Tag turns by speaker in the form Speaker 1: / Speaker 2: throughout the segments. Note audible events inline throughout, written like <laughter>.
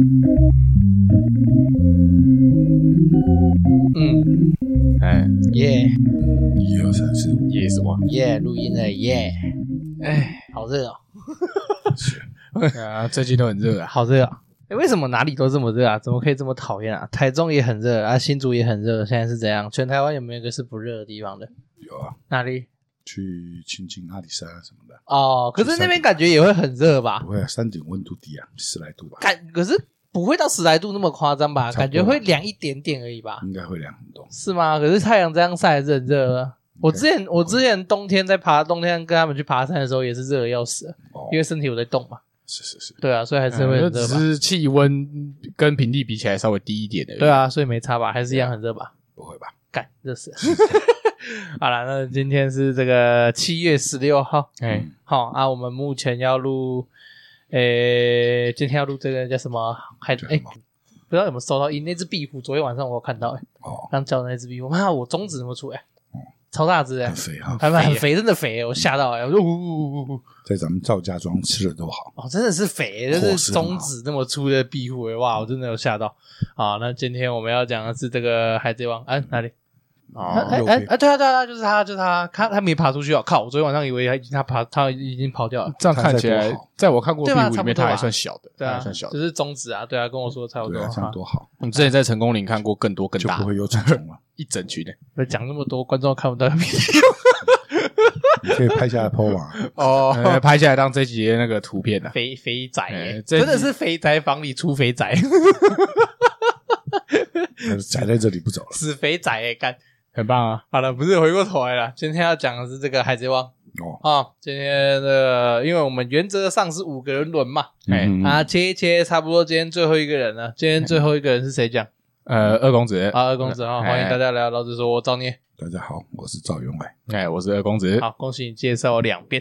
Speaker 1: 嗯
Speaker 2: 哎 <laughs>
Speaker 1: 好热哦，
Speaker 3: 啊，最近都很热啊。
Speaker 1: 好热啊！哎，为什么哪里都这么热啊？怎么可以这么讨厌啊？台中也很热啊，新竹也很热，现在是怎样？全台湾有没有一个是不热的地方的？
Speaker 2: 有啊，
Speaker 1: 哪里？
Speaker 2: 去亲近阿里山啊什么的，
Speaker 1: 哦，可是那边感觉也会很热吧
Speaker 2: 不？会啊，山顶温度低啊，十来度吧，
Speaker 1: 感可是不会到十来度那么夸张吧？
Speaker 2: 差不多
Speaker 1: 感觉会凉一点点而已吧？
Speaker 2: 应该会凉很多。
Speaker 1: 是吗？可是太阳这样晒还是很热啊。我之前我之前冬天在爬冬天跟他们去爬山的时候也是热的要死，
Speaker 2: 哦
Speaker 1: 因，为身体有在动嘛。
Speaker 2: 是是是，
Speaker 1: 对啊，所以还是会
Speaker 3: 呃
Speaker 1: 很
Speaker 3: 只
Speaker 1: 热吧。
Speaker 3: 是气温跟平地比起来稍微低一点的。
Speaker 1: 对，啊，所以没差吧，还是一样很热吧。
Speaker 2: 不会吧？
Speaker 1: 干，热死了。 <laughs> 好了，那今天是这个七月十六号，
Speaker 3: 哎，
Speaker 1: 好啊，我们目前要录，诶、今天要录这个叫什么？海
Speaker 2: 叫
Speaker 1: 哎、
Speaker 2: 什么
Speaker 1: 不知道有没有收到？咦，那只壁虎昨天晚上我有看到、哎，
Speaker 2: 哦，
Speaker 1: 刚叫的那只壁虎，妈，我中指怎么出来？超大只哎、
Speaker 2: 很肥哈，
Speaker 1: 还蛮很肥，真的肥、我吓到哎、我说呜呜呜呜，
Speaker 2: 在咱们赵家庄吃的都好。
Speaker 1: 哦，真的是肥、
Speaker 2: 火
Speaker 1: 就是
Speaker 2: 是
Speaker 1: 中
Speaker 2: 很好
Speaker 1: 指那么粗的壁虎哎、
Speaker 3: 嗯
Speaker 1: 哇，我真的有吓到。好，那今天我们要讲的是这个海贼王，哎、哪里？哎
Speaker 3: 哦，
Speaker 1: 哎
Speaker 2: 右
Speaker 1: 哎
Speaker 2: 边
Speaker 1: 哎，对啊对啊，对啊就是他，就是他，他他没爬出去哦！靠，我昨天晚上以为他已经他爬，他已经跑掉了。
Speaker 3: 这样看起
Speaker 2: 看起来
Speaker 3: 来
Speaker 2: 多好，
Speaker 3: 在我看过的
Speaker 1: 对吧
Speaker 3: 壁虎里面，
Speaker 1: 差不多吧
Speaker 3: 它还算小的，
Speaker 1: 对
Speaker 3: 它
Speaker 1: 啊
Speaker 3: 还，算小
Speaker 1: 就
Speaker 3: 的。
Speaker 1: 是中指啊，对啊，跟我说差不
Speaker 2: 对
Speaker 1: 多
Speaker 2: 啊，这样
Speaker 1: 啊。
Speaker 2: 多好，
Speaker 3: 我们之前在成功岭看过更多更
Speaker 2: 就
Speaker 3: 大
Speaker 2: 不
Speaker 3: 的，
Speaker 2: 会有虫虫
Speaker 1: <laughs>
Speaker 2: 了。
Speaker 3: 一整群的。
Speaker 1: 讲那么多，观众看不到。
Speaker 2: 你可以拍下来 po 网啊，
Speaker 3: <laughs> 哦，拍下来当这集的那个图片的。啊
Speaker 1: 肥肥仔耶
Speaker 3: 哎，这
Speaker 1: 真的是肥宅房里出肥仔， <laughs>
Speaker 2: 它宅在这里不走了。
Speaker 1: 死肥仔耶！干，
Speaker 3: 很棒啊！
Speaker 1: 好了，不是回过头来了，今天要讲的是这个海贼王
Speaker 2: 哦，
Speaker 1: 啊。今天的，因为我们原则上是五个人轮嘛，
Speaker 3: 哎
Speaker 2: 嗯
Speaker 1: 啊，切一切，差不多，今天最后一个人了。今天最后一个人是谁讲？
Speaker 2: 嗯
Speaker 3: 呃，二公子，
Speaker 1: 啊，二公子啊，
Speaker 3: 哎
Speaker 1: 欢迎大家来到老子说，我造孽。
Speaker 2: 大家好，我是赵员外，
Speaker 3: 哎，我是二公子，
Speaker 1: 好，恭喜你介绍了两遍，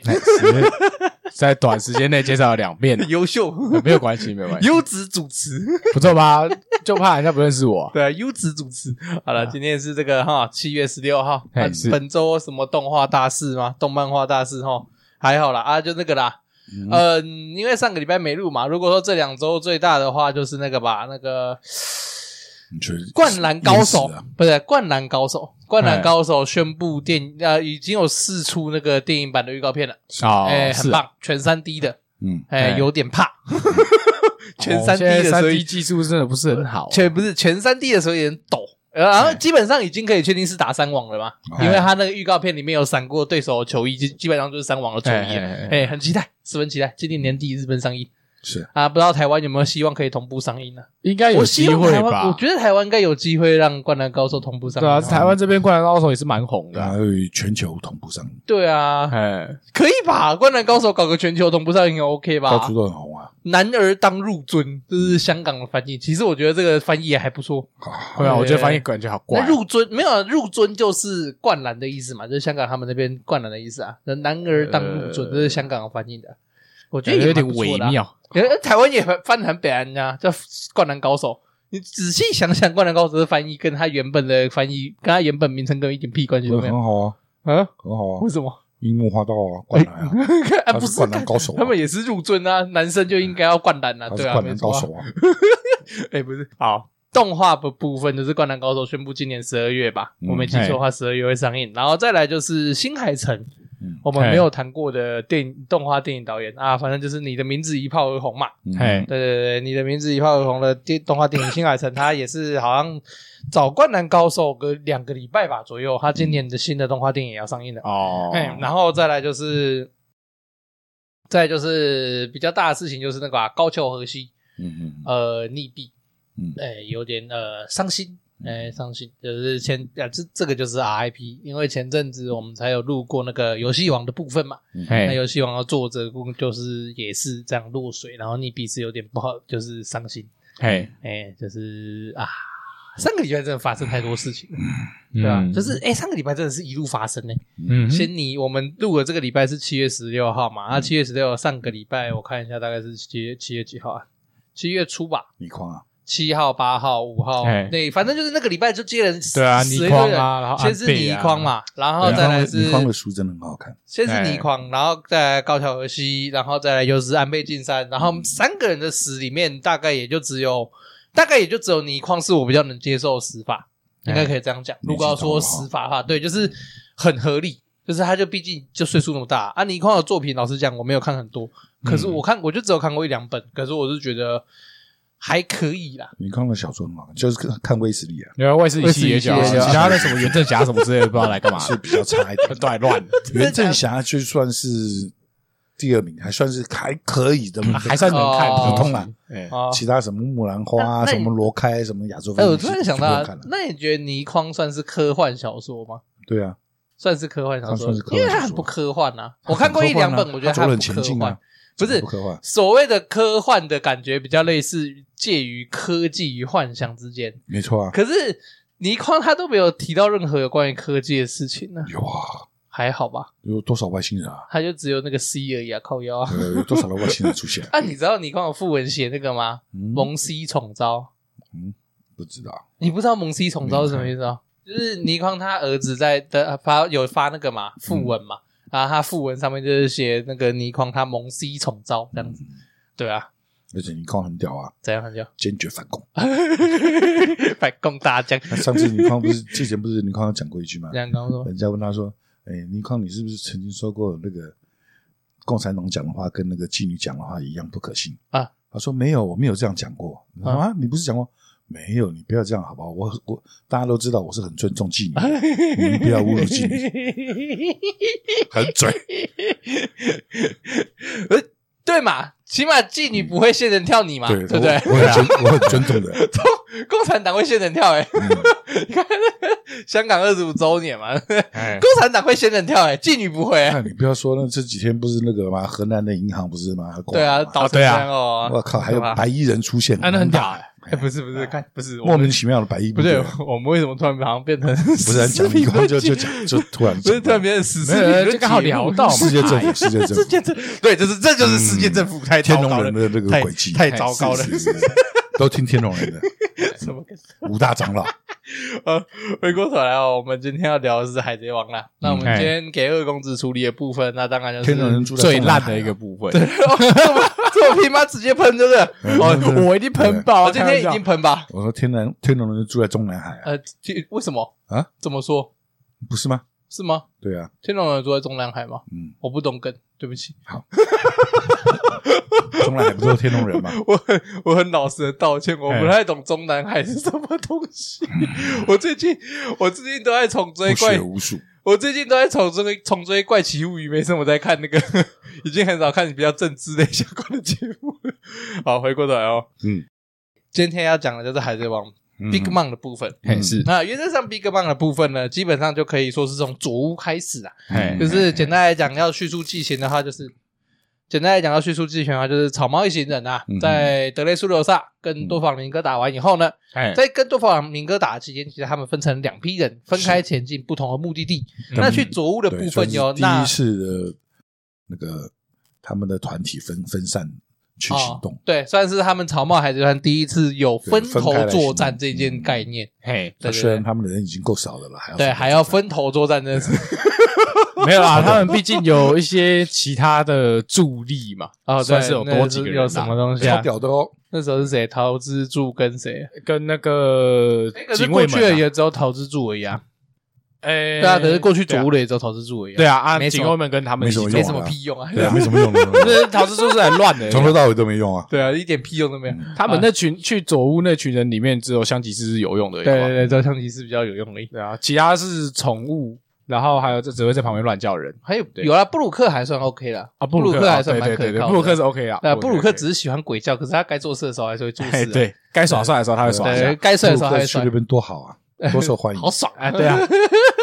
Speaker 3: 在短时间内介绍了两遍，
Speaker 1: <laughs> 优秀、
Speaker 3: 呃没有关系，没有关系，
Speaker 1: 优质主持，
Speaker 3: 不错吧？就怕人家不认识我。
Speaker 1: 对啊，优质主持。好了，今天是这个哈，七月十六号，
Speaker 3: 哎
Speaker 1: 啊
Speaker 3: 是
Speaker 1: 本周什么动画大事吗？动漫化大事哈，还好啦啊，就那个啦。
Speaker 2: 嗯
Speaker 1: 呃，因为上个礼拜没录嘛，如果说这两周最大的话，就是那个吧，那个
Speaker 2: 你觉得
Speaker 1: 《灌篮高手
Speaker 2: 淹死》了
Speaker 1: 不是《灌篮高手》，《灌篮
Speaker 3: 啊哎
Speaker 1: 高手》宣布电呃已经有试出那个电影版的预告片了，
Speaker 3: 哦
Speaker 1: 哎，，
Speaker 3: 是
Speaker 1: 很
Speaker 3: 啊。
Speaker 1: 棒，全三 D 的，
Speaker 2: 嗯，
Speaker 1: 哎，
Speaker 3: 哎
Speaker 1: 有点怕，全
Speaker 3: 哦
Speaker 1: 三 D
Speaker 3: 现在
Speaker 1: 的，
Speaker 3: 三
Speaker 1: 所以
Speaker 3: D 技术真的不是很好啊，
Speaker 1: 全不是全三 D 的时候有点抖，
Speaker 3: 哎
Speaker 1: 呃然后基本上已经可以确定是打三网了嘛，
Speaker 2: 哎
Speaker 1: 因为他那个预告片里面有闪过对手的球衣，基基本上就是三网的球衣了，
Speaker 3: 哎哎哎
Speaker 1: 哎，很期待，十分期待，今年年底日本上映
Speaker 2: 是
Speaker 1: 啊，不知道台湾有没有希望可以同步上映呢？
Speaker 3: 应哎该有
Speaker 1: 我
Speaker 3: 机
Speaker 1: 希望
Speaker 3: 会
Speaker 1: 台湾，
Speaker 3: 吧？
Speaker 1: 我觉得台嗯湾应该有机会让《灌篮高手》同步上
Speaker 3: 对啊，
Speaker 1: 映。
Speaker 3: 台湾这边《灌篮高手》也是蛮红的
Speaker 2: 然
Speaker 3: 啊。
Speaker 2: 后全球同步上映，
Speaker 1: 对啊，
Speaker 3: 哎，
Speaker 1: 可以吧？《灌篮高手》搞个全球同步上映，OK
Speaker 2: 到
Speaker 1: 吧
Speaker 2: 处？都很红啊。
Speaker 1: 男儿当入樽，这是香港的翻译。其实我觉得这个翻译也还不错。
Speaker 2: 啊，
Speaker 3: 对啊，我觉得翻译感觉好怪
Speaker 1: 那
Speaker 3: 啊。
Speaker 1: 哎入樽没有啊入樽就是灌篮的意思嘛，就是香港他们那边灌篮的意思啊。那男儿当入樽，
Speaker 3: 呃
Speaker 1: 这是香港翻译的，我觉
Speaker 3: 感
Speaker 1: 得也
Speaker 3: 觉有
Speaker 1: 蛮
Speaker 3: 点
Speaker 1: 不错
Speaker 3: 微
Speaker 1: 的啊。
Speaker 3: 妙。
Speaker 1: 呃台湾也翻得很北岸啊，叫《灌篮高手》。你仔细想想，《灌篮高手》的翻译跟他原本的翻译，跟他原本名称跟一点屁关系都
Speaker 2: 不
Speaker 1: 没
Speaker 2: 是
Speaker 1: 有
Speaker 2: 很好啊，
Speaker 3: 嗯
Speaker 1: 啊？
Speaker 2: 很好啊
Speaker 1: 为，什么？ <laughs>
Speaker 2: 樱木花道啊，灌篮啊，
Speaker 1: 啊，
Speaker 2: 他
Speaker 1: 不
Speaker 2: 是
Speaker 1: 是
Speaker 2: 灌篮高手啊，
Speaker 1: 他们也是入樽啊，男生就应该要灌篮啊，
Speaker 2: 他
Speaker 1: 对
Speaker 2: 是
Speaker 1: 啊，
Speaker 2: 灌
Speaker 1: 没
Speaker 2: 篮
Speaker 1: 错
Speaker 2: 高
Speaker 1: 啊
Speaker 2: 手。啊，
Speaker 1: <laughs> 哎，不是，好，动画的部分就是《灌篮高手》宣布今年十二月吧，
Speaker 2: 嗯
Speaker 1: 我没记错的话，十二月会上映。然后再来就是《新海诚》
Speaker 2: 嗯，
Speaker 1: 我们没有谈过的电影动画电影导演啊，反正就是你的名字一炮而红嘛。 <laughs>
Speaker 2: 嗯
Speaker 3: 哎，
Speaker 1: 对对对，你的名字一炮而红的电动画电影《新海诚》，他也是好像找《灌篮高手》个两个礼拜吧左右，他今年的新的动画电影也要上映了。
Speaker 3: 哦，
Speaker 1: 哎、然后再来就是，再来就是比较大的事情就是那个、啊、高桥和希
Speaker 2: 嗯嗯
Speaker 1: 呃溺毙，
Speaker 2: 嗯
Speaker 1: 哎、有点呃伤心，哎、伤心，就是前啊这这个就是 RIP，因为前阵子我们才有录过那个游戏王的部分嘛，
Speaker 2: 嗯，
Speaker 3: 哎
Speaker 1: 那游戏王的作者就是也是这样落水，然后溺毙是有点不好，就是伤心，
Speaker 3: 嘿，
Speaker 1: 哎、就是啊。上个礼拜真的发生太多事情了，对吧、
Speaker 3: 嗯
Speaker 1: 就是哎、上个礼拜真的是一路发生呢、
Speaker 3: 嗯哼，
Speaker 1: 先你我们录的这个礼拜是七月十六号嘛？啊，七月十六上个礼拜我看一下，大概是七月七月几号啊？七月初吧，
Speaker 2: 倪匡啊，
Speaker 1: 七号、八号、五号
Speaker 3: 哎，
Speaker 1: 对，反正就是那个礼拜就接了十
Speaker 3: 对啊
Speaker 1: 十一个
Speaker 3: 倪匡啊
Speaker 1: 人
Speaker 3: 然后
Speaker 1: 先是
Speaker 3: 安倍
Speaker 1: 倪
Speaker 3: 啊
Speaker 1: 匡嘛，然后
Speaker 2: 倪
Speaker 1: 再
Speaker 2: 匡
Speaker 1: 来
Speaker 2: 的倪匡的
Speaker 1: 是
Speaker 2: 书真的很好看，
Speaker 1: 先是
Speaker 3: 哎
Speaker 1: 倪匡，然后再来高桥和希，然后再来又是安倍晋三，然后
Speaker 3: 嗯
Speaker 1: 三个人的死里面大概也就只有大概也就只有倪匡是我比较能接受的死法，应该可以这样讲。
Speaker 2: 哎
Speaker 1: 如果要说
Speaker 2: 年纪大了
Speaker 1: 死法的话，对，就是很合理。就是他就毕竟就岁数那么大啊。倪匡的作品，老实讲我没有看很多，可
Speaker 2: 嗯
Speaker 1: 是我看我就只有看过一两本，可是我是觉得还可以啦。
Speaker 2: 你看的小说很好，就是看看卫斯理啊，
Speaker 3: 然后外事一系列讲，
Speaker 1: 卫斯理系列
Speaker 3: 其他的什么袁振霞什么之类的，不知道来干嘛，
Speaker 2: 是比较差一
Speaker 1: <laughs>
Speaker 2: 点。
Speaker 3: 乱乱，
Speaker 2: 袁振霞就算是第二名，还算是还可以的，
Speaker 3: <laughs> 还算能看，
Speaker 1: 哦
Speaker 2: 普通啦。
Speaker 3: 哎，
Speaker 1: 啊，
Speaker 2: 其他什么木兰花啊，
Speaker 1: 那那
Speaker 2: 什
Speaker 1: 你
Speaker 2: 么罗开，什么亚洲
Speaker 1: 哎，
Speaker 2: 风，
Speaker 1: 我突然想到
Speaker 2: 就不用看
Speaker 1: 啊
Speaker 2: 了，
Speaker 1: 那你觉得倪匡算是科幻小说吗？
Speaker 2: 对啊，
Speaker 1: 算是科幻小
Speaker 2: 他
Speaker 1: 说
Speaker 2: 算是，科幻
Speaker 1: 因为它
Speaker 2: 小
Speaker 1: 很
Speaker 2: 说
Speaker 1: 不科幻啊。我看过一两本，我觉得它
Speaker 2: 他
Speaker 1: 不
Speaker 2: 很
Speaker 1: 科
Speaker 2: 前进
Speaker 1: 幻
Speaker 2: 啊，，
Speaker 1: 不是
Speaker 2: 不科幻，
Speaker 1: 所谓的科幻的感觉，比较类似于介于科技与幻想之间。
Speaker 2: 没错啊，
Speaker 1: 可是倪匡他都没有提到任何有关于科技的事情呢、
Speaker 2: 有啊，
Speaker 1: 还好吧？
Speaker 2: 有多少外星
Speaker 1: <laughs>
Speaker 2: 人啊？
Speaker 1: 他就只有那个 C 而已啊，靠腰啊。？
Speaker 2: 呃，有多少的外星人出现
Speaker 1: 啊，你知道倪匡有副文写那个吗？
Speaker 2: 嗯，
Speaker 1: 蒙 C 宠招，
Speaker 2: 不知道，
Speaker 1: 你不知道蒙 C 宠招是什么意思啊？就是倪匡他儿子在的发有发那个嘛副文嘛，然后他副文上面就是写那个倪匡他蒙 C 宠招这样子，对啊，
Speaker 2: 而且你康很屌啊，
Speaker 1: 怎样很 <laughs> 就
Speaker 2: 坚决反攻。
Speaker 1: 反攻大将，
Speaker 2: 那上次倪
Speaker 1: <laughs>
Speaker 2: 匡不是之前不是倪匡有讲过一句吗
Speaker 1: 这？样刚说
Speaker 2: 人家问他说：“哎，倪匡，你是不是曾经说过那个共产党讲的话跟那个妓女讲的话一样不可信
Speaker 1: 啊？”
Speaker 2: 他说：“没有，我没有这样讲过。”他说：“啊，你不是讲过？”没有，你不要这样好不好？我我大家都知道我是很尊重妓女的，你不要侮辱妓女，很嘴。
Speaker 1: 对嘛，起码妓女不会仙人跳你嘛，
Speaker 2: 对
Speaker 1: 不对？啊
Speaker 2: 我我
Speaker 3: <laughs>
Speaker 2: 很尊我很尊重的。
Speaker 1: 共产党会仙人跳、欸，
Speaker 2: 嗯
Speaker 1: <laughs> 你看香港二十五周年嘛，共
Speaker 3: 哎
Speaker 1: 产党会仙人跳、欸，妓女不会、
Speaker 2: <laughs>
Speaker 1: 欸
Speaker 2: 那你不要说，那这几天不是那个吗？河南的银行不是吗？
Speaker 1: 对啊，
Speaker 2: 倒
Speaker 1: 倒成这样哦、
Speaker 2: 我靠，还有白衣人出现，
Speaker 3: 啊，那很屌，哎，
Speaker 1: 哎不是不是，看不是我
Speaker 2: 莫
Speaker 1: 们
Speaker 2: 名其妙的白衣部
Speaker 1: 不
Speaker 2: 队
Speaker 1: 对，我们为什么突然好像变成
Speaker 2: 不是很讲
Speaker 1: 评
Speaker 2: 一光
Speaker 1: 论
Speaker 2: 就就
Speaker 1: 节目
Speaker 2: 讲就突然
Speaker 1: 不是突然
Speaker 2: 讲
Speaker 1: 变成史诗
Speaker 3: 没有
Speaker 1: 评论节目，
Speaker 3: 这刚好聊到嘛
Speaker 2: 世界政府，世界政
Speaker 1: 世
Speaker 2: 府，
Speaker 1: 界政 <laughs> 对，就是这就是世界政府太
Speaker 2: 天
Speaker 1: 糟糕
Speaker 2: 龙
Speaker 1: 了
Speaker 2: 人，的那个
Speaker 1: 太
Speaker 2: 轨迹
Speaker 1: 太糟糕了
Speaker 2: 是，是是 <laughs> 都听天龙人的
Speaker 1: 什么？
Speaker 2: 五大长老，
Speaker 1: 呃，回过头来哦，我们今天要聊的是《海贼王》啦。那我们今天给二公子处理的部分，那当然就是
Speaker 2: <laughs> 嗯哎天龙人住在
Speaker 3: 最
Speaker 2: 中南
Speaker 3: 烂
Speaker 2: 海啊
Speaker 3: 的一个，部分，
Speaker 1: 哎作品吗？直接喷就是，
Speaker 2: 嗯
Speaker 3: 哦
Speaker 2: 对对
Speaker 3: 我一定喷爆，
Speaker 1: 我今天已经喷吧。
Speaker 2: 我说天龙天龙人住在中南海啊，
Speaker 1: 呃，这为什么
Speaker 2: 啊？
Speaker 1: 怎么说？
Speaker 2: 不是吗？
Speaker 1: 是吗？
Speaker 2: 对啊，
Speaker 1: 天龙人住在中南海吗？
Speaker 2: 嗯，
Speaker 1: 我不懂梗，对不起，
Speaker 2: 中南海不都是天龙人
Speaker 1: <laughs>
Speaker 2: 吗？
Speaker 1: <laughs> 我很我很老实的道歉，我
Speaker 3: 哎
Speaker 1: 不太懂中南海是什么东西。我最近我最近都在重追
Speaker 2: 不
Speaker 1: 怪
Speaker 2: 学，无术，
Speaker 1: 我最近都在重追重追怪奇物语，没什么在看那个， <laughs> 已经很少看比较政治类相关的节目 <laughs> 了。好，回过头来哦，
Speaker 2: 嗯
Speaker 1: 今天要讲的就是海贼王、
Speaker 2: 嗯
Speaker 1: Big Mom 的部分。
Speaker 3: 哎是，
Speaker 1: <laughs> 那原则上 Big Bang 的部分呢，基本上就可以说是从左屋开始啊，
Speaker 2: 嗯
Speaker 3: 哎
Speaker 1: 就是简单来讲，要叙述剧情的话，就是简单来讲要叙述剧情的话，就是草帽一行人啊
Speaker 2: 嗯，
Speaker 1: 在德雷苏留萨跟多弗朗明哥打完以后呢，
Speaker 3: 哎
Speaker 1: 在跟多弗朗明哥打的期间，其实他们分成两批人，分开前进不同的目的地。
Speaker 3: 嗯
Speaker 1: 那去左屋的部
Speaker 2: 对，所
Speaker 1: 分
Speaker 2: 以
Speaker 1: 有
Speaker 2: 是第
Speaker 1: 那
Speaker 2: 一次的那个他们的团体分分散去行动
Speaker 1: 哦，，
Speaker 3: 对
Speaker 1: 对，算是他们草帽海贼团第一次有分
Speaker 2: 对分开
Speaker 1: 头
Speaker 2: 来
Speaker 1: 作战
Speaker 2: 行动
Speaker 1: 这件概念。
Speaker 3: 嘿，
Speaker 1: 对对
Speaker 2: 虽
Speaker 1: 对
Speaker 2: 然他们的人已经够少的了，还要
Speaker 1: 对，还要分头作战，真的是
Speaker 3: 没有啊，他们毕竟有一些其其他的助力嘛，
Speaker 1: 哦，对
Speaker 3: 算是有
Speaker 1: 那
Speaker 3: 多几个
Speaker 1: 是
Speaker 3: 人啊
Speaker 1: 有什么东西啊
Speaker 2: 超？屌的哦，
Speaker 1: 那时候是谁？桃之助跟谁？
Speaker 3: 跟那个
Speaker 1: 哎可是
Speaker 3: 警
Speaker 1: 过
Speaker 3: 卫
Speaker 1: 去的
Speaker 3: 们啊，
Speaker 1: 也只有桃之助而已啊。
Speaker 3: 哎，
Speaker 1: 对啊，可是过去
Speaker 3: 对啊
Speaker 1: 主屋的也只有桃之助而已。
Speaker 3: 对，啊，啊，
Speaker 1: 没什么
Speaker 3: 警卫们跟他们一起
Speaker 2: 没什
Speaker 1: 没
Speaker 3: 做
Speaker 1: 什
Speaker 3: 啊
Speaker 1: 么屁用啊。
Speaker 2: 对啊，没什么用的，，
Speaker 3: 不是陶氏叔是很乱的
Speaker 2: 从头到尾都没用啊。
Speaker 1: <laughs> 对啊，一点屁用都没有。
Speaker 3: 他们那群去左屋那群人里面，只有香吉士是有用的，
Speaker 1: 对啊对对，照相机是比较有用的。
Speaker 3: 对啊，其他是宠物，然后还有这只会在旁边乱叫人
Speaker 1: 还有有啦，布鲁克还算 OK 啦。
Speaker 3: 啊。
Speaker 1: 布
Speaker 3: 鲁
Speaker 1: 克还
Speaker 3: 啊
Speaker 1: 算
Speaker 3: 对
Speaker 1: 蛮
Speaker 3: 对
Speaker 1: 可
Speaker 3: 对对，
Speaker 1: 靠的
Speaker 3: 布鲁克是 OK 啊，
Speaker 1: 那布鲁克只
Speaker 3: 是
Speaker 1: 是喜欢鬼叫，可是他该做事的时候还是会做事
Speaker 3: 哎
Speaker 1: 啊。
Speaker 3: 对该耍帅的时候他会耍一
Speaker 1: 对，
Speaker 3: 下，
Speaker 1: 该帅的时候
Speaker 2: 布
Speaker 1: 还会
Speaker 2: 鲁克去
Speaker 1: 帅
Speaker 2: 那，边多好啊，多
Speaker 1: <laughs>
Speaker 2: 受欢迎，
Speaker 1: 好爽啊！
Speaker 3: 哎 <laughs> 对啊，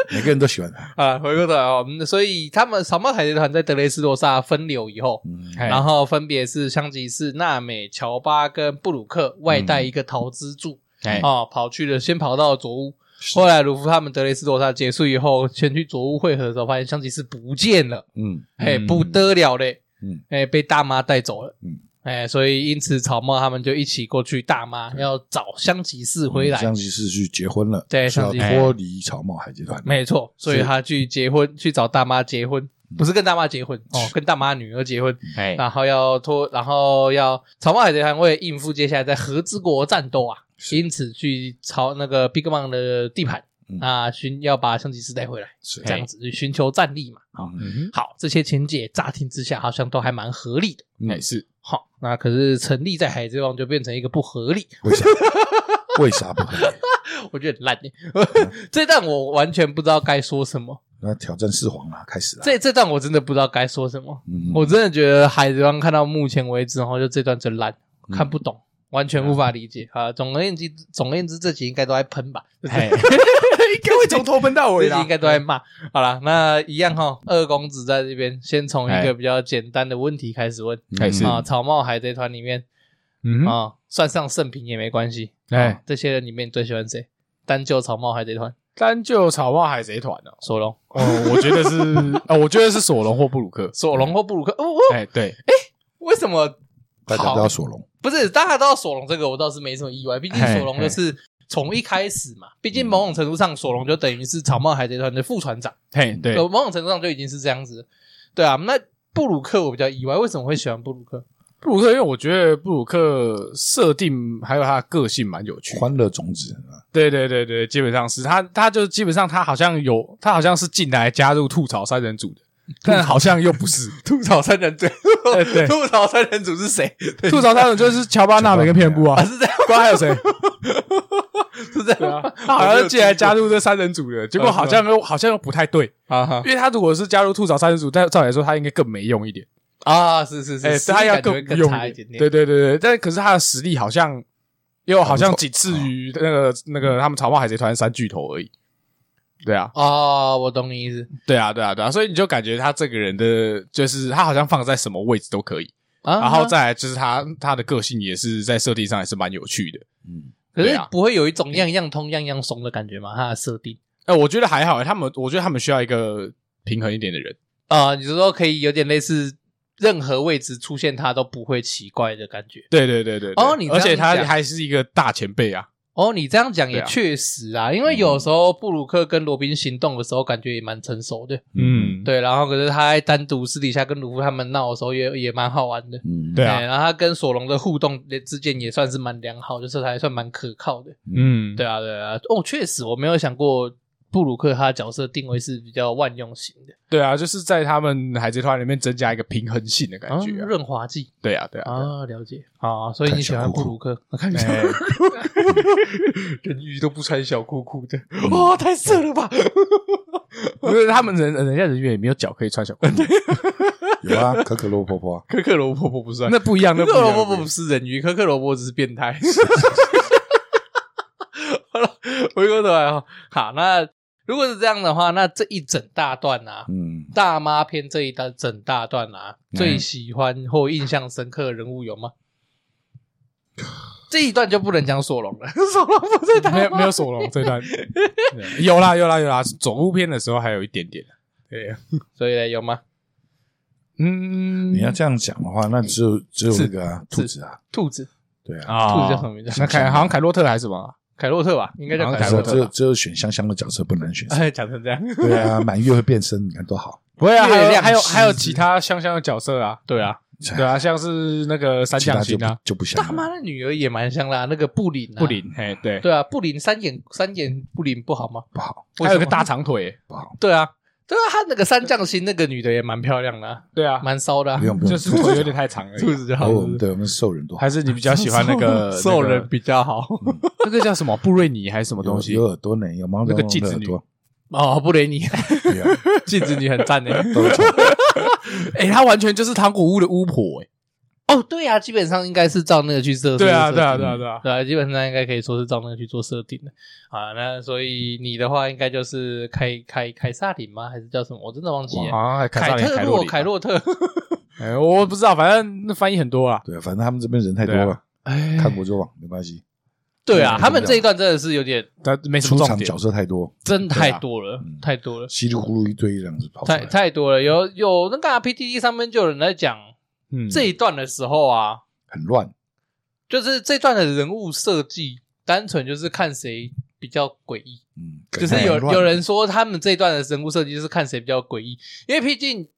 Speaker 2: 每个人都喜欢他。
Speaker 1: 啊，回过头来哦，嗯所以他们草帽海贼团在德雷斯罗萨分流以后， <laughs>
Speaker 2: 嗯，
Speaker 3: 哎
Speaker 1: 然后分别是香吉士、娜美、乔巴跟布鲁克外带一个桃之助，
Speaker 3: 哎
Speaker 1: 哦，跑去了，先跑到左屋。后来鲁夫他们德雷斯罗萨结束以后，先去左屋汇合的时候，发现香吉士不见了，
Speaker 2: 嗯
Speaker 1: 哎、
Speaker 3: 嗯
Speaker 1: 不得了嘞，
Speaker 2: 嗯
Speaker 1: 哎、被大妈带走了，
Speaker 2: 嗯
Speaker 1: 哎、所以因此草帽他们就一起过去大妈要找香吉士回来，
Speaker 2: 香吉士去结婚了，
Speaker 1: 对
Speaker 2: 是要
Speaker 1: 香吉士
Speaker 2: 脱离草帽海贼团。
Speaker 1: 没错，所以他去结婚，去找大妈结婚，不是跟大妈结婚哦，跟大妈女儿结婚，
Speaker 3: 哎
Speaker 1: 然后要脱，然后要草帽海贼团为了应付接下来在和之国战斗啊，因此去朝那个 Big Mom 的地盘。
Speaker 2: 嗯
Speaker 1: 那寻要把香吉士带回来，
Speaker 2: 是
Speaker 1: 这样子去寻求战力嘛。好，
Speaker 2: 嗯
Speaker 3: 哎嗯
Speaker 1: 好，这些情节乍听之下好像都还蛮合理的。
Speaker 3: 哼，嗯也 <laughs> 是
Speaker 1: 好，那可是成立在海贼王就变成一个不合理， <laughs>
Speaker 2: 为啥？ <laughs> 为啥不可以？
Speaker 1: 我觉得很烂耶。 <laughs> 这段我完全不知道该说什么，
Speaker 2: 那挑战四皇啊啦，开始了。
Speaker 1: 这这段我真的不知道该说什么。
Speaker 2: 嗯
Speaker 1: 我真的觉得海贼王看到目前为止，然后就这段最烂，
Speaker 2: 嗯
Speaker 1: 看不懂，完全无法理解
Speaker 3: 嗯
Speaker 1: 啊。总而言之，总而言之，这集应该都在喷吧，
Speaker 3: 嘿 <laughs> 应该会从头喷到尾
Speaker 1: 这集
Speaker 3: 啦
Speaker 1: 应。该都在骂。好啦，那一样哈，二公子在这边先从一
Speaker 3: 哎
Speaker 1: 个比较简单的问题开始问
Speaker 3: 还是
Speaker 1: 啊，草帽海贼团里面
Speaker 3: 嗯哼，
Speaker 1: 啊，算上圣平也没关系。
Speaker 3: 哎，
Speaker 1: 这些人里面你最喜欢谁？单就草帽海贼团，
Speaker 3: 单就草帽海贼团哦，
Speaker 1: 索隆，
Speaker 3: 哦，我觉 <laughs> 得是，哦，我觉得是索隆或布鲁克。
Speaker 1: 索隆或布鲁克？哦，我
Speaker 3: 哎，对，
Speaker 1: 为什么
Speaker 2: 大家都要索隆，
Speaker 1: 不是，大家都要索隆这个，我倒是没什么意外。毕竟
Speaker 3: 嘿嗯
Speaker 1: 索隆就是从一开始嘛，毕竟某种程度上，索隆就等于是草帽海贼团的副船长，
Speaker 3: 嘿，对，
Speaker 1: 有某种程度上就已经是这样子了。对啊，那布鲁克我比较意外，为什么会喜欢布鲁克？
Speaker 3: 布鲁克，因为我觉得布鲁克设定还有他的个性蛮有趣的。
Speaker 2: 欢乐种子啊，
Speaker 3: 对对对对，基本上是他，他就基本上他好像有，他好像是进来加入吐槽三人组 <laughs> 的，但好像又不是。 <laughs>
Speaker 1: 吐槽三 <laughs> 人组，
Speaker 3: 哎对
Speaker 1: 吐槽三人组是谁？
Speaker 3: 吐槽三人组就是乔巴纳美跟片布啊，
Speaker 1: 是这样，
Speaker 3: <laughs> 不然还有谁？
Speaker 1: 是这
Speaker 3: 对
Speaker 1: 样
Speaker 3: 啊
Speaker 1: 吗，
Speaker 3: <laughs> 他好像进来加入这三人
Speaker 1: 嗯
Speaker 3: 组的，结果好像又好像又不太对，
Speaker 1: 啊哈
Speaker 3: 因为他如果是加入吐槽三人组，但照理来说他应该更没用一点，
Speaker 1: 啊，是是
Speaker 3: 哎
Speaker 1: 是，，
Speaker 3: 他要
Speaker 1: 实力感觉会
Speaker 3: 更
Speaker 1: 更
Speaker 3: 有
Speaker 1: 差一
Speaker 3: 点
Speaker 1: 点
Speaker 3: 对
Speaker 1: 点。
Speaker 3: 对对对，但可是他的实力好像又好像仅次于那个那个
Speaker 1: 嗯
Speaker 3: 他们草帽海贼团三巨头而已。对啊，
Speaker 1: 哦，我懂你意思
Speaker 3: 对啊，对啊，对啊，所以你就感觉他这个人的，就是他好像放在什么位置都可以，
Speaker 1: 啊。
Speaker 3: 然后再来就是他他的个性也是在设定上也是蛮有趣的。
Speaker 2: 嗯，
Speaker 1: 可
Speaker 3: 对
Speaker 1: 是
Speaker 3: 啊
Speaker 1: 不会有一种样样通样样松的感觉吗？他的设定
Speaker 3: 哎、我觉得还好、他们我觉得他们需要一个平衡一点的人。
Speaker 1: 啊，你是说可以有点类似任何位置出现他都不会奇怪的感觉？
Speaker 3: 对对对对对
Speaker 1: 哦你这
Speaker 3: 而
Speaker 1: 样
Speaker 3: 且他
Speaker 1: 讲
Speaker 3: 还是一个大前辈啊。
Speaker 1: 哦，你这样讲
Speaker 3: 对
Speaker 1: 也
Speaker 3: 啊
Speaker 1: 确实啊，因为有时候布鲁克跟罗宾行动的时候，感觉也蛮成熟的，
Speaker 3: 嗯，
Speaker 1: 对。然后可是他在单独私底下跟鲁夫他们闹的时候也，也蛮好玩的。
Speaker 2: 嗯，
Speaker 3: 对啊
Speaker 1: 哎然后他跟索隆的互动也之间也算是蛮良好，就是还算蛮可靠的。
Speaker 3: 嗯，
Speaker 1: 对啊，对啊，哦，确实我没有想过布鲁克他的角色定位是比较万用型的，
Speaker 3: 对啊，就是在他们海贼团里面增加一个平衡性的感觉
Speaker 1: 啊
Speaker 3: 啊。
Speaker 1: 润滑剂。
Speaker 3: 对啊，对啊，对啊
Speaker 1: 啊，了解啊，所以你喜欢布鲁
Speaker 3: <laughs>
Speaker 1: 克？哎看
Speaker 3: 小裤裤
Speaker 1: 人鱼都不穿小裤裤的，
Speaker 3: 嗯
Speaker 1: 哇，哦太色了吧！
Speaker 3: <laughs> 因为他们人人家人员也没有脚可以穿
Speaker 1: <laughs>
Speaker 3: 小裤裤，
Speaker 2: 有啊，可可洛婆婆啊，
Speaker 1: 可可萝卜婆不算
Speaker 3: 那不一样，那
Speaker 1: 可
Speaker 3: 不一
Speaker 1: 可萝
Speaker 3: 样。
Speaker 1: 卜婆不是人鱼，可可萝卜只是变
Speaker 3: <laughs>
Speaker 1: 态。好了，回过头来哦，好，那如果是这样的话，那这一整大段啊，
Speaker 2: 嗯，
Speaker 1: 大妈篇这一大整大段啊，
Speaker 2: 嗯
Speaker 1: 最喜欢或印象深刻的人物有吗？这一段就不能讲索
Speaker 3: <laughs>
Speaker 1: 隆了，索隆不在大
Speaker 3: 没有
Speaker 1: 妈
Speaker 3: 没有索隆这段，
Speaker 1: <laughs>
Speaker 3: 对有啦有啦有啦，走路片的时候还有一点点。对，
Speaker 1: 所以呢，有吗？
Speaker 3: 嗯，
Speaker 2: 你要这样讲的话，那只有只有
Speaker 1: 是
Speaker 2: 那个啊，兔子啊，
Speaker 1: 兔子，
Speaker 2: 对啊，
Speaker 3: 啊，
Speaker 1: 兔子叫什么名字 <laughs>
Speaker 3: 那凯好像凯洛特还是什么？啊
Speaker 1: 凯洛特吧，应该叫
Speaker 3: 好像
Speaker 1: 凯
Speaker 3: 改
Speaker 2: 只
Speaker 1: 洛
Speaker 2: 有
Speaker 3: 了
Speaker 2: 只有
Speaker 1: 特吧。
Speaker 2: 只有选香香的角色，不能选谁。
Speaker 1: 哎，讲成这样，
Speaker 2: 对啊，满月会变身，你看多好。
Speaker 3: 不会
Speaker 1: <laughs>
Speaker 3: 啊，还
Speaker 1: 月
Speaker 3: 有
Speaker 1: 亮
Speaker 3: 还有
Speaker 1: 狮子
Speaker 3: 还有其他香香的角色啊，
Speaker 1: 对啊，
Speaker 3: 对啊，像是那个三
Speaker 2: 哎其
Speaker 3: 将
Speaker 2: 他就
Speaker 3: 星啊
Speaker 2: 不，就不想
Speaker 1: 大妈
Speaker 2: 了。
Speaker 1: 的女儿也蛮像啦，那个布林，
Speaker 3: 布，
Speaker 2: 嗯
Speaker 3: 林，嘿，对，
Speaker 1: 对啊，布林三眼三眼布林不好吗？
Speaker 2: 不好
Speaker 3: 还
Speaker 1: 为什
Speaker 3: 有个
Speaker 1: 么
Speaker 3: 大，长腿，
Speaker 2: 不好，
Speaker 1: 对啊，对啊，他那个三将星那个女的也蛮漂亮的啊，
Speaker 3: 对啊，
Speaker 1: 蛮骚的啊
Speaker 2: 不，用不用，
Speaker 3: 就是
Speaker 2: 兔
Speaker 3: 腿有
Speaker 2: 子 <laughs>
Speaker 3: 点太长了，
Speaker 1: 兔子就好
Speaker 2: 哦，我们对我们兽人多
Speaker 3: <laughs>
Speaker 2: 好
Speaker 3: 还，是你比较喜欢那
Speaker 2: <laughs>
Speaker 3: 个
Speaker 1: <laughs> 兽人比较好
Speaker 3: <laughs> 那个叫什么布瑞尼还是什么
Speaker 2: 有
Speaker 3: 东西
Speaker 2: 有？耳朵呢，有毛茸
Speaker 3: 那个
Speaker 2: 茸
Speaker 3: 镜
Speaker 2: 的
Speaker 3: 子
Speaker 2: 耳
Speaker 3: 女
Speaker 2: 朵，
Speaker 1: 哦，布雷尼
Speaker 2: 对啊
Speaker 1: 镜子女很赞
Speaker 2: <laughs>
Speaker 1: 的。
Speaker 2: 都有
Speaker 3: 欸哎，他完全就是糖果屋的巫婆，哎，
Speaker 1: 哦，对啊，基本上应该是照那个去设，
Speaker 3: 对
Speaker 1: 设
Speaker 3: 啊，
Speaker 1: 定
Speaker 3: 对啊，对啊，对啊，
Speaker 1: 对啊，基本上应该可以说是照那个去做设定的啊。那所以你的话，应该就是凯凯凯撒琳吗？还是叫什么？我真的忘记
Speaker 2: 嗯
Speaker 1: 了。
Speaker 3: 啊，
Speaker 1: 凯
Speaker 3: 撒琳
Speaker 1: 特
Speaker 3: 凯洛
Speaker 1: 洛
Speaker 3: 里
Speaker 1: 凯洛啊特，
Speaker 3: 哎，我不知道，反正那翻译很多啊。
Speaker 2: 对啊，反正他们这边人太多
Speaker 3: 对
Speaker 2: 了
Speaker 3: 啊，
Speaker 1: <laughs> 哎，
Speaker 2: 看国就忘，没关系。
Speaker 1: 对啊，他们这一段真的是有点
Speaker 3: 但没什
Speaker 2: 出
Speaker 3: 么重
Speaker 2: 场
Speaker 3: 点
Speaker 2: 角。色太多，
Speaker 1: 真的太多了
Speaker 2: 嗯，
Speaker 1: 太多了，
Speaker 2: 稀里糊涂一堆这样子跑出
Speaker 1: 太
Speaker 2: 来。
Speaker 1: 太多了。有有那个啊 PTT 上面就有人在讲
Speaker 3: 嗯，
Speaker 1: 这一段的时候啊，
Speaker 2: 很乱，
Speaker 1: 就是这段的人物设计，单纯就是看谁比较诡异。
Speaker 2: 嗯，
Speaker 1: 就
Speaker 2: 感
Speaker 1: 是
Speaker 2: 觉
Speaker 1: 有
Speaker 2: 很乱
Speaker 1: 有人说他们这一段的人物设计就是看谁比较诡异，因为毕竟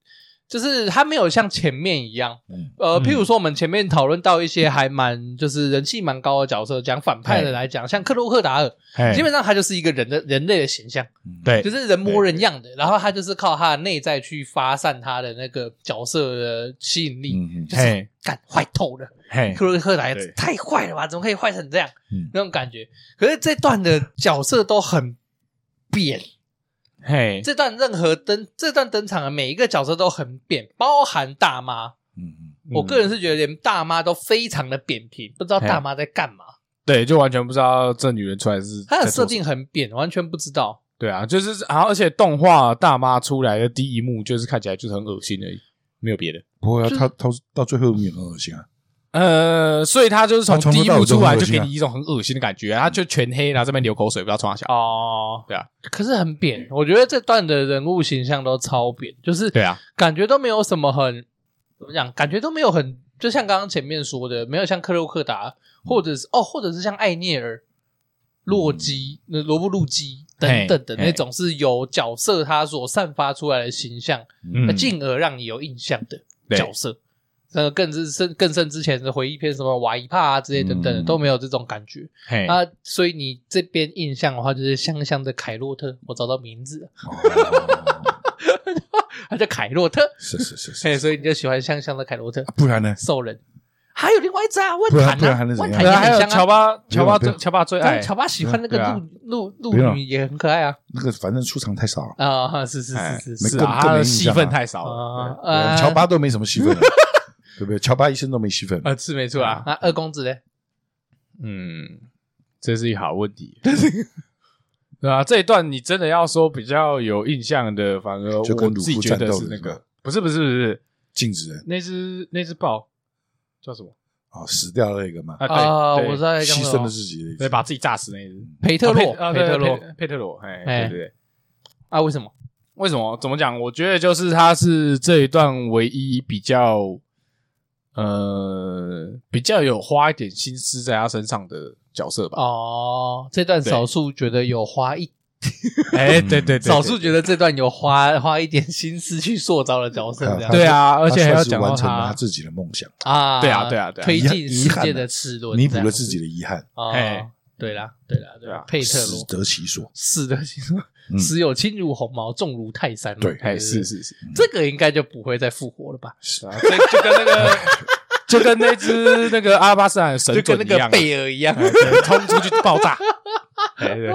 Speaker 1: 就是它没有像前面一样，
Speaker 2: 嗯
Speaker 1: 呃，
Speaker 3: 嗯
Speaker 1: 譬如说我们前面讨论到一些还蛮就是人气蛮高的角色，讲反派的来讲，像克洛克达尔，
Speaker 3: 哎
Speaker 1: 基本上他就是一个人的人类的形象，
Speaker 2: 嗯
Speaker 3: 对，
Speaker 1: 就是人模人样的，然后他就是靠他的内在去发散他的那个角色的吸引力，
Speaker 2: 嗯嗯
Speaker 1: 就是
Speaker 3: 嘿
Speaker 1: 干坏透了。
Speaker 3: 嘿，
Speaker 1: 克洛克达尔
Speaker 3: 对
Speaker 1: 太坏了吧？怎么可以坏成这样？
Speaker 2: 嗯
Speaker 1: 那种感觉。可是这段的角色都很扁，
Speaker 3: 嘿，
Speaker 1: 这段任何登这段登场的每一个角色都很扁，包含大妈。
Speaker 2: 嗯嗯，
Speaker 3: 嗯啊
Speaker 1: 我个人是觉得连大妈都非常的扁平，不知道大妈在干嘛。
Speaker 3: 对，就完全不知道这女人出来是
Speaker 1: 她的
Speaker 3: 在做
Speaker 1: 设定很扁，完全不知道。
Speaker 3: 对啊，就是然后而且动画大妈出来的第一幕就是看起来就是很恶心而已，没有别的。
Speaker 2: 不过啊
Speaker 1: 就是
Speaker 2: 他他到最后面很恶心啊，
Speaker 3: 呃，所以他就是从
Speaker 2: 他从
Speaker 3: 第
Speaker 2: 头
Speaker 3: 一
Speaker 2: 到
Speaker 3: 幕
Speaker 2: 尾都
Speaker 3: 出
Speaker 2: 很
Speaker 3: 来
Speaker 2: 恶
Speaker 3: 就
Speaker 2: 心
Speaker 3: 给
Speaker 2: 啊
Speaker 3: 你一种很恶心的感觉啊，他就全黑，然后这边流口水，不知道从哪想。哦，
Speaker 1: 哦，
Speaker 3: 对啊，
Speaker 1: 可是很扁。我觉得这段的人物形象都超扁，就是
Speaker 3: 对啊，
Speaker 1: 感觉都没有什么很怎么讲，感觉都没有很，就像刚刚前面说的，没有像克洛克
Speaker 3: 嗯
Speaker 1: 达，或者是哦，或者是像艾涅尔、洛基、那罗布路基等等的
Speaker 3: 嗯嘿
Speaker 1: 那种，是有角色他所散发出来的形象，
Speaker 3: 嗯
Speaker 1: 那，进而让你有印象的
Speaker 3: 对
Speaker 1: 角色。呃，更是甚更甚之前的回忆片，什么瓦伊帕啊之类等等的、
Speaker 2: 嗯
Speaker 1: 都没有这种感觉
Speaker 3: 嘿，
Speaker 1: 啊，所以你这边印象的话，就是香香的凯洛特，我找到名字了，
Speaker 2: 哦
Speaker 1: <laughs> 他叫凯洛特，
Speaker 2: 是是是是，
Speaker 1: 嘿，所以你就喜欢香香的凯洛特
Speaker 2: 啊。不然呢？
Speaker 1: 兽人，还有另外一只啊，万
Speaker 2: 不然
Speaker 1: 坦
Speaker 2: 不然
Speaker 1: 啊
Speaker 2: 还能，怎
Speaker 1: 万
Speaker 2: 样嗯
Speaker 1: 坦
Speaker 3: 对
Speaker 1: 也
Speaker 3: 啊，还有
Speaker 1: 很
Speaker 3: 乔
Speaker 1: 香啊。
Speaker 3: 巴，乔巴
Speaker 2: 不
Speaker 3: 最
Speaker 2: 用不用
Speaker 3: 乔巴最
Speaker 1: 但
Speaker 3: 爱
Speaker 1: 是，哎乔巴喜欢那个
Speaker 3: 对啊
Speaker 1: 鹿鹿
Speaker 2: 没有
Speaker 1: 鹿
Speaker 2: 啊
Speaker 1: 女也很可爱啊
Speaker 2: 那个反正出场太少了，
Speaker 1: 啊，是是
Speaker 3: 哎
Speaker 1: 是是
Speaker 3: 是
Speaker 1: 是
Speaker 2: 更
Speaker 3: 啊，
Speaker 2: 更
Speaker 3: 他
Speaker 2: 没
Speaker 3: 的
Speaker 2: 印
Speaker 3: 戏
Speaker 2: 象
Speaker 3: 份
Speaker 2: 啊
Speaker 3: 太少了。
Speaker 1: 啊
Speaker 2: 对啊
Speaker 1: 呃
Speaker 2: 乔巴都没什么戏份了， <laughs> 对不对？乔巴一生都没戏份，
Speaker 3: 呃，是没错啊，
Speaker 1: 啊，二公子嘞，
Speaker 3: 嗯，这是一个好问题。 <laughs> 对啊，这一段你真的要说比较有印象的，反而我
Speaker 2: 就跟鲁
Speaker 3: 自己
Speaker 2: 夫
Speaker 3: 觉
Speaker 2: 战
Speaker 3: 得
Speaker 2: 斗
Speaker 3: 是
Speaker 2: 的
Speaker 3: 那
Speaker 2: 是吧
Speaker 3: 个，不是不是不是
Speaker 2: 镜子人
Speaker 3: 那只那只豹叫什么
Speaker 2: 啊，死掉了那个嘛，
Speaker 3: 啊？对
Speaker 1: 啊，
Speaker 3: 对
Speaker 1: 我知道在讲
Speaker 2: 牺
Speaker 1: 什
Speaker 2: 牲
Speaker 1: 么
Speaker 2: 了，自己的一
Speaker 3: 对，
Speaker 2: 次，
Speaker 3: 把自己炸死那只
Speaker 1: 佩 <laughs> 特洛
Speaker 3: 啊，
Speaker 1: 佩
Speaker 3: 对
Speaker 1: 特
Speaker 3: 对
Speaker 1: 洛
Speaker 3: 佩佩特洛，哎，
Speaker 1: 哎
Speaker 3: 对对对。
Speaker 1: 啊，为什么？
Speaker 3: 为什么？怎么讲？我觉得就是他是这一段唯一比较，呃，比较有花一点心思在他身上的角色吧。
Speaker 1: 哦，这段
Speaker 3: 对
Speaker 1: 少数觉得有花一，
Speaker 3: 哎、对对对
Speaker 1: 嗯少数觉得这段有花花一点心思去塑造的角色这样
Speaker 3: 对啊，而
Speaker 2: 他
Speaker 3: 且还要
Speaker 2: 算是
Speaker 3: 讲到
Speaker 2: 完成了
Speaker 3: 他
Speaker 2: 他，自己的梦想，
Speaker 1: 啊，
Speaker 3: 对啊对啊对啊
Speaker 1: 推进世
Speaker 2: 遗憾
Speaker 1: 界
Speaker 2: 啊
Speaker 1: 的齿轮，
Speaker 2: 弥补了自己的遗憾，
Speaker 1: 啊
Speaker 3: 哎，
Speaker 1: 对啦对啦对
Speaker 3: 对啊
Speaker 1: 啦，佩特洛
Speaker 2: 死得其所。
Speaker 1: 是的，其实
Speaker 2: 嗯
Speaker 1: 死有轻如鸿毛，重如泰山嘛。
Speaker 2: 对
Speaker 3: 哎，
Speaker 1: 是
Speaker 3: 是是是，
Speaker 1: 这个应该就不会再复活了吧？
Speaker 3: 是啊，这就跟那个就跟那只那个阿巴斯坦的神
Speaker 1: 就跟
Speaker 3: 准
Speaker 1: 那
Speaker 3: 一样
Speaker 1: 个
Speaker 3: 啊，
Speaker 1: 贝尔一样， <laughs>
Speaker 3: 哎对冲出去爆炸，哎对，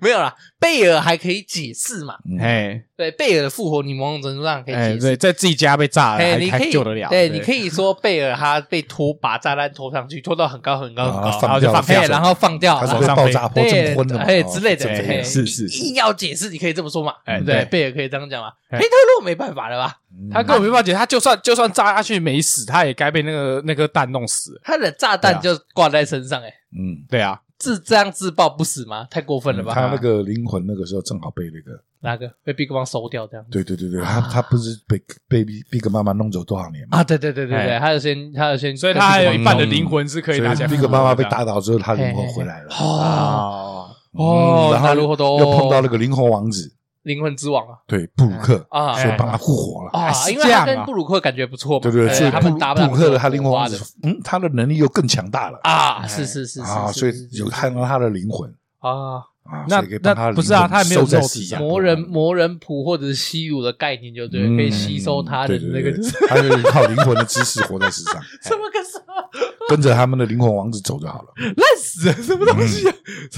Speaker 1: 没有啦，贝尔还可以解释嘛？
Speaker 2: 嗯
Speaker 3: 哎
Speaker 1: 对，贝尔的复活，你某种程度上可以
Speaker 3: 哎
Speaker 1: 解释
Speaker 3: 对，。在自己家被炸了，
Speaker 1: 哎，
Speaker 3: 还
Speaker 1: 你可
Speaker 3: 还
Speaker 1: 以
Speaker 3: 救得了，
Speaker 1: 对，你可以说贝尔他被拖把炸弹拖上去，拖到很高很高很
Speaker 2: 啊
Speaker 1: 高，
Speaker 2: 放
Speaker 1: 然后就
Speaker 2: 掉
Speaker 1: 放
Speaker 2: 了
Speaker 1: 哎然后放掉，
Speaker 2: 他
Speaker 1: 然
Speaker 2: 是
Speaker 1: 后
Speaker 2: 被爆炸
Speaker 3: 往上
Speaker 2: 破
Speaker 1: 对
Speaker 2: 成昏了嘛，
Speaker 1: 哎
Speaker 2: 哦
Speaker 1: 之类的，
Speaker 3: 对
Speaker 1: 哎
Speaker 3: 是是是
Speaker 1: 硬要解释，你可以这么说嘛？
Speaker 3: 哎
Speaker 1: 对，
Speaker 3: 对
Speaker 1: 贝尔可以这样讲嘛？
Speaker 3: 哎
Speaker 1: 佩特洛没办法了吧？
Speaker 2: 嗯
Speaker 3: 他啊根本没办法解释，他就算就算炸下去没死，他也该被那个那颗蛋弄死。
Speaker 1: 他的炸弹
Speaker 3: 对啊
Speaker 1: 就挂在身上，哎，
Speaker 2: 嗯，
Speaker 3: 对啊，
Speaker 1: 自这样自爆不死吗？太过分了吧？啊
Speaker 2: 他那个灵魂那个时候正好被那个，
Speaker 1: 哪个被 Big Bang 收掉这样子？
Speaker 2: 对对对对，他他不是被被 Big 妈妈弄走多少年嘛，
Speaker 1: 啊，对对对对对，
Speaker 3: 哎
Speaker 1: 他有先他有先，
Speaker 3: 所以他还有一半的
Speaker 1: 嗯
Speaker 3: 灵魂是可以
Speaker 2: 所
Speaker 3: 拿起来
Speaker 2: 以
Speaker 3: 复活
Speaker 2: Big
Speaker 3: 的。
Speaker 2: 妈妈被打倒之后，他灵魂
Speaker 1: 嘿嘿
Speaker 2: 回来了。
Speaker 1: 哦
Speaker 3: 哦，
Speaker 1: 哦
Speaker 2: 嗯，然
Speaker 1: 那
Speaker 2: 后
Speaker 1: 如何都
Speaker 2: 又碰到那个灵魂王子，
Speaker 1: 灵魂之王啊
Speaker 2: 对布鲁克，
Speaker 1: 啊
Speaker 2: 所以帮他复活了，
Speaker 1: 啊
Speaker 3: 哎是，
Speaker 1: 因为
Speaker 3: 这
Speaker 1: 他
Speaker 3: 样
Speaker 1: 跟
Speaker 3: 啊
Speaker 1: 布鲁克感觉不错嘛，哎
Speaker 2: 对不对？所以
Speaker 1: 他
Speaker 2: 布
Speaker 1: 们搭不
Speaker 2: 布
Speaker 1: 了
Speaker 2: 鲁克的他灵魂王
Speaker 1: 花的
Speaker 2: 子，嗯，他的能力又更强大了
Speaker 1: 啊，是是是是
Speaker 2: 啊，
Speaker 1: 是
Speaker 2: 所
Speaker 1: 是
Speaker 2: 以
Speaker 1: 是
Speaker 2: 有看到他的灵魂
Speaker 1: 啊，
Speaker 2: 啊，
Speaker 3: 那
Speaker 2: 所以可以帮他的
Speaker 3: 那不是啊
Speaker 2: 灵魂
Speaker 3: 他也没有
Speaker 2: 收在
Speaker 3: 肉
Speaker 2: 世
Speaker 3: 体啊
Speaker 2: 上嗯
Speaker 1: 魔人魔人谱或者是吸乳的概念，就对，可以吸收他的
Speaker 2: 嗯
Speaker 1: 那
Speaker 2: 对
Speaker 1: 个 <laughs>
Speaker 2: 嗯对对对他就是靠灵魂的知识活在世上，
Speaker 1: 什么个什么
Speaker 2: 跟着他们的灵魂王子走就好了，
Speaker 1: 烂死了，什么东西啊？ <laughs>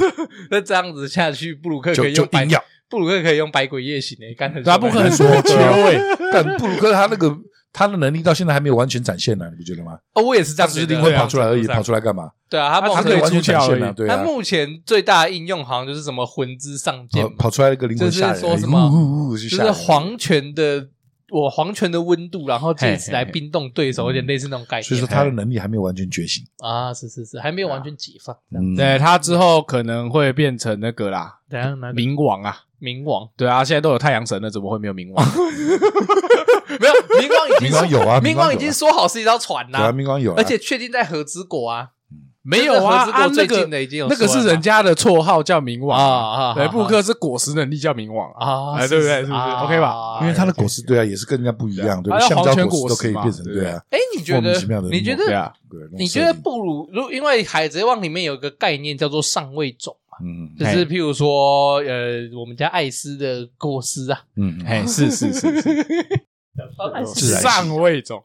Speaker 1: 那这样子下去，布鲁克
Speaker 2: 就
Speaker 1: 可以
Speaker 2: 就
Speaker 1: 用白 <laughs>
Speaker 2: 硬要。
Speaker 1: 布鲁克可以用百鬼夜行诶，干很
Speaker 3: 对啊，
Speaker 1: 爽
Speaker 3: 不
Speaker 1: 欸
Speaker 3: 可能说缺位。
Speaker 2: 但布鲁克他那个他的能力到现在还没有完全展现呢，你不觉得吗？
Speaker 1: <laughs> 哦，我也是这
Speaker 2: 他
Speaker 1: 样觉得，
Speaker 2: 只是灵魂
Speaker 1: 对啊
Speaker 2: 跑出来而已，
Speaker 1: 这样
Speaker 2: 跑出来干嘛？
Speaker 1: 对啊，他
Speaker 3: 他
Speaker 1: 某
Speaker 2: 他
Speaker 1: 程
Speaker 3: 只
Speaker 1: 度
Speaker 2: 可
Speaker 3: 是
Speaker 2: 以
Speaker 3: 可以
Speaker 2: 完全展现
Speaker 3: 出窍而
Speaker 2: 了，
Speaker 3: 已
Speaker 2: 对
Speaker 1: 他
Speaker 2: 啊。
Speaker 1: 目前最大的应用好像就是什么魂之上剑
Speaker 2: 跑，跑出来一个灵魂吓人，哎
Speaker 1: 就是说什么
Speaker 2: 呜呜呜就
Speaker 1: 就
Speaker 2: 吓
Speaker 1: 是
Speaker 2: 人
Speaker 1: 黄泉的我黄泉的温度，然后借此来
Speaker 3: 嘿嘿嘿
Speaker 1: 冰冻对手，有点类似那种概
Speaker 2: 所以
Speaker 1: 念
Speaker 2: 说他的能力还没有完全觉醒。
Speaker 1: 啊，是是是，还没有完全解放。
Speaker 2: 嗯，
Speaker 3: 对他之后可能会变成那个啦，
Speaker 1: 怎样呢？
Speaker 3: 冥王啊。
Speaker 1: 冥
Speaker 2: <laughs>
Speaker 1: 王
Speaker 3: 对啊，现在都有太阳神了，怎么会没有冥
Speaker 1: <laughs>
Speaker 3: 王？
Speaker 1: 没有，冥王已经
Speaker 2: 冥王有啊
Speaker 1: 冥
Speaker 2: 冥王
Speaker 1: 王
Speaker 2: 有啊
Speaker 1: 已经说好是一艘船
Speaker 2: 对啊，
Speaker 1: 啦，
Speaker 2: 冥王有啊，
Speaker 1: 而且确定在和之国啊。
Speaker 3: 没有啊，
Speaker 4: 这是
Speaker 3: 啊
Speaker 4: 我
Speaker 3: 那
Speaker 4: 最
Speaker 3: 个
Speaker 4: 近的已经有
Speaker 3: 那个
Speaker 4: 说了
Speaker 3: 是
Speaker 1: 啊
Speaker 4: 嘛
Speaker 3: 人家的绰号叫冥
Speaker 4: 啊
Speaker 3: 王
Speaker 4: 啊，
Speaker 3: 对，布
Speaker 4: 不
Speaker 3: 鲁克是果实能力叫冥王啊，
Speaker 1: 啊哎
Speaker 3: 哎对不对是不是 OK 吧
Speaker 2: 因为它的果实对啊也是跟人家不一样，对吧？
Speaker 3: 还
Speaker 1: 啊
Speaker 3: 有
Speaker 2: 橡胶
Speaker 3: 黄泉
Speaker 2: 果
Speaker 3: 果
Speaker 2: 实都
Speaker 3: 实
Speaker 2: 可以
Speaker 3: 嘛
Speaker 2: 变成
Speaker 3: 对不对
Speaker 2: 对啊，
Speaker 1: 哎，你觉
Speaker 2: 莫
Speaker 1: 得
Speaker 2: 名其妙的？
Speaker 1: 你觉
Speaker 3: 对
Speaker 1: 得？
Speaker 3: 啊，
Speaker 2: 对，那种
Speaker 1: 你觉得
Speaker 2: 设定
Speaker 1: 布鲁如因为《海贼王》里面有个概念叫做上位种嘛，
Speaker 2: 嗯
Speaker 1: 就是譬如说，呃，我们家艾斯的果实啊，
Speaker 2: 嗯，
Speaker 3: 哎是是
Speaker 1: <laughs>
Speaker 3: 是是，哦
Speaker 2: 自
Speaker 1: 啊
Speaker 2: 然系
Speaker 3: 上位种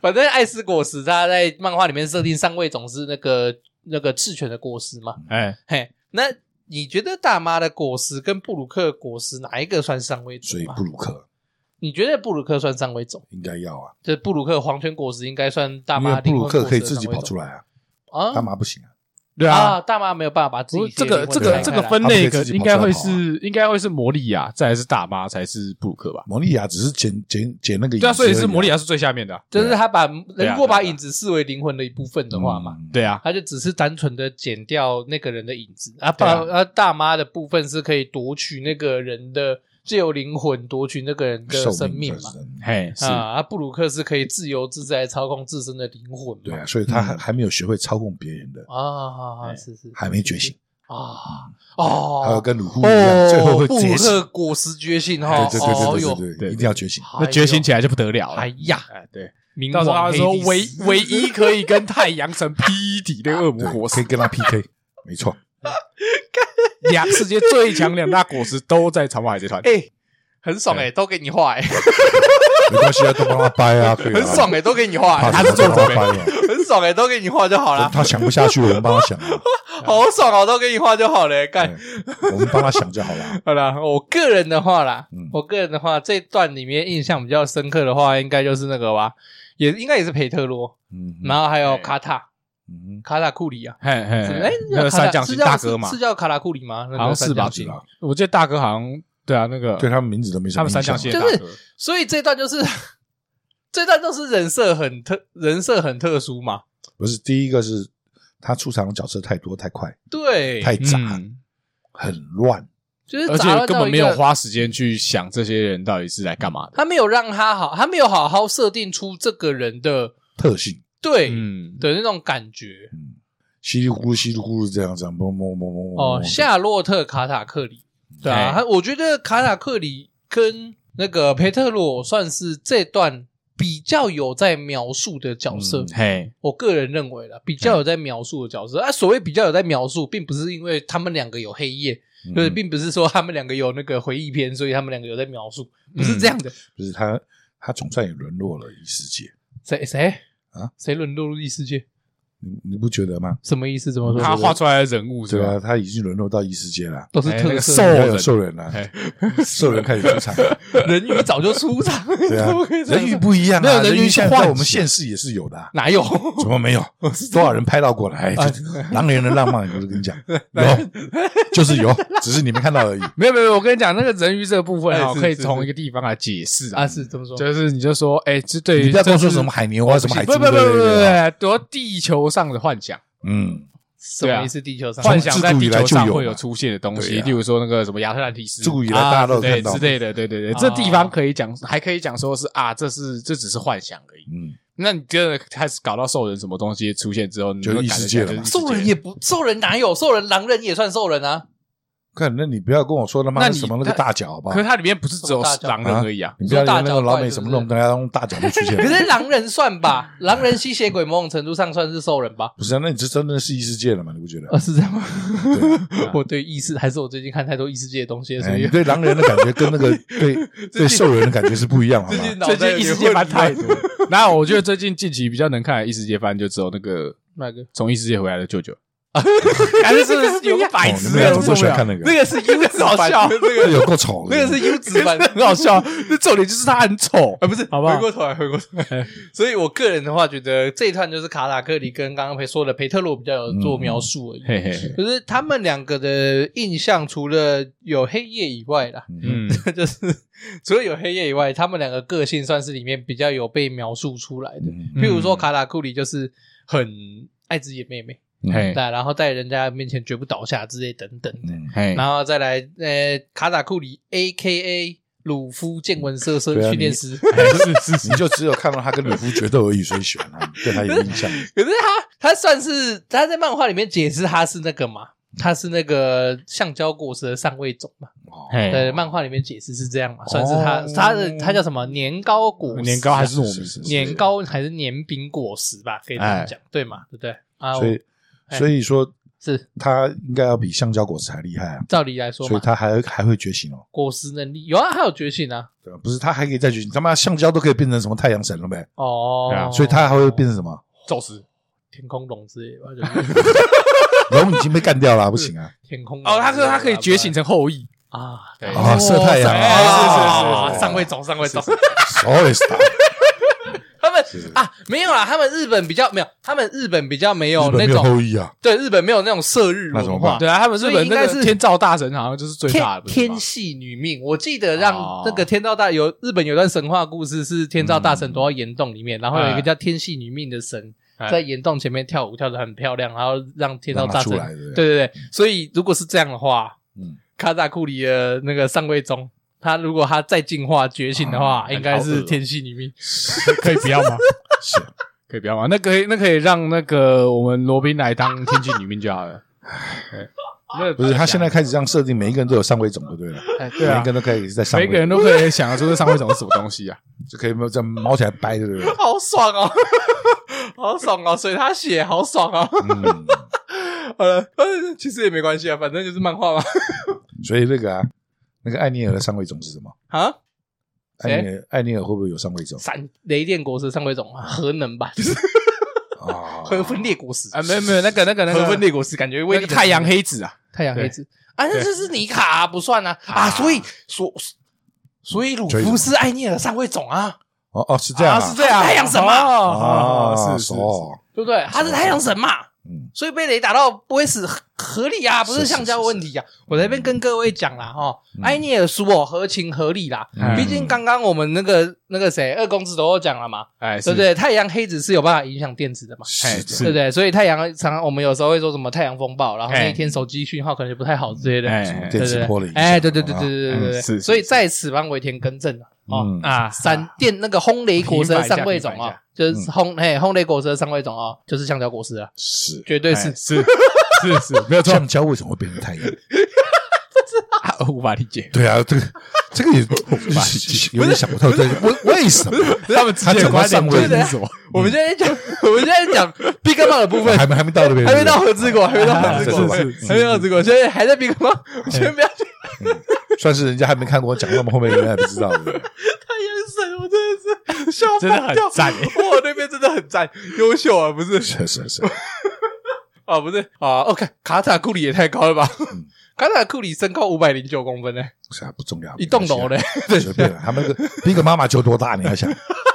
Speaker 1: 反正艾斯果实它在漫画里面设定上位种是那个那个赤犬的果实嘛，
Speaker 3: 哎，
Speaker 1: 嘿，那你觉得大妈的果实跟布鲁克的果实哪一个算上位
Speaker 2: 所
Speaker 1: 种
Speaker 2: 以
Speaker 1: 啊
Speaker 2: 布？鲁克
Speaker 1: 你觉得布鲁克算上位种？
Speaker 2: 应该要啊，
Speaker 1: 就是布鲁克黄泉果实应该算大
Speaker 2: 因为
Speaker 1: 妈
Speaker 2: 布鲁克可以自己跑出
Speaker 1: 来
Speaker 2: 来啊，
Speaker 1: 啊
Speaker 2: 大麻不行啊，
Speaker 3: 对啊
Speaker 1: 啊，，大妈没有办法把自
Speaker 3: 不
Speaker 1: 己
Speaker 3: 是这个这个这个分
Speaker 2: 他们可
Speaker 3: 类
Speaker 2: 以
Speaker 3: 可
Speaker 2: 自己
Speaker 3: 应
Speaker 2: 跑
Speaker 3: 该
Speaker 2: 出来
Speaker 3: 会
Speaker 2: 跑啊
Speaker 3: 是应该会是魔力亚，再来是大妈才是布鲁克吧？
Speaker 2: 摩利亚只是捡捡捡那个影子
Speaker 3: 对
Speaker 2: 而已啊，
Speaker 3: 啊，所以是魔力亚是最下面的啊，
Speaker 1: 就是他把
Speaker 3: 对啊
Speaker 1: 如果把影子视为灵魂的一部分的话嘛，
Speaker 2: 嗯，
Speaker 3: 对啊，
Speaker 1: 他就只是单纯的剪掉那个人的影子啊，
Speaker 3: 对啊
Speaker 1: 把啊大妈的部分是可以夺取那个人的自由灵魂，夺取那个人的
Speaker 2: 寿
Speaker 1: 生
Speaker 2: 命
Speaker 1: 命
Speaker 2: 本
Speaker 1: 嘛。
Speaker 2: 身
Speaker 3: 嘿是
Speaker 1: 啊，啊，布鲁克是可以自由自在操控自身的灵魂嘛？
Speaker 2: 对啊，所以他还还没有学会操控别人的，
Speaker 1: 啊，啊，是是
Speaker 2: 还没觉醒，
Speaker 1: 啊
Speaker 2: 还有
Speaker 1: 哦
Speaker 2: 跟鲁夫一样，最后
Speaker 1: 哦
Speaker 2: 会，
Speaker 1: 布
Speaker 2: 觉
Speaker 1: 鲁
Speaker 2: 醒，
Speaker 1: 克果实觉醒哈，
Speaker 2: 对对
Speaker 1: 哦
Speaker 2: 对对
Speaker 1: 哟，
Speaker 2: 对对，
Speaker 3: 对
Speaker 2: 一定要觉醒。
Speaker 3: 那觉醒起来就不得了了
Speaker 1: 哎。呀，
Speaker 3: 哎，对，
Speaker 1: 冥
Speaker 3: 到时候他
Speaker 1: 王
Speaker 3: 会
Speaker 1: 黑
Speaker 3: 说
Speaker 1: 帝斯
Speaker 3: 唯唯一可以跟太阳神 <laughs> P 体的恶魔
Speaker 2: 对，
Speaker 3: 果
Speaker 2: 可以
Speaker 3: 实，
Speaker 2: 跟他 PK，没错。
Speaker 3: 两世界最强两大果实都在长毛海贼团，
Speaker 1: 哎，很爽哎，都给你画哎，
Speaker 2: 没关系啊，都帮他掰啊，对
Speaker 1: <laughs>
Speaker 2: 啊，
Speaker 1: 很爽哎，都给你
Speaker 3: <laughs>
Speaker 1: 画
Speaker 2: 怕
Speaker 1: 哎，
Speaker 2: 什么，
Speaker 3: 他是作者
Speaker 2: 帮他掰嘛
Speaker 1: 很爽哎，都给你画就好
Speaker 3: <laughs>
Speaker 2: 他
Speaker 1: 啦，
Speaker 2: 他想不下去，我们帮他想啊，
Speaker 1: 好爽哦，都给你画就好了，干。
Speaker 2: 对我们帮他想就好了。
Speaker 1: 好啦，我个人的话啦，
Speaker 2: 嗯
Speaker 1: 我个人的话，这段里面印象比较深刻的话，应该就是那个吧，也应该也是佩特洛，
Speaker 2: 嗯，
Speaker 1: 然后还有
Speaker 3: 对
Speaker 1: 卡塔
Speaker 2: 嗯，
Speaker 1: 卡塔库里啊，
Speaker 3: 嘿嘿，
Speaker 1: 是不是哎，
Speaker 3: 那个
Speaker 1: 卡塔
Speaker 3: 三角形
Speaker 1: 是叫
Speaker 3: 大哥嘛
Speaker 1: 是，是叫卡塔库里吗？那个
Speaker 3: 好像是吧
Speaker 1: 三角
Speaker 2: 知
Speaker 1: 形
Speaker 2: 道，
Speaker 3: 我记得大哥好像对啊，那个
Speaker 2: 对他们名字都没什
Speaker 3: 他们
Speaker 2: 么印
Speaker 3: 三
Speaker 2: 象。
Speaker 3: 角形
Speaker 1: 就
Speaker 3: 的
Speaker 1: 是
Speaker 3: 大哥，
Speaker 1: 所以这段就是 <laughs> 这段都是人设很特，人设很特殊嘛，
Speaker 2: 不是第一个是他出场的角色太多太快
Speaker 1: 对，
Speaker 2: 太杂
Speaker 3: 嗯
Speaker 2: 很乱，
Speaker 1: 就是
Speaker 3: 而且
Speaker 1: 杂乱
Speaker 3: 根
Speaker 1: 到
Speaker 3: 本
Speaker 1: 一
Speaker 3: 没
Speaker 1: 个
Speaker 3: 有花时间去想这些人到底是来干嘛的。
Speaker 1: 他没有让他好，他没有好好设定出这个人的
Speaker 2: 特性，
Speaker 1: 对、
Speaker 3: 嗯，
Speaker 1: 的那种感觉。
Speaker 2: 嗯，稀里糊涂稀里糊涂这样这样，嗡嗡嗡嗡嗡
Speaker 1: 哦，夏洛特卡塔克里，对啊，
Speaker 3: 哎
Speaker 1: 他我觉得卡塔克里跟那个佩特洛算是这段比较有在描述的角色，
Speaker 2: 嗯
Speaker 3: 嘿，
Speaker 1: 我个人认为啦，比较有在描述的角色。啊，所谓比较有在描述，并不是因为他们两个有黑夜，
Speaker 2: 嗯
Speaker 1: 对，并不是说他们两个有那个回忆篇，所以他们两个有在描述，不是这样的。
Speaker 2: 就是他他总算也沦落了异世界，
Speaker 1: 谁谁
Speaker 2: 啊？
Speaker 1: 谁沦落入异世界？
Speaker 2: 你你不觉得吗？
Speaker 1: 什么意思？怎么说？
Speaker 3: 他画出来的人物是
Speaker 2: 对
Speaker 3: 吧
Speaker 2: 啊，？他已经沦落到异世界了，
Speaker 1: 都是
Speaker 3: 哎那
Speaker 1: 特
Speaker 3: 个
Speaker 1: 色
Speaker 3: 兽
Speaker 1: 的，
Speaker 2: 还有
Speaker 3: 人
Speaker 2: 兽人啊，
Speaker 1: 哎
Speaker 3: 嘿
Speaker 2: 兽人开始出场了，
Speaker 1: <laughs> 人鱼早就出场，
Speaker 2: 对啊
Speaker 1: 怎么可以，这样
Speaker 2: 人鱼不一样
Speaker 1: 没
Speaker 2: 啊，
Speaker 1: 有人鱼
Speaker 2: 鱼
Speaker 1: 是
Speaker 2: 现在在
Speaker 1: 幻
Speaker 2: 我们
Speaker 1: 想
Speaker 2: 现世也是有的啊，
Speaker 3: 哎
Speaker 1: 哪有？
Speaker 2: 怎么没有？多少人拍到过来？
Speaker 1: 啊
Speaker 2: 哎这狼人的浪漫，我就跟
Speaker 1: <laughs>
Speaker 2: 你讲，有，就是有，只是你没看到而已。
Speaker 3: <laughs> 没有没有，没有我跟你讲，那个人鱼这个部分啊，
Speaker 1: 哎是
Speaker 3: 可以
Speaker 1: 是
Speaker 3: 从
Speaker 1: 是
Speaker 3: 一个地方来解释
Speaker 1: 啊，
Speaker 3: 啊，
Speaker 1: 是怎么说？
Speaker 3: 就是你就说，哎，这对于
Speaker 2: 你不要跟我说
Speaker 3: 这是
Speaker 2: 什么海牛啊，什么海
Speaker 3: 不
Speaker 2: 猪，
Speaker 3: 不不不
Speaker 2: 对
Speaker 3: 不
Speaker 2: 对
Speaker 3: 不
Speaker 2: 对，
Speaker 3: 不，多地球上的幻想，
Speaker 2: 嗯，
Speaker 1: 什么意思？地球上
Speaker 3: 幻想在地球上会
Speaker 2: 从自古以来就有
Speaker 3: 有
Speaker 2: 嘛
Speaker 3: 出现的东
Speaker 2: 对
Speaker 3: 西，
Speaker 2: 啊
Speaker 3: 例如说那个什么亚特兰蒂斯啊
Speaker 2: 自古以来大家都有
Speaker 3: 对
Speaker 2: 看到
Speaker 3: 之
Speaker 2: 嘛，
Speaker 3: 类的，对对对，
Speaker 1: 啊
Speaker 3: 这地方可以讲，还可以讲说是啊，这是这只是幻想而已。
Speaker 2: 嗯，
Speaker 3: 那你真的开始搞到兽人什么东西出现之后，你
Speaker 2: 就
Speaker 3: 会
Speaker 2: 异
Speaker 3: 感
Speaker 2: 世
Speaker 3: 觉
Speaker 2: 界
Speaker 3: 起来
Speaker 2: 了嘛
Speaker 3: 就是异世
Speaker 1: 兽人
Speaker 3: 界
Speaker 1: 也不兽人哪有兽人狼人也算兽人啊？
Speaker 2: 看，那你不要跟我说他妈
Speaker 3: 那你
Speaker 2: 什么那个大脚好不好
Speaker 3: 可是？它里面不是只有
Speaker 1: 什么大脚
Speaker 3: 狼人而已啊，
Speaker 2: 你不要
Speaker 1: 你说
Speaker 2: 连
Speaker 1: 大
Speaker 2: 那
Speaker 1: 脚
Speaker 2: 个老
Speaker 1: 怪
Speaker 2: 美
Speaker 1: 是
Speaker 2: 什么
Speaker 1: 不是
Speaker 2: 弄，大家用大脚都出现
Speaker 1: 可
Speaker 2: 了。
Speaker 1: 是狼人算吧？狼人吸血鬼某种程度上算是兽人 <laughs> 吧？
Speaker 2: 不是啊，那你这真的是异世界了嘛？你不觉得？
Speaker 1: 啊，是这样吗？
Speaker 2: 对啊
Speaker 1: <laughs> 我对异世还是我最近看太多异世界的东西了，所
Speaker 2: 哎你
Speaker 1: 以
Speaker 2: 对狼人的感觉跟那个对对兽人的感觉是不一样，好
Speaker 1: <laughs> 最
Speaker 2: 吗？
Speaker 3: <laughs>
Speaker 1: 近脑
Speaker 3: 最
Speaker 1: 袋有
Speaker 3: 近异
Speaker 1: 点
Speaker 3: 世界翻太
Speaker 1: 混
Speaker 3: 多
Speaker 1: 乱。
Speaker 3: <laughs> 那我觉得最近近期比较能看的异世界翻，就只有那个
Speaker 1: 那个
Speaker 3: 从异世界回来的舅舅， <laughs> 感觉是有个白
Speaker 2: 哦你
Speaker 3: 痴
Speaker 2: 们俩
Speaker 3: 啊，
Speaker 2: 都
Speaker 3: 受
Speaker 2: 喜
Speaker 3: 不
Speaker 2: 欢
Speaker 3: 了
Speaker 2: 看。那个，
Speaker 1: 个是优质
Speaker 3: 好
Speaker 1: 版 <laughs>
Speaker 3: <laughs> 笑
Speaker 1: 那个
Speaker 2: 那有够丑的，
Speaker 1: 那个是优质版，
Speaker 3: 很好笑， <laughs> 那重点就是他很丑，
Speaker 1: 啊，不哎是，
Speaker 3: 好呃不好
Speaker 1: 回过头来，回过头来。所以我个人的话，觉得这一段就是卡塔克里跟刚刚培说的培特洛比较有做描述而已。
Speaker 3: 嘿嘿嘿，
Speaker 1: 可是他们两个的印象，除了有黑夜以外啦，
Speaker 3: 嗯，
Speaker 1: 就是 <laughs> 除了有黑夜以外，他们两个个性算是里面比较有被描述出来的。
Speaker 2: 嗯
Speaker 1: 譬如说卡塔库里就是很爱自己的妹妹，
Speaker 3: 嘿
Speaker 1: 对，啊然后在人家面前绝不倒下之类等等的。
Speaker 2: 嗯
Speaker 3: 嘿，
Speaker 1: 然后再来，呃，卡塔库里 A K A 鲁夫见闻色色
Speaker 2: 对啊
Speaker 1: 训练师， <laughs>
Speaker 3: 是是是，
Speaker 2: 你就只有看到他跟鲁夫决斗而已，所以喜欢他，对他有印象。
Speaker 1: 可是他他算是他在漫画里面解释他是那个嘛，他是那个橡胶果实的上位种嘛。
Speaker 2: 哦
Speaker 3: 嘿
Speaker 1: 对，漫画里面解释是这样嘛，
Speaker 2: 哦
Speaker 1: 算是他他的他叫什么年糕果实啊
Speaker 3: 年糕还是我
Speaker 2: 是
Speaker 3: 们
Speaker 2: 是是
Speaker 1: 年糕还是年饼果实吧，可以这样讲，对嘛？对不对？啊，
Speaker 2: 所以
Speaker 1: 哎
Speaker 2: 所以说
Speaker 1: 是
Speaker 2: 他应该要比橡胶果实还厉害啊，
Speaker 1: 照理来说
Speaker 2: 所以
Speaker 1: 嘛，
Speaker 2: 他还还会觉醒哦。
Speaker 1: 果实能力有啊，他有觉醒啊。
Speaker 2: 对吧？不是，他还可以再觉醒，他妈橡胶都可以变成什么太阳神了呗？
Speaker 3: 对啊
Speaker 1: 哦，
Speaker 2: 所以他还会变成什么？ <laughs>
Speaker 3: 宙斯
Speaker 1: 天空龙之类的吧，就是
Speaker 2: 龙已经被干掉了啊，不行啊！
Speaker 1: 天空龙
Speaker 3: 哦，他说他可以觉醒
Speaker 1: 之类
Speaker 3: 成后羿，
Speaker 1: 的吧
Speaker 3: 对
Speaker 1: 啊
Speaker 2: 啊，射太阳
Speaker 1: 哎
Speaker 3: 啊
Speaker 2: 啊，
Speaker 3: 是是是是
Speaker 1: 上位种，上位种。
Speaker 2: ，sorry
Speaker 1: <laughs>
Speaker 2: star，
Speaker 1: 他们啊，没有啦，他们日本比较没有，他们日本比较没有
Speaker 2: 日本
Speaker 1: 哦那
Speaker 2: 没有
Speaker 1: 种
Speaker 2: 后羿啊，
Speaker 1: 对日本没有那种射日
Speaker 2: 那怎么
Speaker 1: 文
Speaker 2: 办
Speaker 1: 化。
Speaker 3: 对啊，他们日
Speaker 1: 所以
Speaker 3: 本
Speaker 1: 应
Speaker 3: 那
Speaker 1: 该
Speaker 3: 个
Speaker 1: 是
Speaker 3: 天照大神好像就是最大
Speaker 1: 天
Speaker 3: 的不是吗
Speaker 1: 天系女命，我记得让
Speaker 3: 哦
Speaker 1: 那个天照大有日本有段神话故事是天照大神躲到岩洞里面，然后有一个叫天系女命的神
Speaker 3: 嗯哎
Speaker 1: 在岩洞前面跳舞，跳得很漂亮，然后让天照
Speaker 2: 让
Speaker 1: 大
Speaker 2: 他
Speaker 1: 神
Speaker 2: 出来的，
Speaker 1: 对对对，所以如果是这样的话，
Speaker 2: 嗯
Speaker 1: 卡扎库里的那个上位中，他如果他再进化觉醒的话，
Speaker 3: 啊
Speaker 1: 应该
Speaker 3: 很好
Speaker 1: 是
Speaker 3: 恶哦
Speaker 1: 天系女命。
Speaker 3: <laughs> 可以不要吗？
Speaker 2: 是，
Speaker 3: 可以不要吗？那可以，那可以让那个我们罗宾来当天气女兵就好了。哎对那
Speaker 2: 不是他现在开始这样设定，每一个人都有上位种，就对
Speaker 1: <laughs>
Speaker 2: 了，
Speaker 3: 哎
Speaker 2: 每
Speaker 3: 对
Speaker 2: 一
Speaker 3: 啊
Speaker 2: 个，人都可以在上
Speaker 3: 每
Speaker 2: 位，
Speaker 3: 个人都可以想得出这上位种是什么东西啊？
Speaker 2: 就可以这样猫起来掰，对不
Speaker 1: <laughs>
Speaker 2: 对？
Speaker 1: 好爽哦，好爽哦，随他写，好爽哦。
Speaker 2: 嗯，
Speaker 1: 好了，呃其实也没关系啊，反正就是漫画嘛。
Speaker 2: 所以那个啊，那个艾尼尔的上位种是什么？
Speaker 1: 啊，
Speaker 2: 艾尼尔，艾尼尔会不会有上位种
Speaker 1: 闪雷电果实上位种啊，核能吧，就是
Speaker 2: 啊？
Speaker 1: 核分裂果实
Speaker 3: 啊，没有没有，那个那个那
Speaker 1: 核分
Speaker 3: 个
Speaker 1: 裂果实感觉
Speaker 3: <laughs> 那
Speaker 1: 为
Speaker 3: 个太阳黑子啊，
Speaker 1: 太阳
Speaker 3: 对
Speaker 1: 黑子啊，那这是尼卡啊不算啊啊，所以所所以鲁
Speaker 2: 所以什
Speaker 1: 夫
Speaker 2: 么
Speaker 1: 是艾涅尔上位种啊，
Speaker 2: 哦哦，是这样
Speaker 3: 啊
Speaker 2: 啊，
Speaker 3: 是这样，
Speaker 1: 太阳神嘛
Speaker 2: 啊，
Speaker 3: 哦，是是
Speaker 2: 熟
Speaker 3: 是，
Speaker 2: 哦
Speaker 1: 对不对？他是太阳神嘛，
Speaker 2: 嗯，
Speaker 1: 所以被雷打到不会死，合合理啊，不是
Speaker 2: 是是
Speaker 1: 橡胶问题啊。我在这边跟各位讲啦，哦哈，埃涅尔输哦，合情合理啦。
Speaker 3: 嗯
Speaker 1: 毕竟刚刚我们那个那个谁二公子都有讲了嘛，
Speaker 3: 哎，是
Speaker 1: 对不？对？太阳黑子是有办法影响电子的嘛，
Speaker 2: 是
Speaker 3: 是
Speaker 1: 对不
Speaker 2: 是，
Speaker 1: 对？所以太阳常常我们有时候会说什么太阳风暴，然后那
Speaker 3: 哎
Speaker 1: 一天手机讯号可能就不太好之类的。
Speaker 3: 哎
Speaker 2: 什么
Speaker 1: 对
Speaker 2: 电
Speaker 1: 不
Speaker 2: 磁波的
Speaker 1: 对，
Speaker 2: 影响哦
Speaker 1: 哎，对对对对对对
Speaker 3: 嗯
Speaker 1: 对对
Speaker 3: 是是
Speaker 1: 对，所以在此帮尾田更正了哦
Speaker 2: 嗯
Speaker 1: 啊，闪电那个轰雷果实的上位种
Speaker 3: 平反一
Speaker 1: 哦
Speaker 3: 下，
Speaker 1: 就是
Speaker 2: 嗯
Speaker 1: 轰嘿轰雷果实的上位种哦，就是橡胶果实啊，
Speaker 2: 是
Speaker 1: 绝对
Speaker 3: 哎
Speaker 1: 是
Speaker 3: 是 <laughs> 是
Speaker 2: <laughs>
Speaker 3: 是，没有错，
Speaker 2: 橡胶为什么会变成太阳？
Speaker 3: 啊无法理解，
Speaker 2: <laughs> 对啊，这个这个也有点想不透，对，为为什么？
Speaker 3: 他们之间的观点
Speaker 2: 他怎么上位
Speaker 3: 是什么？
Speaker 1: 我们现在讲， <laughs> 我们现在讲 Big Bang 的部分，
Speaker 2: 还没还没到那边，
Speaker 1: 还没到和
Speaker 2: <laughs>
Speaker 1: 之国，还没到和之国，
Speaker 2: 是是是
Speaker 1: 还没到和之国，现在还在 Big Bang，先不要去
Speaker 2: 算是人家还没看过，讲到我们后面人家还不知道。对不对
Speaker 1: 看眼
Speaker 2: 哎
Speaker 1: 神，我真的是笑
Speaker 3: 真的很
Speaker 1: 疯掉。
Speaker 3: 赞耶
Speaker 1: <laughs> 我那边真的很赞，优秀啊，不是
Speaker 2: 是是是，
Speaker 1: 啊，不是啊，OK，卡塔库里也太高了吧
Speaker 2: 嗯？
Speaker 1: <laughs> 卡塔库里身高五百零九公分呢，
Speaker 2: 是啊，不重要，
Speaker 1: 一栋楼
Speaker 2: 的
Speaker 1: 呢，
Speaker 2: 随便啊了。他们那个 Big 妈妈就多大？你要 <laughs> 想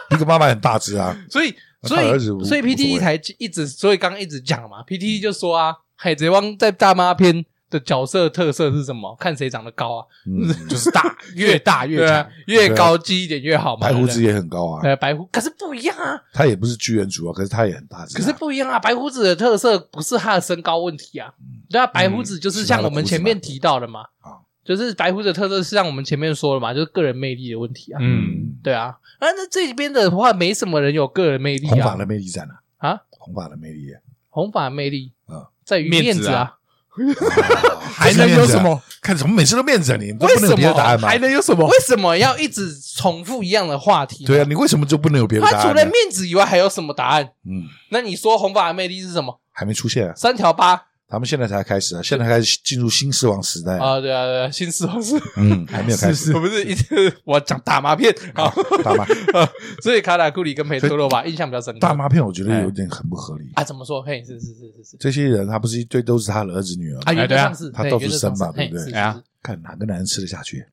Speaker 2: ，Big 妈妈很大只啊，
Speaker 1: 所以
Speaker 2: 那
Speaker 1: 所
Speaker 2: 他儿子
Speaker 1: 以
Speaker 2: 无
Speaker 1: 所以
Speaker 2: 无所谓
Speaker 1: PTE 才一直，所以刚刚一直讲嘛，PTE 就说啊，海贼王在大妈篇的角色特色是什么？看谁长得高啊， <laughs>
Speaker 2: 嗯，
Speaker 3: 就是大，越大
Speaker 2: <laughs>
Speaker 3: 越
Speaker 1: 对啊
Speaker 3: 强，，
Speaker 1: 越高级一点越好嘛。
Speaker 2: 白胡子
Speaker 1: 对
Speaker 2: 也很高
Speaker 1: 不
Speaker 2: 啊
Speaker 1: 对，，呃，白胡可是不一样啊，
Speaker 2: 他也不是巨人族啊，可是他也很大只啊。
Speaker 1: 可是不一样啊。白胡子的特色不是他的身高问题啊，对啊，白胡子就是像我们前面提到的嘛
Speaker 2: 他的胡子嘛，
Speaker 1: 就是白胡子的特色是像我们前面说的嘛，就是个人魅力的问题啊。
Speaker 3: 嗯，
Speaker 1: 对啊，啊，那这边的话没什么人有个人魅力
Speaker 2: 嗯红发
Speaker 1: 啊，
Speaker 2: 的魅力在哪？
Speaker 1: 啊，
Speaker 2: 红发的魅力啊，
Speaker 1: 红发魅力
Speaker 2: 嗯
Speaker 1: 在于
Speaker 3: 面
Speaker 1: 面
Speaker 3: 子
Speaker 1: 子
Speaker 3: 啊
Speaker 1: 啊，
Speaker 3: <laughs> 还能有什
Speaker 2: 面子啊？
Speaker 3: 么？
Speaker 2: 看什么每次都面子啊，你都
Speaker 1: 为
Speaker 2: 不能
Speaker 1: 什
Speaker 2: 有别的答
Speaker 1: 么
Speaker 2: 案吗
Speaker 3: 还？能有什么
Speaker 1: 为？什么要一直重复一样的话题？
Speaker 2: 对啊，，你为什么就不能有别的答
Speaker 1: 他除
Speaker 2: 案啊
Speaker 1: 了
Speaker 2: 呢？
Speaker 1: 面子以外还有什么答案？
Speaker 2: 嗯，
Speaker 1: 那你说红发的魅力是什么？
Speaker 2: 还没出现啊，
Speaker 1: 三条八。
Speaker 2: 他们现在才开始啊，现在开始进入新狮王时代啊，
Speaker 1: 啊，对啊，对啊，新四皇是，
Speaker 3: <laughs>
Speaker 2: 嗯，还没有开始
Speaker 1: <laughs> 我不是一直我讲大麻片啊，
Speaker 3: <laughs>
Speaker 2: 大妈 <laughs>
Speaker 1: 所以卡塔库里跟佩托洛吧印象比较深刻。
Speaker 2: 大妈片，我觉
Speaker 3: 哎
Speaker 2: 得有点很不合理。
Speaker 1: 啊，怎么说？嘿，是是是是是，
Speaker 2: 这些人他不是一堆都是他的儿子女儿吗
Speaker 3: 哎
Speaker 1: 啊，？原则上是，
Speaker 2: 他
Speaker 1: 对
Speaker 2: 到
Speaker 1: 原
Speaker 2: 处
Speaker 1: 则上
Speaker 2: 生嘛
Speaker 1: 是
Speaker 2: 对不对
Speaker 1: 嘿是是
Speaker 3: 哎呀
Speaker 1: 是
Speaker 2: 看哪个男人吃得下去？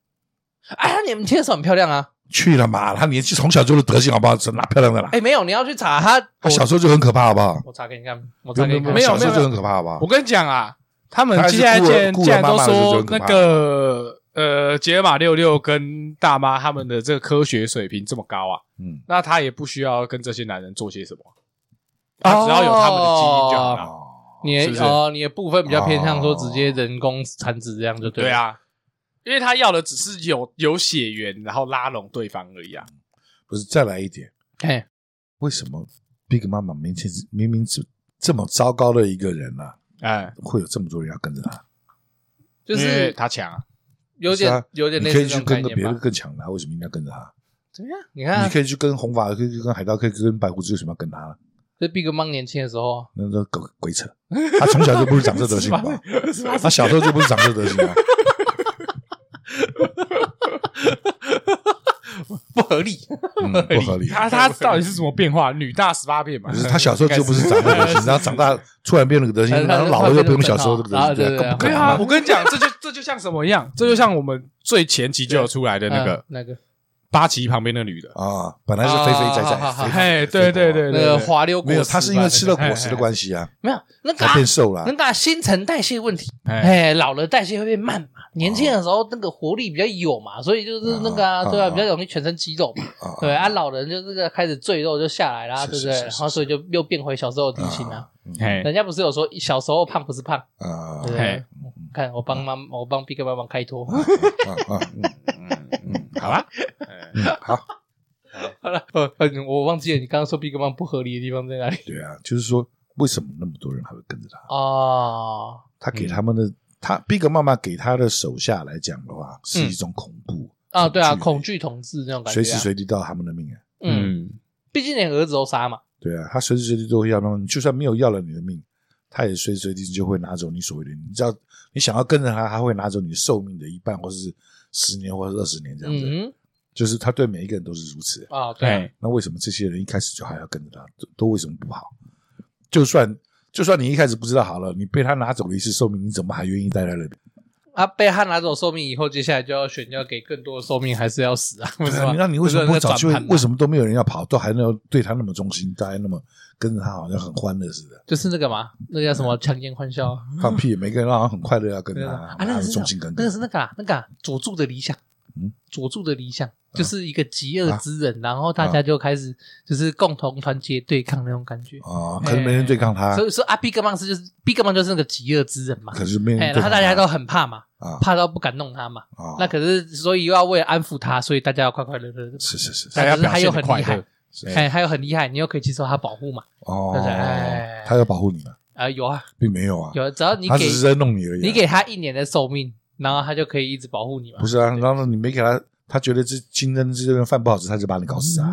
Speaker 1: 哎呀，你们天手很漂亮啊！
Speaker 2: 去了嘛，他年纪从小就是德行好不好？哪漂亮的啦？
Speaker 1: 哎，没有，你要去查他，
Speaker 2: 他
Speaker 1: 我
Speaker 2: 小时候就很可怕好不好？
Speaker 1: 我查给你看，我查给
Speaker 2: 没
Speaker 1: 你看，
Speaker 3: 没有
Speaker 2: 小时候就很可怕好不好
Speaker 3: 我？跟你讲啊，他们
Speaker 2: 他还是
Speaker 3: 接下来
Speaker 2: 孤儿
Speaker 3: 竟然
Speaker 2: 孤儿
Speaker 3: 竟然都
Speaker 2: 妈妈的时候
Speaker 3: 说
Speaker 2: 就
Speaker 3: 那
Speaker 2: 很可怕
Speaker 3: 个呃，杰尔玛六六跟大妈他们的这个科学水平这么高啊，
Speaker 2: 嗯，
Speaker 3: 那他也不需要跟这些男人做些什么，他只要有他们的基因就好了。
Speaker 2: 哦，
Speaker 1: 你
Speaker 3: 是不是
Speaker 1: 的哦，你的部分比较偏向说直接人工产子这样就
Speaker 3: 对
Speaker 1: 了。
Speaker 3: 啊，因为他要的只是有有血缘，然后拉拢对方而已啊。
Speaker 2: 不是再来一点，
Speaker 1: 哎，
Speaker 2: 为什么 Big 妈妈明天是明明是这么糟糕的一个人啊，
Speaker 3: 哎，
Speaker 2: 会有这么多人要跟着他？
Speaker 1: 就
Speaker 3: 因为
Speaker 1: 是
Speaker 3: 他强啊，
Speaker 1: 有点、
Speaker 2: 是啊
Speaker 1: 有点
Speaker 2: 你
Speaker 1: 类
Speaker 2: 可
Speaker 1: 似
Speaker 2: 以
Speaker 1: 这
Speaker 2: 去
Speaker 1: 种
Speaker 2: 跟
Speaker 1: 概
Speaker 2: 个别
Speaker 1: 念
Speaker 2: 的
Speaker 1: 吧。
Speaker 2: 更强的啊，为什么一定要跟着他？
Speaker 1: 怎么样？你看啊
Speaker 2: 你，可以去跟红发，可以去跟海盗，可以去跟白胡子，为什么要跟他？啊
Speaker 1: 这 Big Mom 年轻的时候啊，
Speaker 2: 那都狗鬼扯！他从小就不是长这德
Speaker 1: <laughs>
Speaker 2: 行吧？
Speaker 3: <laughs> 是吧？
Speaker 2: 他小时候就不是长这德行啊！
Speaker 1: 不合理。
Speaker 2: 嗯，不合理。
Speaker 3: 啊他他到底是什么变化？女大十八变嘛？
Speaker 2: 可是他小时候就不是长这
Speaker 1: <laughs>
Speaker 2: 德行，然后长大突然变了个德行，
Speaker 1: 他他
Speaker 2: 然后老了又不用小时候的德
Speaker 1: 啊
Speaker 2: 行，
Speaker 1: 对对对
Speaker 2: 更不
Speaker 3: <laughs>
Speaker 2: 可
Speaker 3: 对
Speaker 2: 能
Speaker 3: 啊，
Speaker 2: 啊
Speaker 3: 我跟你讲，这就这就像什么一样？这就像我们最前期就有出来的那
Speaker 1: 嗯
Speaker 3: 个
Speaker 1: 那个
Speaker 3: 八旗旁边的女的，
Speaker 2: 啊！本来是肥肥
Speaker 1: 啊好好好
Speaker 2: 仔仔，
Speaker 3: 哎，对对
Speaker 1: 那
Speaker 3: 对，对
Speaker 1: 个
Speaker 3: 对
Speaker 1: 滑溜果
Speaker 2: 没
Speaker 1: 实吧，
Speaker 2: 有，他是因为吃了
Speaker 1: 那个
Speaker 2: 果实的关系啊，
Speaker 1: 没有那个
Speaker 2: 才
Speaker 1: 啊
Speaker 2: 变瘦了啊
Speaker 1: 那。个啊新陈代谢问题。
Speaker 3: 哎
Speaker 1: 哎，老了代谢会变慢嘛，年轻的时候那个活力比较有
Speaker 2: 嗯
Speaker 1: 嘛，所以就是那个啊，
Speaker 2: 啊
Speaker 1: 对啊，
Speaker 2: 啊
Speaker 1: 比较容易全身肌肉嘛，
Speaker 2: 啊
Speaker 1: 对啊，老人就这个开始赘肉就下来啦，对
Speaker 2: 是
Speaker 1: 不
Speaker 2: 是
Speaker 1: 对？
Speaker 2: 是嗯
Speaker 1: 然后所以就又变回小时候的地形啊。
Speaker 3: 哎
Speaker 1: 人家不是有说小时候胖不是胖，
Speaker 2: 啊啊
Speaker 1: 对不
Speaker 3: 哎
Speaker 1: 对？看我
Speaker 2: 嗯
Speaker 1: 帮妈，我帮 Big 妈妈开脱。
Speaker 2: 啊啊！嗯
Speaker 3: 嗯嗯好吧，哎
Speaker 1: <laughs> 好了，呃，呃我忘记了你刚刚说 Big 妈妈不合理的地方在
Speaker 2: <laughs>
Speaker 1: 哪里
Speaker 2: 对啊，就是说，为什么那么多人还会跟着他？
Speaker 1: 哦，
Speaker 2: 他给他们的，他 Big 妈妈给他的手下来讲的话，是一种恐怖
Speaker 1: 啊，对啊，
Speaker 2: 惧
Speaker 1: 恐惧统治那嗯种感觉
Speaker 2: 随
Speaker 1: 啊，
Speaker 2: 时随地到他们的命啊。
Speaker 1: 嗯，
Speaker 3: 嗯，
Speaker 1: 毕竟连儿子都杀嘛，
Speaker 2: 对啊，他随时随地都会要他们，就算没有要了你的命，他也随时随地就会拿走你所谓的，你知道，你想要跟着他，他会拿走你寿命的一半，或是十年，或是二十年这样子。
Speaker 1: 嗯
Speaker 2: 就是他对每一个人都是如此。
Speaker 1: 啊，对啊
Speaker 3: 对，
Speaker 2: 那为什么这些人一开始就还要跟着他？都都为什么不好？就算就算你一开始不知道好了，你被他拿走了一次寿命，你怎么还愿意待在那里？
Speaker 1: 啊，被他拿走寿命以后，接下来就要选要给更多的寿命，还是要死啊？为什么？
Speaker 2: 那你为什么
Speaker 1: 不
Speaker 2: 不
Speaker 1: 是在
Speaker 2: 早就
Speaker 1: 转盘啊吗
Speaker 2: 为什么都没有人要跑，都还能要对他那么忠心，大家那么跟着他，好像很欢乐似的？
Speaker 1: 就是那个嘛，那个叫什
Speaker 2: 嗯
Speaker 1: 么强颜欢笑啊？
Speaker 2: 放屁！每个人好像很快乐要跟
Speaker 1: 那
Speaker 2: 他，
Speaker 1: 个
Speaker 2: 好
Speaker 1: 啊，
Speaker 2: 像
Speaker 1: 那
Speaker 2: 他
Speaker 1: 个
Speaker 2: 的
Speaker 1: 是
Speaker 2: 忠心耿
Speaker 1: 那
Speaker 2: 耿
Speaker 1: 个。是那个啊，那个啊佐助的理想，
Speaker 2: 嗯，
Speaker 1: 佐助的理想就是一个极恶之人，然后大家
Speaker 2: 啊
Speaker 1: 就开始就是共同团结对抗那种感觉。
Speaker 2: 啊，可是没人对抗他
Speaker 1: 所，以说啊，Big Man 是就是 Big Man 就是那个极恶之人嘛，
Speaker 2: 可是没人
Speaker 1: 哎，
Speaker 2: 对
Speaker 1: 然
Speaker 2: 抗
Speaker 1: 后大家都很怕嘛，
Speaker 2: 啊
Speaker 1: 怕到不敢弄他嘛。
Speaker 2: 啊，
Speaker 1: 那可是所以又要为了安抚他，所以大家要快快乐乐的。
Speaker 2: 是是是
Speaker 3: 大家表
Speaker 1: 他
Speaker 3: 现
Speaker 1: 又
Speaker 3: 得
Speaker 1: 很
Speaker 3: 快
Speaker 1: 厉害
Speaker 3: 乐，，
Speaker 1: <laughs>
Speaker 2: 是
Speaker 1: 哎，他又很厉害，你又可以接受他保护嘛？
Speaker 2: 哦
Speaker 1: 对不对哎，
Speaker 2: 他要保护你们，
Speaker 1: 啊，有啊，
Speaker 2: 并没有啊，
Speaker 1: 有，只要你
Speaker 2: 他
Speaker 1: 给
Speaker 2: 只是在弄你而已啊。
Speaker 1: 你给他一年的寿命，然后他就可以一直保护你嘛
Speaker 2: 不。是啊？然后你没给他，他觉得这清蒸这顿饭不好吃，他就把你搞死啊！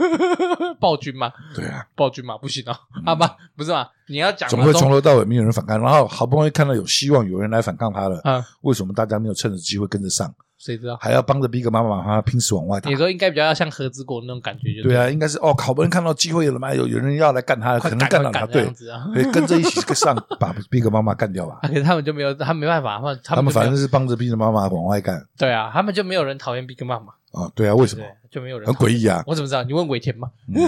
Speaker 1: <laughs> 暴君嘛，
Speaker 2: 对啊，
Speaker 1: 暴君嘛，不行啊，好吧，不是嘛，你要讲
Speaker 2: 嗯怎
Speaker 1: 嘛
Speaker 2: 么会
Speaker 1: 中
Speaker 2: 从头到尾没有人反抗？然后好不容易看到有希望，有人来反抗他了，
Speaker 1: 啊？
Speaker 2: 为什么大家没有趁着机会跟着上，
Speaker 1: 谁知
Speaker 2: <laughs>
Speaker 1: 道？
Speaker 2: 还要帮着逼格妈妈把他拼死往外打
Speaker 1: 你？说应该比较像和之国那种感觉，就
Speaker 2: 对
Speaker 1: 啊，
Speaker 2: 啊，应该是哦，好不容易看到机会了嘛，有有人要来干他了，
Speaker 1: 快
Speaker 2: 可能
Speaker 1: 赶
Speaker 2: 干
Speaker 1: 快赶
Speaker 2: 到他，
Speaker 1: 这
Speaker 2: 对
Speaker 1: 样，子啊。
Speaker 2: 对，跟着一起 <laughs> 上，把逼格妈妈干掉吧
Speaker 1: 啊，。可是他们就没有，他们没办法，他们他
Speaker 2: 他
Speaker 1: 们
Speaker 2: 们
Speaker 1: 就没
Speaker 2: 反
Speaker 1: 有
Speaker 2: 正是帮着逼着妈妈往外干
Speaker 1: 对啊，他们就没有人讨厌 Big Mom 嘛，
Speaker 2: 啊，对啊，为什么
Speaker 1: 对，就没有人
Speaker 2: 很
Speaker 1: 讨
Speaker 2: 诡
Speaker 1: 厌。
Speaker 2: 异啊？
Speaker 1: 我怎么知道？你问尾田嘛？
Speaker 2: <laughs> 嗯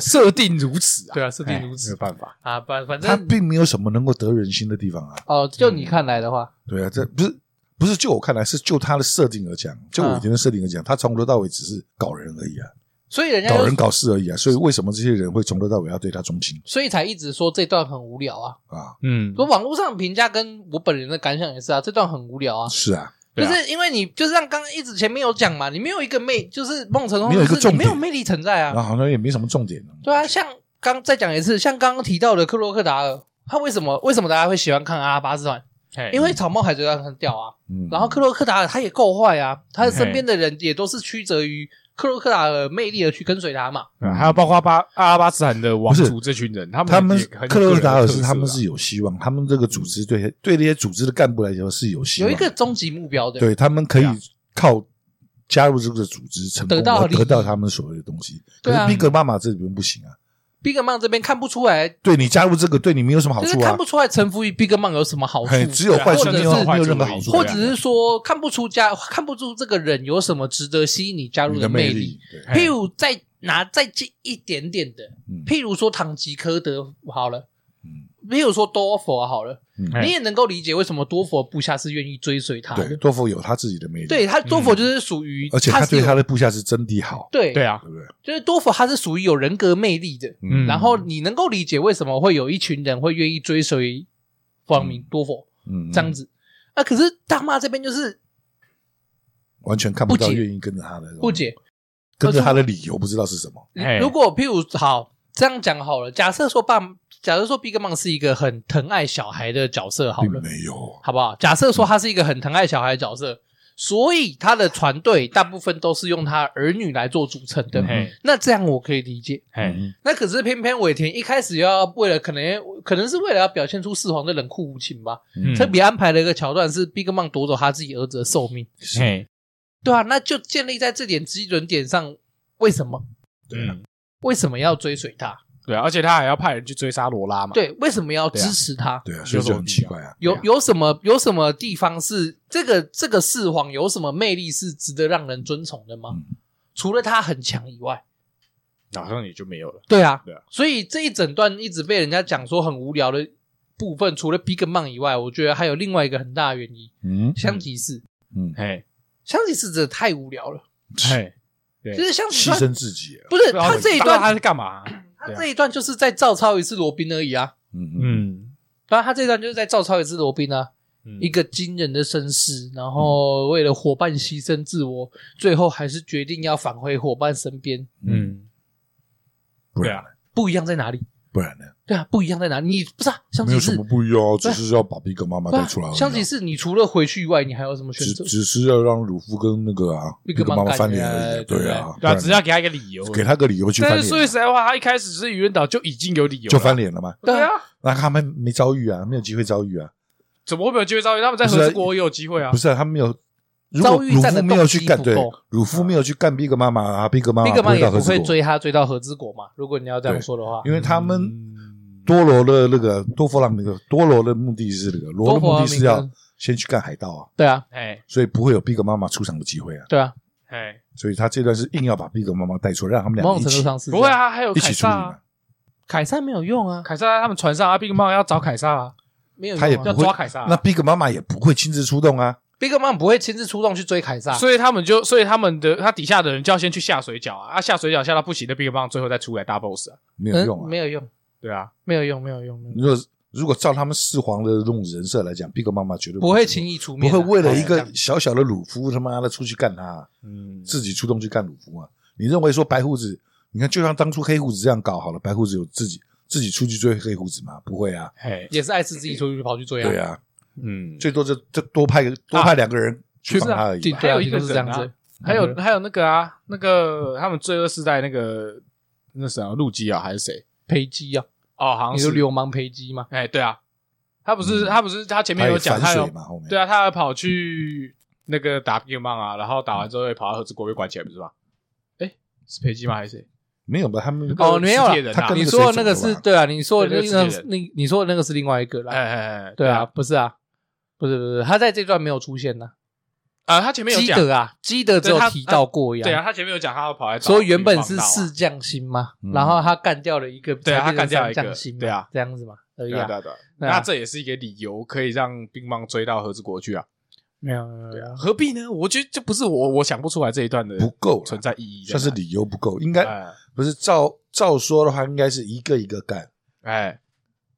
Speaker 3: 设定如此啊，
Speaker 1: 对啊，设定如
Speaker 3: 哎没有
Speaker 1: 此
Speaker 3: 办法，
Speaker 1: 啊，反反
Speaker 2: 他
Speaker 1: 正
Speaker 2: 并没有什么能够得人心的地方啊。
Speaker 1: 哦，就你看来的话，
Speaker 2: 对啊，这不是不是就我看来是就他的设定而讲，
Speaker 1: 嗯
Speaker 2: 就我以前的设定而讲，他从头到尾只是搞人而已啊，
Speaker 1: 所以人家
Speaker 2: 搞
Speaker 1: 就
Speaker 2: 人搞事而已啊。所以为什么这些人会从头到尾要对他忠心
Speaker 1: 所以才一直说这段很无聊啊。
Speaker 2: 啊？
Speaker 3: 嗯
Speaker 1: 我网络上评价跟我本人的感想也是啊，这段很无聊啊，
Speaker 2: 是啊，
Speaker 3: 对
Speaker 1: 就
Speaker 3: 啊
Speaker 1: 是因为你就是像刚刚一直前面有讲嘛，你没有一个魅，就是梦成功
Speaker 2: 没有一个
Speaker 1: 就是你没有
Speaker 2: 重点
Speaker 1: 魅力存在
Speaker 2: 然
Speaker 1: 啊
Speaker 2: 后。好像也没什么重点啊
Speaker 1: 对啊，像刚再讲一次，像刚刚提到的克洛克达尔，他为什么为什么大家会喜欢看阿拉巴斯坦？
Speaker 2: 哎
Speaker 1: 因为草帽海贼团很屌啊，
Speaker 2: 嗯，
Speaker 1: 然后克洛克达尔他也够坏啊，他的身边的人也都是曲折于克洛克达尔的魅力而去跟随他嘛。
Speaker 3: 啊还有包括巴阿拉巴斯坦的王
Speaker 2: 嗯不是
Speaker 3: 族这群人，他们他
Speaker 2: 他们克洛达尔是
Speaker 1: 啊
Speaker 2: 他们是
Speaker 3: 是
Speaker 2: 有希望，他们这个组织对对那些组织的干部来说是有希
Speaker 1: 有
Speaker 2: 望，
Speaker 1: 一个终极目标的，
Speaker 2: 对他们可以靠加入这个组织成功
Speaker 1: 得到
Speaker 2: 而
Speaker 1: 利益
Speaker 2: 得到他们所谓的东西。可
Speaker 1: 对
Speaker 2: 是
Speaker 1: 啊
Speaker 2: 逼格妈妈这里边不行啊，
Speaker 1: Big Man 这边看不出来，
Speaker 2: 对你加入这个对你没有什么好
Speaker 1: 就是
Speaker 2: 处啊
Speaker 1: 看不，出来臣服于 Big Man 有什么好处
Speaker 2: 嘿，只有
Speaker 1: 对啊
Speaker 2: 坏处
Speaker 1: 或者
Speaker 2: 没
Speaker 1: 是
Speaker 2: 有
Speaker 3: 对啊
Speaker 2: 没有任何好处，
Speaker 1: 或者是说看不出加看不出这个人有什么值得吸引你加入
Speaker 2: 你的
Speaker 1: 魅
Speaker 2: 魅力。对
Speaker 1: 譬如再拿再近一点点的，
Speaker 2: 嗯
Speaker 1: 譬如说唐吉诃德好了，
Speaker 2: 嗯
Speaker 1: 譬如说多佛好了，
Speaker 3: 哎
Speaker 1: 你也能够理解为什么多佛部下是愿意追随他
Speaker 2: 对，
Speaker 1: 的。
Speaker 2: 多福有他自己的魅力，
Speaker 1: 啊对，他，多佛就是属于，
Speaker 2: 而且他
Speaker 1: 他是
Speaker 2: 对
Speaker 1: 有
Speaker 2: 他的部下是真的好，
Speaker 1: 对
Speaker 3: 对，啊
Speaker 2: 对，不对？
Speaker 1: 就是多佛他是属于有人格魅力的。
Speaker 3: 嗯
Speaker 1: 然后你能够理解为什么会有一群人会愿意追随光明多佛
Speaker 2: 嗯
Speaker 1: 这样子。啊，可是大妈这边就是
Speaker 2: 完全看不到
Speaker 1: 不解
Speaker 2: 愿意跟着他的
Speaker 1: 不解。
Speaker 2: 跟着他的理由，不知道是什么。
Speaker 3: 嘿
Speaker 1: 如果譬如好这样讲好了，假设说爸，假设说 Big Mom 是一个很疼爱小孩的角色好
Speaker 2: 并
Speaker 1: 了，
Speaker 2: 没有，
Speaker 1: 好不好？假设说他是一个很疼爱小孩的角色，所以他的团队大部分都是用他儿女来做组成的。
Speaker 3: 嘿
Speaker 1: 那这样我可以理解。
Speaker 3: 嘿
Speaker 2: 嗯
Speaker 1: 那可是偏偏尾田一开始要为了可能可能是为了要表现出四皇的冷酷无情吧，
Speaker 3: 嗯
Speaker 1: 特别安排了一个桥段是 Big Mom 夺走他自己儿子的寿命。
Speaker 3: 嘿
Speaker 1: 对啊，那就建立在这点基准点上，为什么
Speaker 2: 对啊
Speaker 3: 嗯
Speaker 1: 为什么要追随他？
Speaker 3: 对啊，而且他还要派人去追杀罗拉嘛，
Speaker 1: 对，为什么要支持他？
Speaker 2: 对啊，所以就很奇怪啊。
Speaker 1: 有
Speaker 3: 对啊
Speaker 1: 有什么有什么地方是这个这个四皇有什么魅力是值得让人尊崇的吗？
Speaker 2: 嗯
Speaker 1: 除了他很强以外，
Speaker 3: 好像也就没有了。
Speaker 1: 对啊，
Speaker 3: 对啊
Speaker 1: 所以这一整段一直被人家讲说很无聊的部分，除了 Big Man 以外，我觉得还有另外一个很大的原因，
Speaker 2: 嗯
Speaker 1: 香吉士，
Speaker 2: 嗯，
Speaker 3: 嘿
Speaker 1: 香吉士真的太无聊了，
Speaker 3: 嘿，啊对
Speaker 1: 就是香吉
Speaker 2: 牺
Speaker 1: 士
Speaker 2: 牲自己啊了。
Speaker 1: 不是
Speaker 3: 不知道
Speaker 1: 他这一
Speaker 3: 不知道
Speaker 1: 段，
Speaker 3: 他是干嘛？
Speaker 1: 他这一段就是在照抄一次罗宾而已啊。
Speaker 2: 嗯嗯
Speaker 3: 嗯，
Speaker 1: 当然，他这一段就是在照抄一次罗宾
Speaker 2: 嗯
Speaker 1: 啊，一个惊人的身世，然后为了伙伴牺牲自我，最后还是决定要返回伙伴身边。
Speaker 2: 嗯，
Speaker 3: 嗯，
Speaker 2: 不
Speaker 3: 对
Speaker 2: 然
Speaker 3: 啊
Speaker 2: 呢，
Speaker 1: 不一样在哪里？
Speaker 2: 不然呢？
Speaker 1: 对啊，不一样在哪里？你不是啊，香
Speaker 2: 没
Speaker 1: 吉
Speaker 2: 有
Speaker 1: 士
Speaker 2: 什么不一样啊，只是要把比格妈妈带出来而已啊。
Speaker 1: 香吉士，你除了回去以外，你还有什么选
Speaker 2: 只
Speaker 1: 择？
Speaker 2: 只是要让鲁夫跟那个啊
Speaker 1: 比
Speaker 2: 比
Speaker 1: 格
Speaker 2: 格
Speaker 1: 妈
Speaker 2: 妈
Speaker 1: 妈
Speaker 2: 妈翻
Speaker 1: 干
Speaker 2: 脸
Speaker 1: 起来
Speaker 2: 而已啊。
Speaker 1: 对
Speaker 2: 对
Speaker 1: 不
Speaker 3: 对
Speaker 2: 啊，
Speaker 3: 啊，
Speaker 2: 不然呢
Speaker 3: 只是要给他一个理由，
Speaker 2: 给他个理由去翻
Speaker 3: 但是说
Speaker 2: 脸
Speaker 3: 句
Speaker 2: 啊，
Speaker 3: 实在话，他一开始是愚人岛就已经有理由了
Speaker 2: 就翻，脸了吗？
Speaker 1: 对
Speaker 3: 对
Speaker 1: 啊
Speaker 3: 啊，
Speaker 2: 那他们没遭遇啊，没有机会遭遇啊。
Speaker 3: 怎么会没有机会遭遇？他们在
Speaker 2: 不是啊
Speaker 3: 合之国也有机会啊
Speaker 2: 不。是、啊，他没有。如果
Speaker 1: 遭遇
Speaker 2: 鲁
Speaker 1: 战的
Speaker 2: 夫没有去干，
Speaker 1: 动机
Speaker 2: 对
Speaker 1: 不够，啊
Speaker 2: 鲁夫没有去干比格妈妈啊，比格妈
Speaker 1: 毕
Speaker 2: 妈
Speaker 1: 格曼
Speaker 2: 会
Speaker 1: 也
Speaker 2: 到
Speaker 1: 不
Speaker 2: 和
Speaker 1: 会
Speaker 2: 之国，
Speaker 1: 追啊他追到和之国嘛。如果你要这样
Speaker 2: 对
Speaker 1: 说的话，
Speaker 2: 因为他们
Speaker 3: 嗯
Speaker 2: 多罗的那个多佛朗明哥，多罗的目的是那个罗的目的
Speaker 1: 多
Speaker 2: 是
Speaker 1: 佛朗
Speaker 2: 要
Speaker 1: 明
Speaker 2: 先去干海盗啊，
Speaker 1: 对啊，
Speaker 3: 嘿
Speaker 2: 所以不会有比格妈妈出场的机会啊，
Speaker 1: 对啊，
Speaker 3: 嘿，
Speaker 2: 所以他这段是硬要把比格妈妈带出来，让他们
Speaker 1: 某种
Speaker 2: 俩一
Speaker 1: 程度
Speaker 2: 起
Speaker 1: 上是这
Speaker 3: 不会
Speaker 1: 样，
Speaker 3: 啊，还有
Speaker 2: 一
Speaker 3: 凯
Speaker 2: 起处理
Speaker 3: 撒
Speaker 2: 嘛
Speaker 3: 啊，。
Speaker 1: 凯撒没有用啊，
Speaker 3: 凯撒在他们船上啊，Big Mom 要找凯撒啊，
Speaker 1: 没有用啊，
Speaker 2: 他也
Speaker 3: 要
Speaker 2: 不会
Speaker 3: 抓凯撒啊。
Speaker 2: 那比格妈妈也不会亲自出动啊，
Speaker 1: Big Man 不会亲自出动去追凯撒，
Speaker 3: 所以他们就，所以他们的他底下的人就要先去下水饺啊，啊下水饺下到不行的 Big Bang 最后再出来大 boss 啊，
Speaker 2: 没有
Speaker 1: 嗯
Speaker 2: 用啊嗯
Speaker 1: 没。有用，
Speaker 3: 对啊，
Speaker 1: 没有用，没有用，没有用
Speaker 2: 如果如果照他们四皇的那种人设来讲，比格妈妈绝对
Speaker 1: 不会
Speaker 2: 出动
Speaker 1: 轻易出
Speaker 2: 不
Speaker 1: 面啊，
Speaker 2: 会为了一
Speaker 1: 老实
Speaker 2: 个
Speaker 1: 讲
Speaker 2: 小小的鲁夫他妈的出去干他啊。
Speaker 3: 嗯，
Speaker 2: 自己出动去干鲁夫啊？你认为说白胡子，你看就像当初黑胡子这样搞好了，白胡子有自己自己出去追黑胡子吗？不会啊，
Speaker 3: 嘿，
Speaker 1: 也是爱吃自己出去跑去追啊，
Speaker 2: 对啊，
Speaker 3: 嗯，
Speaker 2: 最多就就多派个多派两个人去帮他而已
Speaker 1: 对
Speaker 2: 嘛。
Speaker 1: 对啊，
Speaker 3: 还有一个
Speaker 1: 就是这样
Speaker 3: 人啊
Speaker 1: 子，
Speaker 3: 还有还有那个啊，那个他们罪恶世代那个那什么陆基啊还是谁？
Speaker 1: 培基啊，
Speaker 3: 哦，好像
Speaker 1: 你说
Speaker 3: 是，
Speaker 1: 流氓培基嘛，
Speaker 3: 哎，对啊，他不是
Speaker 2: 嗯
Speaker 3: 他不是他前面
Speaker 2: 他
Speaker 3: 有
Speaker 2: 也
Speaker 3: 讲
Speaker 2: 反
Speaker 3: 他有
Speaker 2: 水嘛，后面
Speaker 3: 对啊，他还跑去那个打 Big Bang 啊，然后打完之后又跑到和之国被关起来，不是吗？哎，是裴基吗还是谁？
Speaker 2: 没有吧？他们
Speaker 1: 哦，没有
Speaker 3: 磁
Speaker 1: 了
Speaker 3: 铁人，啊
Speaker 2: 他跟
Speaker 1: 你
Speaker 2: 那个
Speaker 1: 说的
Speaker 2: 谁
Speaker 1: 那个
Speaker 2: 走的
Speaker 1: 是
Speaker 2: 吧
Speaker 1: 对啊，你说的
Speaker 3: 对
Speaker 1: 那
Speaker 3: 那
Speaker 1: 个
Speaker 3: 个
Speaker 1: 是
Speaker 3: 磁铁
Speaker 1: 你你说的那个是另外一个啦，
Speaker 3: 哎哎哎，
Speaker 1: 对啊，，不是啊，不是不是，他在这段没有出现呢。
Speaker 3: 啊，他前面有
Speaker 1: 基
Speaker 3: 讲，
Speaker 1: 德啊，基德只有
Speaker 3: 对他
Speaker 1: 提到过呀。
Speaker 3: 对啊，，他前面有讲他要跑来找
Speaker 1: 所以原本是
Speaker 3: 黑帮大王
Speaker 1: 四将星嘛，
Speaker 2: 嗯
Speaker 1: 然后他干掉了一个，
Speaker 3: 对啊
Speaker 1: 才变成
Speaker 3: 他干掉了一个
Speaker 1: 三将星嘛，
Speaker 3: 对啊
Speaker 1: 这样子嘛，而已
Speaker 3: 对啊，
Speaker 1: 啊
Speaker 3: 对。啊，对啊。
Speaker 1: 对啊
Speaker 3: 那这也是一个理由，可以让冰棒追到和之国去啊。
Speaker 1: 没有没有，没
Speaker 3: 对
Speaker 1: 有
Speaker 3: 啊，何必呢？我觉得这不是我，我想不出来这一段的
Speaker 2: 不够啦
Speaker 3: 存在意义在哪
Speaker 2: 算
Speaker 3: 里。
Speaker 2: 是理由不够，应该
Speaker 3: 哎
Speaker 2: 不是照照说的话，应该是一个一个干。
Speaker 3: 哎，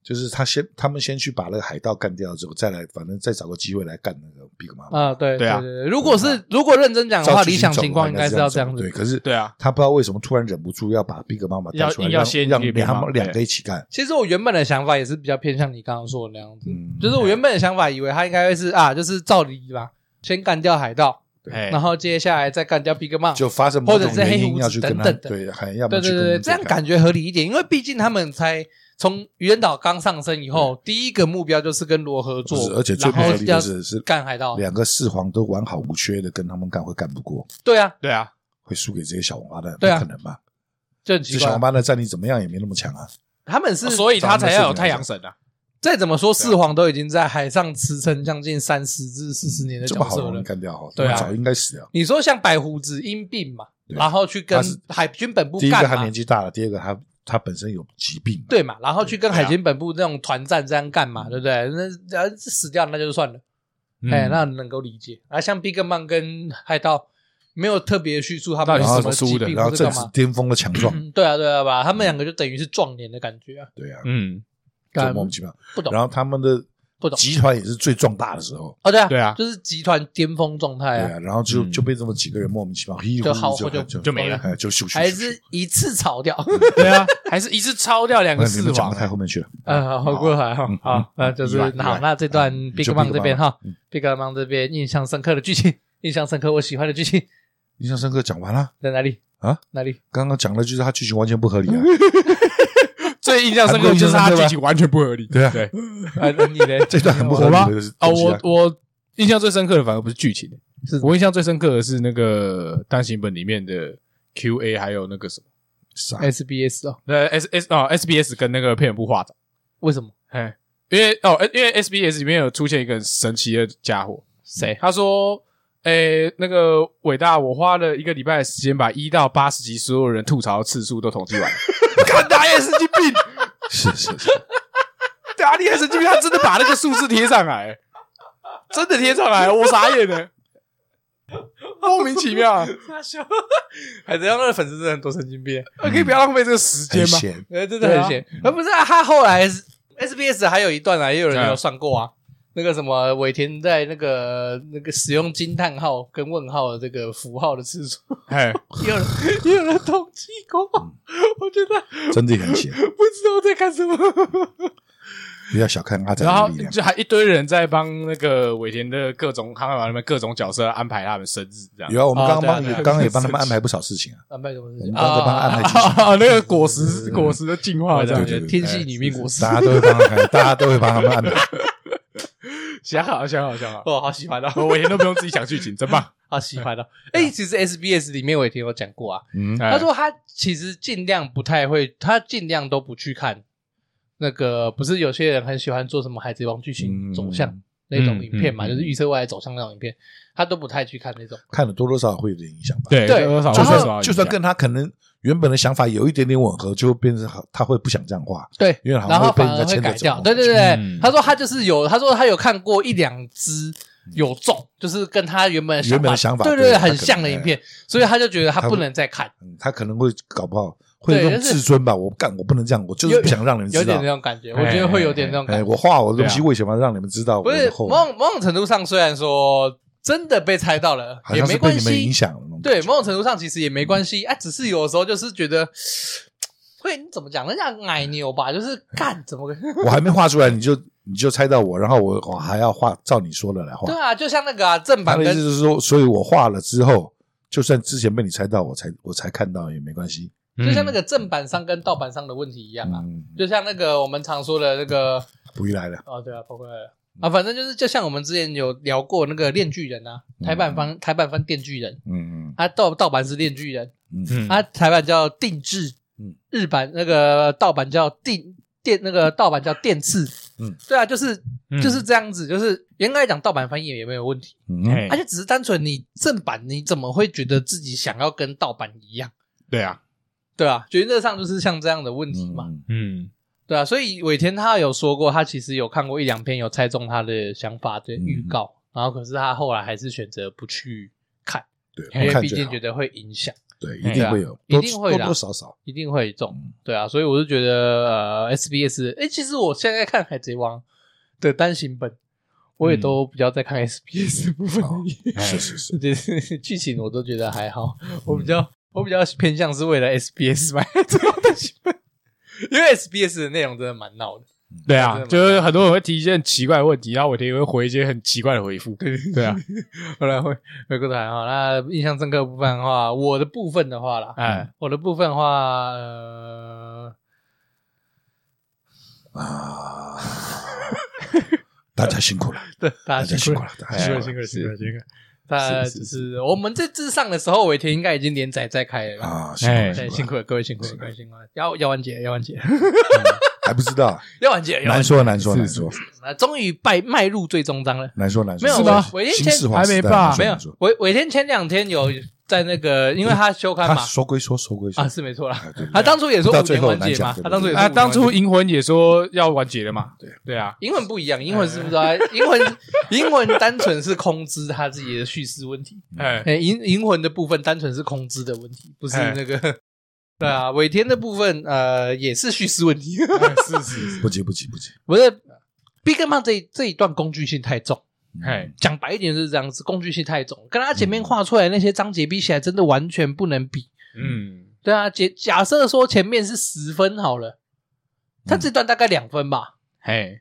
Speaker 2: 就是他先，他们先去把那个海盗干掉之后，再来，反正再找个机会来干那个 Big 妈妈。
Speaker 1: 啊，对
Speaker 3: 对啊
Speaker 1: 对对。如果是如果认真讲的
Speaker 2: 照
Speaker 1: 话，
Speaker 2: 剧
Speaker 1: 理
Speaker 2: 情
Speaker 1: 想
Speaker 2: 走
Speaker 1: 情况
Speaker 2: 的
Speaker 1: 应
Speaker 2: 话
Speaker 1: 该是要这样
Speaker 2: 走对，
Speaker 1: 子。
Speaker 2: 可是
Speaker 3: 对啊，
Speaker 2: 他不知道为什么突然忍不住要把 Big 妈妈带
Speaker 3: 要
Speaker 2: 出来，
Speaker 3: 硬要
Speaker 2: 让
Speaker 3: 先
Speaker 2: 让
Speaker 3: 给 Big
Speaker 2: 他
Speaker 3: Mama，
Speaker 2: 们两
Speaker 3: 对
Speaker 2: 个一起干。
Speaker 1: 其实我原本的想法也是比较偏向你刚刚说的那样子，
Speaker 2: 嗯
Speaker 1: 就是我原本的想法以为他应该会是啊，就是照理吧，先干掉海盗，
Speaker 3: 哎，
Speaker 1: 然后接下来再干掉 Big Mom，
Speaker 2: 就发生某
Speaker 1: 或
Speaker 2: 种
Speaker 1: 者是黑
Speaker 2: 原因
Speaker 1: 胡子
Speaker 2: 要去跟他
Speaker 1: 等等的
Speaker 2: 对，还要不
Speaker 1: 对
Speaker 2: 然去
Speaker 1: 对
Speaker 2: 跟
Speaker 1: 对，
Speaker 2: 人
Speaker 1: 这
Speaker 2: 家
Speaker 1: 样感觉合理一点，因为毕竟他们才从愚人岛刚上升以后，第一个目标就是跟罗合
Speaker 2: 嗯不
Speaker 1: 作
Speaker 2: 是，，而且最
Speaker 1: 然
Speaker 2: 不合
Speaker 1: 后
Speaker 2: 理
Speaker 1: 要
Speaker 2: 的是是
Speaker 1: 干海盗。
Speaker 2: 两个四皇都完好无缺的跟他们干会干不过，
Speaker 1: 对啊，
Speaker 3: 对啊，
Speaker 2: 会输给这些小王八蛋，
Speaker 1: 对啊
Speaker 2: 不可能吧？
Speaker 1: 就很
Speaker 2: 这
Speaker 1: 奇
Speaker 2: 小
Speaker 1: 怪
Speaker 2: 王。八蛋战力怎么样也没那么强啊，
Speaker 1: 他们是
Speaker 3: 哦所以他才要有太阳神啊。
Speaker 1: 再怎么说，四皇都已经在海上驰骋将近三十至四十年的
Speaker 2: 这
Speaker 1: 角
Speaker 2: 么好
Speaker 1: 色
Speaker 2: 容易
Speaker 1: 了。
Speaker 2: 干掉哈，
Speaker 1: 对啊
Speaker 2: 这么早应该死掉。
Speaker 1: 你说像白胡子因病嘛，
Speaker 2: 对
Speaker 1: 然后去跟
Speaker 2: 他是
Speaker 1: 海军本部
Speaker 2: 第一个
Speaker 1: 干
Speaker 2: 他
Speaker 1: 嘛
Speaker 2: 年？纪大了，第二个他他本身有疾病，，
Speaker 1: 对嘛，然后
Speaker 2: 嗯
Speaker 1: 去跟
Speaker 3: 对啊
Speaker 1: 海军本部那种团战这样干嘛？对不对？那呃死掉那就算了。
Speaker 2: 嗯
Speaker 1: 哎、那能够理解。啊，像 Big Man 跟海盗没有特别叙述他
Speaker 3: 到
Speaker 1: 们
Speaker 3: 底
Speaker 1: 有啊什
Speaker 3: 是
Speaker 2: 然后
Speaker 1: 么
Speaker 3: 怎
Speaker 1: 疾
Speaker 3: 输的
Speaker 1: 病
Speaker 2: 然后
Speaker 1: 或是
Speaker 2: 正
Speaker 1: 干
Speaker 2: 是
Speaker 1: 嘛。
Speaker 2: 巅峰的强壮，
Speaker 1: 嗯对啊，对啊吧，他们两个就等于是壮年的感觉啊，
Speaker 2: 对啊，
Speaker 3: 嗯，
Speaker 2: 就
Speaker 1: 干
Speaker 2: 莫名其妙。
Speaker 1: 不懂
Speaker 2: 然后他们的
Speaker 1: 不懂
Speaker 2: 集团也是最壮大的时候，
Speaker 1: 哦，对啊，
Speaker 3: 对啊
Speaker 1: 就是集团巅峰状态
Speaker 2: 对
Speaker 1: 啊，
Speaker 2: 啊，然后就
Speaker 3: 嗯
Speaker 2: 就被这么几个人莫名其妙稀里糊
Speaker 1: 就好
Speaker 2: 涂
Speaker 1: 就
Speaker 2: 就
Speaker 3: 就没了
Speaker 2: 哎，就咻咻咻咻
Speaker 1: 还是一次炒掉，
Speaker 2: 嗯
Speaker 1: <laughs>
Speaker 3: 对啊，还是一次抄掉两
Speaker 2: 哎 <laughs>
Speaker 3: 个啊
Speaker 2: 你
Speaker 3: 四
Speaker 2: 们讲
Speaker 3: 王
Speaker 2: 到，太后面去了，
Speaker 1: 呃，好过来哈
Speaker 2: 嗯，
Speaker 1: 好，那就是
Speaker 2: 意外意
Speaker 1: 好
Speaker 2: 外，
Speaker 1: 那这段
Speaker 2: 嗯
Speaker 1: Big
Speaker 2: 就
Speaker 1: Bang
Speaker 2: Big
Speaker 1: 这边
Speaker 2: Bang
Speaker 1: 哈
Speaker 2: 嗯
Speaker 1: ，Big Bang 这边印象深刻的剧情，印象深刻我喜欢的剧情
Speaker 2: 印象深刻讲完了。
Speaker 1: 在哪里
Speaker 2: 啊？
Speaker 1: 哪里？
Speaker 2: 刚刚讲的就是他剧情完全不合理啊，
Speaker 3: 最印象深刻的就是他剧情完全不合理。
Speaker 2: 对啊
Speaker 3: 对，
Speaker 1: 啊，你嘞？
Speaker 2: 这段很不合
Speaker 3: 我
Speaker 2: 理
Speaker 3: 吗
Speaker 2: 的东西。
Speaker 3: 啊，我我印象最深刻的反而不是剧情，
Speaker 1: 是
Speaker 3: 我印象最深刻的是那个单行本里面的 Q A，还有那个什么，
Speaker 2: 啊傻
Speaker 1: SBS 哦？
Speaker 3: 那 S S 啊 S B S 跟那个配本部画长，
Speaker 1: 为什么？
Speaker 3: 哎，因为哦，呃因为 S B S 里面有出现一个很神奇的家伙，
Speaker 1: 谁？
Speaker 3: 他说。诶、那个伟大，我花了一个礼拜的时间，把一到八十集所有人吐槽的次数都统计
Speaker 1: <laughs>
Speaker 3: 完了。看他也神经病，
Speaker 2: 是是是，
Speaker 3: 打你也神经病，他真的把那个数字贴上来，真的贴上
Speaker 1: <laughs>
Speaker 3: 来，我傻眼了，莫名其
Speaker 2: 啊
Speaker 3: <laughs> 妙。
Speaker 1: 大笑，海贼王的粉丝真的很多神经病，
Speaker 3: 可以不要浪费这个时间
Speaker 2: 很
Speaker 3: 吗？
Speaker 2: 闲，
Speaker 1: 呃，真的很闲。而不是啊他后来 SBS 还有一段啊，也有人有算过啊。那个什么，尾田在那个那个使用惊叹号跟问号的这个符号的次数， <laughs>
Speaker 3: 哎，
Speaker 1: 也有人也有人统计过，
Speaker 2: 嗯
Speaker 1: 我觉得
Speaker 2: 真的很闲。
Speaker 1: 不知道在干什么。
Speaker 2: 不要小看阿仔
Speaker 3: 然后
Speaker 2: 的力量，
Speaker 3: 就还一堆人在帮那个尾田的各种航海王里面各种角色安排他们生日，这样。
Speaker 2: 有啊，我们
Speaker 1: 哦
Speaker 2: 刚刚
Speaker 1: 对啊
Speaker 2: 帮你
Speaker 1: 对啊
Speaker 2: 刚刚也帮他们安排不少事情啊，
Speaker 1: 安排什么事
Speaker 2: 我
Speaker 1: 情
Speaker 2: 们刚刚帮他安排
Speaker 3: <laughs>
Speaker 2: 几
Speaker 3: 啊， <laughs> 那个果实果实的进化这样
Speaker 2: 嗯对对对，
Speaker 1: 天系女命果实，
Speaker 2: 哎大家都会帮他们安排，大家都会帮他们安排。
Speaker 3: 想好想好想好，
Speaker 1: 哦，好喜欢哦，
Speaker 3: 我
Speaker 2: <laughs>
Speaker 3: 尾田都不用自己想剧情，真棒。
Speaker 1: 好喜欢哦。哎，其实 SBS 里面我也听有讲过啊，
Speaker 2: 嗯，
Speaker 3: 哎
Speaker 1: <laughs> 他说他其实尽量不太会，他尽量都不去看那个，不是有些人很喜欢做什么海贼王剧情
Speaker 2: 嗯
Speaker 1: 走向那种影片嘛，
Speaker 3: 嗯嗯
Speaker 1: 就是预测未来走向那种影片，他都不太去看那种。
Speaker 2: 看了多多少少会有点影响吧。
Speaker 3: 对
Speaker 1: 对
Speaker 3: 多少
Speaker 1: 然
Speaker 2: 就
Speaker 1: 后
Speaker 3: 多少
Speaker 2: 算就算跟他可能原本的想法有一点点吻合，就会变成好他会不想这样画。
Speaker 1: 对，
Speaker 2: 因为好像
Speaker 1: 然后
Speaker 2: 会被
Speaker 1: 反
Speaker 2: 人家
Speaker 1: 而会
Speaker 2: 牵着
Speaker 1: 改
Speaker 2: 走
Speaker 1: 掉。
Speaker 2: 那
Speaker 1: 对
Speaker 2: 种
Speaker 1: 对
Speaker 2: 感
Speaker 1: 对，
Speaker 3: 嗯
Speaker 1: 他说他就是有，他说他有看过一两支有中，就是跟他原本
Speaker 2: 原本的想法
Speaker 1: 对
Speaker 2: 对
Speaker 1: 对，
Speaker 2: 他可能
Speaker 1: 很像的影片，所以他就觉得他不能再看，
Speaker 2: 嗯，他可能会搞不好会有
Speaker 1: 对
Speaker 2: 那种
Speaker 1: 就是
Speaker 2: 自尊吧。我干，我不能这样，我就是不想让你们
Speaker 1: 有
Speaker 2: 知
Speaker 1: 点
Speaker 2: 道
Speaker 1: 那。种感觉，我觉得会有点那种感
Speaker 2: 哎，
Speaker 1: 觉。啊
Speaker 2: 我画我的东西
Speaker 3: 对
Speaker 2: 为什么要让你们知道？
Speaker 1: 不
Speaker 2: 我
Speaker 1: 是
Speaker 2: 的后
Speaker 1: 某种某种程度上，虽然说真的被猜到了，
Speaker 2: 好
Speaker 1: 也
Speaker 2: 像
Speaker 1: 没
Speaker 2: 是被
Speaker 1: 关
Speaker 2: 你们影
Speaker 1: 系。
Speaker 2: 响了那种感
Speaker 1: 对，
Speaker 2: 觉。嗯
Speaker 1: 某种程度上其实也没关系，哎、只是有的时候就是觉得。会你怎么讲？人家奶牛吧，就是
Speaker 2: 嗯
Speaker 1: 干怎么个？
Speaker 2: 我还没画出来，你就你就猜到我，然后我我还要画照你说的来画
Speaker 1: <laughs> 对。啊，就像那个啊，正
Speaker 2: 他
Speaker 1: 版
Speaker 2: 的意
Speaker 1: 跟
Speaker 2: 思就是说，所以我画了之后，就算之前被你猜到，我才我才看到也没关系。
Speaker 1: 就像那个正版商跟盗版商的问题一样啊，
Speaker 2: 嗯，
Speaker 1: 就像那个我们常说的那个
Speaker 2: 不依赖了。
Speaker 1: 哦，对啊，跑过来了啊，反正就是就像我们之前有聊过那个《链锯人》啊，
Speaker 2: 嗯
Speaker 1: 台版翻台版翻《电锯人》，
Speaker 2: 嗯
Speaker 1: 啊盗盗版是《链锯人》，
Speaker 2: 嗯
Speaker 3: 嗯
Speaker 2: 嗯，
Speaker 1: 啊台版叫定制，
Speaker 2: 嗯
Speaker 1: 日版那个盗版叫定电，那个盗版叫电刺，
Speaker 2: 嗯，
Speaker 1: 对啊，就是
Speaker 3: 嗯
Speaker 1: 就是这样子，就是严格来讲，盗版翻译也没有问题，
Speaker 3: 哎
Speaker 2: 嗯，
Speaker 1: 而且只是单纯你正版你怎么会觉得自己想要跟盗版一样？
Speaker 3: 对啊，
Speaker 1: 对啊，原则上就是像这样的问题嘛。
Speaker 2: 嗯
Speaker 3: 嗯
Speaker 1: 对啊，所以尾田他有说过，他其实有看过一两篇有猜中他的想法的预
Speaker 2: 嗯
Speaker 1: 告，然后可是他后来还是选择不去看，因
Speaker 2: 对，我
Speaker 1: 为
Speaker 2: 看
Speaker 1: 毕
Speaker 2: 就
Speaker 1: 竟
Speaker 2: 好
Speaker 1: 觉得会影响，
Speaker 2: 对，一定会有，
Speaker 1: 对啊
Speaker 2: 多
Speaker 1: 一定会啦
Speaker 2: 多多少少。
Speaker 1: 一定会中
Speaker 2: 嗯。
Speaker 1: 对啊，所以我就觉得呃，SBS，哎，其实我现在看《海贼王》的单行本，我也都比较在看 SBS 部分
Speaker 2: 嗯哦
Speaker 1: 的
Speaker 2: 是是是，嗯
Speaker 1: 对 <laughs> 对剧情，我都觉得还好，我比较。我比较偏向是为了 SBS 买这种单行本，因为 SBS 的内容真的蛮闹的。
Speaker 3: 对
Speaker 1: 真
Speaker 3: 啊
Speaker 1: 的，蛮
Speaker 3: 就是很多人会提一些很奇怪的问题，然后尾田也会回一些很奇怪的回复。对啊，
Speaker 1: <laughs> 后来回回过头来哈，那印象深刻的部分的话，我的部分的话啦，
Speaker 3: 哎，
Speaker 1: 我的部分的话，呃，
Speaker 2: 啊， <laughs> 大家辛苦了，
Speaker 1: 对，大
Speaker 2: 大
Speaker 1: 家
Speaker 2: 家
Speaker 1: 辛
Speaker 2: 辛
Speaker 1: 苦
Speaker 2: 苦
Speaker 1: 了
Speaker 2: 了，，
Speaker 1: 大家
Speaker 2: 大家
Speaker 1: 辛
Speaker 2: 哎辛
Speaker 1: 苦了，辛苦
Speaker 2: 苦了
Speaker 1: 了，辛苦了，辛苦了。
Speaker 3: 是
Speaker 1: 那
Speaker 3: 是
Speaker 1: 就是我们这次上的时候，尾田应该已经连载在开了啦。
Speaker 2: 啊，辛苦
Speaker 3: 哎
Speaker 2: 了
Speaker 1: 对，
Speaker 2: 辛
Speaker 1: 辛
Speaker 2: 苦
Speaker 1: 苦了，各位辛苦了，各位辛苦了，要要完结，要完结， <laughs>
Speaker 2: 了，还不知道，
Speaker 1: 要完结，要完
Speaker 2: 难
Speaker 1: 结。
Speaker 2: 说难说难说
Speaker 1: 那终于迈迈入最终章了。
Speaker 2: 难说难说，
Speaker 1: 没有
Speaker 3: 是吗
Speaker 1: 我以前
Speaker 2: 新世皇
Speaker 3: 还
Speaker 2: 时
Speaker 3: 没
Speaker 2: 代
Speaker 3: 吧
Speaker 2: 难说
Speaker 1: 没有
Speaker 2: 难说，
Speaker 1: 尾尾田前两天有在那个，因为他休刊
Speaker 2: 他
Speaker 1: 嘛，
Speaker 2: 说归说，说归说
Speaker 1: 啊，是没错啦
Speaker 2: 哎。对对
Speaker 1: 他当初也说
Speaker 2: 到
Speaker 1: 五
Speaker 2: 最
Speaker 1: 年
Speaker 2: 后
Speaker 1: 完
Speaker 2: 难
Speaker 1: 结
Speaker 2: 讲
Speaker 1: 嘛，
Speaker 2: 对
Speaker 1: 他当初也说五年
Speaker 3: 啊，
Speaker 2: 对对
Speaker 3: 当
Speaker 1: 完结
Speaker 3: 初银魂也说要完结了嘛。
Speaker 2: 对
Speaker 3: 对啊，
Speaker 1: 英文不一样，英文是不知道，英文英文单纯是空知他自己的叙事问题，
Speaker 3: 哎，
Speaker 1: 哎，英英文的部分单纯是空知的问题，不是
Speaker 2: 哎
Speaker 1: 那个。 <laughs> 对啊，尾田的部分呃也是叙事问题， <laughs>
Speaker 3: 哎是是是，
Speaker 2: 不急不急不急，
Speaker 1: 不是 Big Man 这一这一段工具性太重，
Speaker 2: 嗯
Speaker 3: 嘿，
Speaker 1: 讲白一点是这样子，工具性太重，跟他前面画出来的那些章节比起来，真的完全不能比。
Speaker 2: <laughs>
Speaker 3: 嗯，
Speaker 1: 对啊，假假设说前面是十分好了，他
Speaker 2: 嗯
Speaker 1: 这段大概两分吧，
Speaker 3: 嘿，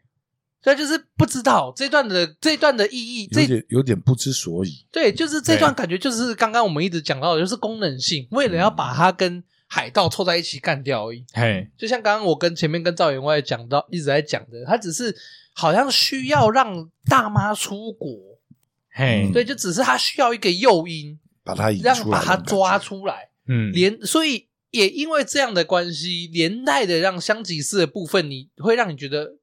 Speaker 1: 所以就是不知道这段的这段的意义，
Speaker 2: 有
Speaker 1: 这
Speaker 2: 点有点不知所以。
Speaker 1: 对就是
Speaker 2: 啊
Speaker 1: 这段感觉就是刚刚我们一直讲到的，就是功能性，为了要把它跟海盗凑在一起干掉而已。
Speaker 3: 嘿，
Speaker 1: 就像刚刚我跟前面跟赵员外讲到一直在讲的，他只是好像需要让大妈出国，
Speaker 2: 嗯
Speaker 3: 嘿，
Speaker 1: 对，就只是他需要一个诱因，
Speaker 2: 把它引出来
Speaker 1: 让
Speaker 2: 的
Speaker 1: 把
Speaker 2: 感觉，
Speaker 1: 他抓出来。
Speaker 3: 嗯，
Speaker 1: 连所以也因为这样的关系，连带的让香吉士的部分，你会让你觉得，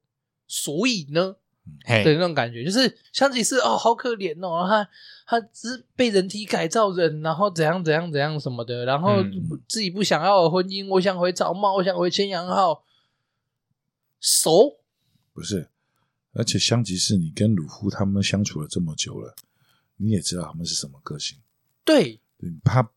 Speaker 1: 所以呢的
Speaker 2: 哎
Speaker 3: 嘿，
Speaker 1: 那种感觉，就是香吉士哦，好可怜哦，他他只是被人体改造人，然后怎样怎样怎样什么的，然后
Speaker 3: 嗯
Speaker 1: 自己不想要的婚姻，我想回草帽，我想回千阳号，熟
Speaker 2: 不是？而且香吉士，你跟鲁夫他们相处了这么久了，你也知道他们是什么个性。
Speaker 1: 对
Speaker 2: 对他，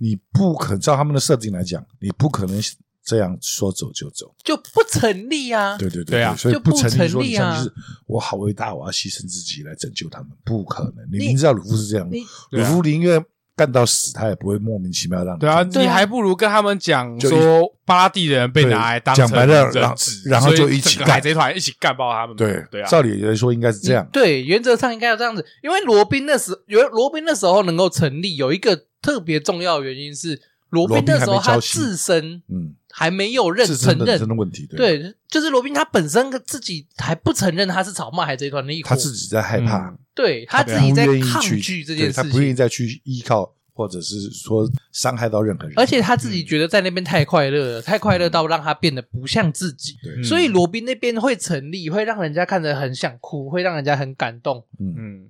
Speaker 2: 你不可照他们的设定来讲，你不可能这样说走就走。
Speaker 1: 就不成立啊，
Speaker 2: 对对对
Speaker 3: 对啊
Speaker 2: 所以
Speaker 1: 就不
Speaker 2: 成立
Speaker 1: 成
Speaker 2: 说你
Speaker 1: 立啊
Speaker 2: 像就是我好伟大，我要牺牲自己来拯救他们，不可能。你
Speaker 1: 你
Speaker 2: 明知道鲁夫是这样，
Speaker 1: 你
Speaker 2: 鲁
Speaker 3: 啊
Speaker 2: 夫宁愿干到死，他也不会莫名其妙让你
Speaker 3: 对啊，
Speaker 2: 看
Speaker 1: 对啊
Speaker 3: 你还不如跟他们讲
Speaker 2: 就一
Speaker 3: 说巴拉地人被
Speaker 2: 对
Speaker 3: 拿来当
Speaker 2: 讲
Speaker 3: 成
Speaker 2: 白了，
Speaker 3: 人
Speaker 2: 然后
Speaker 3: 质
Speaker 2: 然后
Speaker 3: 所以
Speaker 2: 就一起
Speaker 3: 整个
Speaker 2: 干
Speaker 3: 海贼团一起干爆他们。
Speaker 2: 对
Speaker 3: 对啊，
Speaker 2: 照理来说应该是这样
Speaker 1: 你，对，原则上应该要这样子，因为罗宾那时，原罗宾那时候能够成立，有一个特别重要的原因是，罗宾那时候
Speaker 2: 罗宾还
Speaker 1: 他
Speaker 2: 没交心
Speaker 1: 自身
Speaker 2: 嗯，
Speaker 1: 还没有认
Speaker 2: 是
Speaker 1: 承
Speaker 2: 真的
Speaker 1: 认
Speaker 2: 真，的问题，对，
Speaker 1: 对，就是罗宾他本身自己还不承认他是草帽海贼团的一伙，
Speaker 2: 他自己在害怕，
Speaker 3: 嗯
Speaker 1: 对他
Speaker 2: 不
Speaker 1: 自己在
Speaker 2: 愿意
Speaker 1: 抗
Speaker 2: 去
Speaker 1: 拒这
Speaker 2: 对
Speaker 1: 件
Speaker 2: 他
Speaker 1: 事
Speaker 2: 不愿意
Speaker 1: 情，
Speaker 2: 再去依靠或者是说伤害到任何人，
Speaker 1: 而且他自
Speaker 2: 嗯
Speaker 1: 己觉得在那边太快乐了，太快乐到让他变得不像自己。
Speaker 2: 对
Speaker 3: 嗯
Speaker 1: 所以罗宾那边会成立，会让人家看着很想哭，会让人家很感动。
Speaker 2: 嗯，
Speaker 3: 嗯，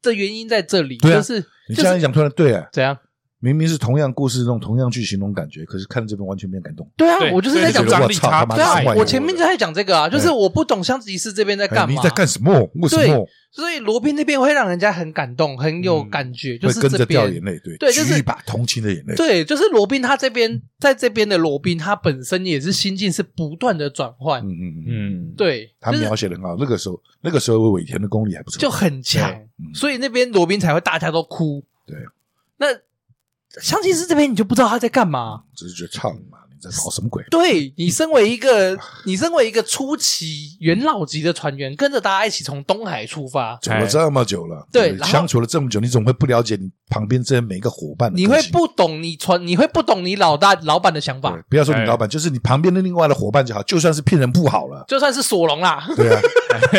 Speaker 1: 这原因在这里，
Speaker 2: 对啊
Speaker 1: 就是
Speaker 2: 你
Speaker 1: 就
Speaker 2: 这样一
Speaker 1: 是
Speaker 2: 讲突然对啊，
Speaker 1: 怎样？
Speaker 2: 明明是同样故事用同样去形容感觉，可是看这边完全没有感动。
Speaker 1: 对啊，
Speaker 3: 对
Speaker 1: 我就是在
Speaker 2: 所
Speaker 1: 讲这个
Speaker 2: 以就觉得
Speaker 3: 张
Speaker 2: 我
Speaker 3: 力
Speaker 2: 操
Speaker 3: 差
Speaker 2: 他妈
Speaker 1: 对啊
Speaker 2: 太坏，了
Speaker 1: 我前面就在讲这个啊，就是我不懂香吉士这边在
Speaker 2: 哎
Speaker 1: 干
Speaker 2: 你
Speaker 1: 嘛，
Speaker 2: 在干什么？为什
Speaker 1: 对
Speaker 2: 么？
Speaker 1: 所以罗宾那边会让人家很感动，很有感觉，就
Speaker 2: 嗯会
Speaker 1: 是
Speaker 2: 跟
Speaker 1: 这
Speaker 2: 着掉
Speaker 1: 边
Speaker 2: 眼。泪，对，
Speaker 1: 对就是
Speaker 2: 举一把同情的眼泪，
Speaker 1: 对，就是罗宾他这边在这边的罗宾，他本身也是心境是不断的转换，
Speaker 2: 嗯嗯嗯，
Speaker 3: 嗯，
Speaker 1: 对，
Speaker 2: 他
Speaker 1: 就是
Speaker 2: 描写的很好。那个时候，那个时候尾田的功力还不错，
Speaker 1: 就很强
Speaker 2: 对，嗯
Speaker 1: 所以那边罗宾才会大家都哭。
Speaker 2: 对，
Speaker 1: 那香吉士这边你就不知道他在干嘛，
Speaker 2: 只是觉得唱嘛，你在搞什么鬼？
Speaker 3: 哎
Speaker 1: 对你身为一个你身为一个初期元老级的船员，跟着大家一起从东海出发，
Speaker 2: 走了这么久了，
Speaker 1: 对
Speaker 2: 不
Speaker 1: 然后
Speaker 2: 相处了这么久，你怎么会不了解你旁边这些每一个伙伴的
Speaker 1: 你
Speaker 2: 个
Speaker 1: 会
Speaker 2: 性？
Speaker 1: 不懂你传，你会不懂你老大老板的想法
Speaker 2: 对，，不要说你
Speaker 3: 哎
Speaker 2: 老板，就是你旁边的另外的伙伴就好，就算是骗人不好了，
Speaker 3: <laughs>
Speaker 1: 就算是索隆啦，
Speaker 2: 对啊，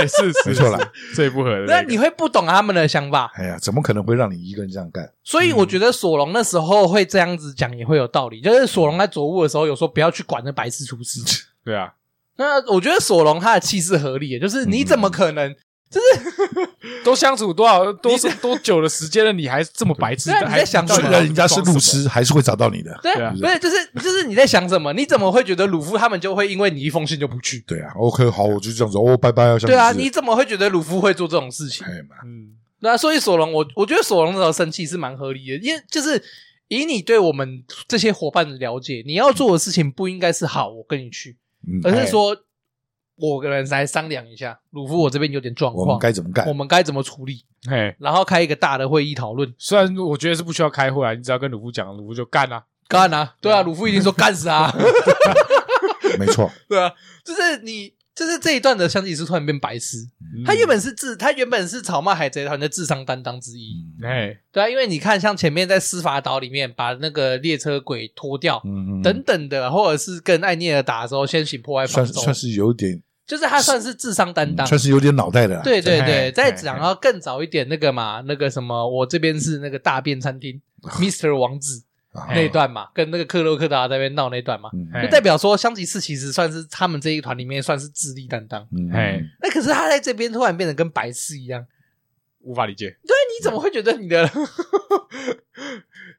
Speaker 3: 是是
Speaker 2: 没错啦，
Speaker 3: 是最不合的
Speaker 1: <laughs> 那
Speaker 3: 个。
Speaker 1: 你会不懂他们的想法，
Speaker 2: 哎呀，怎么可能会让你一个人这样干？
Speaker 1: 所以我觉得索隆那时候会这样子讲也会有道理，就是索隆在佐物的时候有说不要去管那白痴厨师， <laughs>
Speaker 3: 对啊，
Speaker 1: 那我觉得索隆他的气势合理，就是你怎么可能？
Speaker 3: 都相处多少多多久的时间了，你还这么白痴？
Speaker 1: 对啊你在
Speaker 3: 还
Speaker 1: 想
Speaker 3: 到
Speaker 1: 什
Speaker 3: 底
Speaker 1: 么
Speaker 2: 虽然人家是路痴，还是会找到你的。
Speaker 1: 对
Speaker 3: 对啊
Speaker 1: 不是就是就是你在想什么？你怎么会觉得鲁夫他们就会因为你一封信就不去？
Speaker 2: 对啊，OK，好，我就这样说，哦，拜拜啊，
Speaker 1: 对啊，
Speaker 2: 相信
Speaker 1: 你
Speaker 2: 是
Speaker 1: 怎么会觉得鲁夫会做这种事情？
Speaker 2: 哎妈，
Speaker 3: 嗯，
Speaker 1: 那所以索隆，我我觉得索隆那时候生气是蛮合理的，因为就是以你对我们这些伙伴的了解，你要做的事情不应该是好，我跟你去，
Speaker 2: 嗯，
Speaker 1: 而是说我跟人来商量一下，鲁夫我这边有点状
Speaker 2: 我
Speaker 1: 况，
Speaker 2: 们该怎么干
Speaker 1: 我？们该怎么处理，
Speaker 3: 嘿，
Speaker 1: 然后开一个大的会议讨论。
Speaker 3: 虽然我觉得是不需要开会啊，你只要跟鲁夫讲，鲁夫就干啊。
Speaker 1: 干啊，对啊，鲁夫一定说干死
Speaker 2: <laughs>
Speaker 1: 啊，
Speaker 2: 没
Speaker 3: <laughs>
Speaker 2: 错，
Speaker 1: 对啊，就是你。就是这一段的香吉士突然变白痴，
Speaker 3: 嗯
Speaker 1: 他原本是智，他原本是草帽海贼团的智商担当之
Speaker 3: 嗯
Speaker 2: 嗯
Speaker 1: 一，
Speaker 3: 嘿，
Speaker 1: 对啊，因为你看像前面在司法岛里面把那个列车轨拖掉，
Speaker 2: 嗯嗯，
Speaker 1: 等等的，或者是跟艾涅尔打的时候先行破坏方
Speaker 2: 算
Speaker 1: 舟，
Speaker 2: 算是有点，
Speaker 1: 就是他算是智商担当。
Speaker 2: 算是有点脑袋的啦。
Speaker 1: 对对对，
Speaker 3: 嘿
Speaker 1: 再
Speaker 3: 嘿
Speaker 1: 讲
Speaker 3: 嘿
Speaker 1: 到更早一点那个嘛，那个什么，我这边是那个大便餐
Speaker 2: <laughs>
Speaker 1: 厅，Mr 王子
Speaker 2: 啊，
Speaker 1: 那一段嘛，跟那个克洛克达在那边闹那一段嘛，
Speaker 2: 嗯
Speaker 3: 嘿
Speaker 1: 就代表说香吉士其实算是他们这一团里面算是智力担当。
Speaker 2: 嗯
Speaker 3: 嘿，
Speaker 1: 那可是他在这边突然变得跟白痴一样，
Speaker 3: 无法理解。
Speaker 1: 你怎么会觉得你的？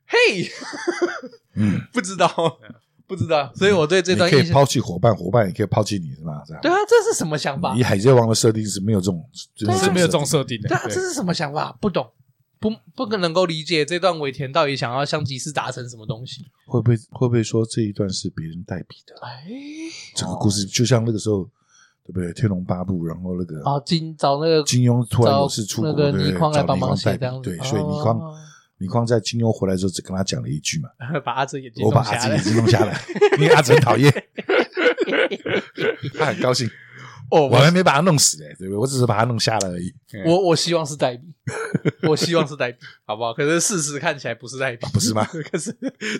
Speaker 1: 嘿，
Speaker 2: 嗯，
Speaker 1: <laughs> 不知道，不知道，所以我对这
Speaker 2: 你
Speaker 1: 段
Speaker 2: 可
Speaker 1: 印
Speaker 2: 以
Speaker 1: 象，
Speaker 2: 抛弃伙伴，伙伴也可以抛弃你，是吧？这样
Speaker 1: 对啊，这是什么想法
Speaker 2: 以？海贼王的设定是没有这种，
Speaker 1: 对啊
Speaker 3: 是没有这种
Speaker 2: 设
Speaker 3: 设定的。
Speaker 1: 对啊，这是什么想法？不懂，不不可能够理解这段尾田到底想要香吉士达成什么东西。
Speaker 2: 定，会不会会不会说这一段是别人代笔的？
Speaker 1: 哎，
Speaker 2: 整个故事就像那个时候对不对？《天龙八部》，然后那个
Speaker 1: 啊，今找那个
Speaker 2: 金庸突然
Speaker 1: 找
Speaker 2: 有事出国，
Speaker 1: 那个
Speaker 2: 对不
Speaker 1: 倪
Speaker 2: 对
Speaker 1: 匡来
Speaker 2: 找
Speaker 1: 帮
Speaker 2: 倪
Speaker 1: 忙
Speaker 2: 匡
Speaker 1: 写
Speaker 2: 代
Speaker 1: 这
Speaker 2: 笔
Speaker 1: 样子，哦
Speaker 2: 对，所以倪匡倪匡在金庸回来之后只跟他讲了一句嘛，
Speaker 1: 匡 <laughs> 把阿哲眼睛
Speaker 2: 我把
Speaker 1: 弄
Speaker 2: 阿
Speaker 1: 瞎
Speaker 2: 紫
Speaker 1: 了
Speaker 2: 眼，睛弄瞎 <laughs> 了，因为阿紫很讨
Speaker 1: <laughs>
Speaker 2: 厌， <laughs> 他很高兴。
Speaker 3: 哦
Speaker 2: 我还没把他弄死呢、对不对？我只是把他弄瞎了而已，
Speaker 1: 我我希望是代笔， <laughs> 我希望是代笔，好不好？可是事实看起来不是代笔，
Speaker 2: 啊不是吗
Speaker 1: <laughs> 可是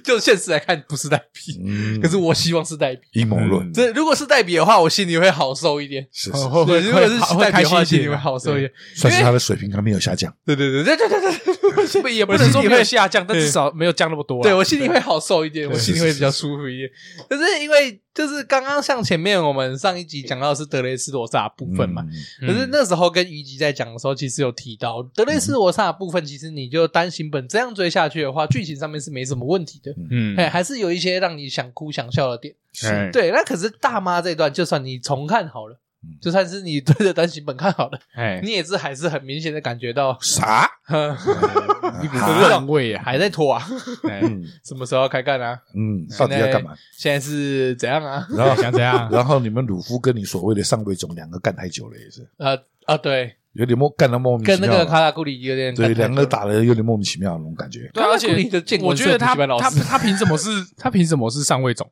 Speaker 1: 就现实来看不是代笔，
Speaker 2: 嗯
Speaker 1: 可是我希望是代笔。
Speaker 2: 阴谋论
Speaker 3: 嗯
Speaker 1: 这如果是代笔的话，我心里会好受一点。
Speaker 2: 是是，
Speaker 3: 哦会
Speaker 1: 对，
Speaker 3: 会
Speaker 1: 如果是
Speaker 3: 会
Speaker 1: 代笔的
Speaker 3: 开心
Speaker 1: 话，
Speaker 3: 一
Speaker 1: 心
Speaker 3: 点
Speaker 1: 里会
Speaker 3: 啊
Speaker 1: 好受一点。
Speaker 2: 算是他的水平还没有下降。
Speaker 1: 对对对对对对对对，所以也
Speaker 3: 不
Speaker 1: 不
Speaker 3: 能
Speaker 1: 能说
Speaker 3: 说没
Speaker 1: 没
Speaker 3: 有啊
Speaker 1: 有
Speaker 3: 下降，但至少没有降那么多啦。
Speaker 1: 对我心里会好受一点，我心里会比较舒服一点。可是因为就是刚刚像前面我们上一集讲到的是德雷斯罗萨的部分嘛，
Speaker 2: 嗯，
Speaker 1: 可是那时候跟虞姬在讲的时候，其实有提到德雷斯罗萨的部分，其实你就单行本这样追下去的话，剧情上面是没什么问题的。
Speaker 3: 嗯
Speaker 1: 哎，还是有一些让你想哭想笑的点。
Speaker 3: 哎
Speaker 1: 对，那可是大妈这段，就算你重看好了
Speaker 2: 嗯，
Speaker 1: 就算是你对着单行本看好了，
Speaker 3: 哎，
Speaker 1: 你也是还是很明显的感觉到， <laughs>
Speaker 2: 啥？
Speaker 1: 呵
Speaker 3: 啊一股浪味啊，
Speaker 1: 还在拖啊，
Speaker 3: 哎
Speaker 2: 嗯
Speaker 1: 什么时候要开干啊？
Speaker 2: 嗯，到底要干嘛？
Speaker 1: 现在是怎样 <laughs> 啊？
Speaker 3: <laughs>
Speaker 2: 然后
Speaker 3: 想怎样？
Speaker 2: 然后你们鲁夫跟你所谓的上位种两个干太久了，也是
Speaker 1: 啊啊，对，
Speaker 2: 有点莫干的莫名
Speaker 1: 跟
Speaker 2: 其
Speaker 1: 那
Speaker 2: 妙
Speaker 1: 个
Speaker 2: 了。
Speaker 1: 卡塔库里有点
Speaker 2: 对，两个
Speaker 1: 打。
Speaker 2: 打的有点莫名其妙的那种感觉。
Speaker 3: 对，
Speaker 1: 他
Speaker 3: 而
Speaker 1: 鼓
Speaker 3: 且
Speaker 1: 励的建
Speaker 3: 我
Speaker 1: 文
Speaker 3: 觉
Speaker 1: 社
Speaker 3: 得
Speaker 1: 补
Speaker 3: 他
Speaker 1: 习班老
Speaker 3: 他
Speaker 1: 师
Speaker 3: 他凭什么是他凭什么是上位种？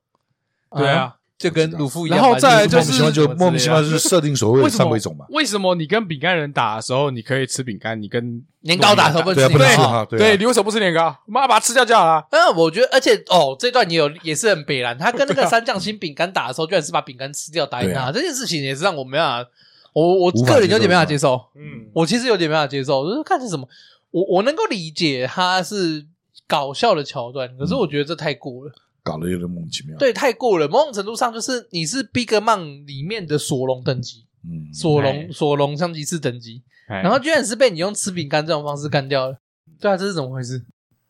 Speaker 3: 对啊，
Speaker 1: 就跟鲁夫一样，
Speaker 3: 然后再来就
Speaker 2: 莫
Speaker 3: 是
Speaker 2: 名其妙就莫名其妙就是设定所谓
Speaker 3: 为
Speaker 2: 的
Speaker 3: 什么
Speaker 2: 上位种嘛，
Speaker 3: 为什么你跟饼干人打的时候，你可以吃饼干，你跟
Speaker 1: 年糕打的时候不
Speaker 2: 对
Speaker 1: 能
Speaker 2: 啊，
Speaker 1: 吃
Speaker 2: 不
Speaker 1: 年
Speaker 2: 能吃
Speaker 1: 糕。
Speaker 2: 哈，
Speaker 3: 对，
Speaker 2: 对啊，
Speaker 3: 你为什么不吃年糕？妈把它吃掉就好了。啊
Speaker 1: 嗯，我觉得，而且哦，这段也有也是很北蓝，他跟那个三酱星饼干打的时候，居然是把饼干吃掉打赢
Speaker 2: 对啊
Speaker 1: 他，这件事情也是让我没办法，我我
Speaker 2: 无法
Speaker 1: 个人有
Speaker 2: 接受
Speaker 1: 点没办法接受，
Speaker 3: 嗯，
Speaker 1: 我其实有点没办法接受，就是看是什么，我我能够理解他是搞笑的桥段，可是我觉得这太过了，
Speaker 2: 搞得有点莫名其妙。，
Speaker 1: 对，太过了，某种程度上就是你是 Big Man 里面的索隆等级，
Speaker 2: 嗯，
Speaker 1: 索
Speaker 3: 哎
Speaker 1: 隆索隆香吉士等级，
Speaker 3: 然
Speaker 2: 哎
Speaker 1: 然后居然是被你用吃饼干这种方式干掉了。对啊，这是怎么回事？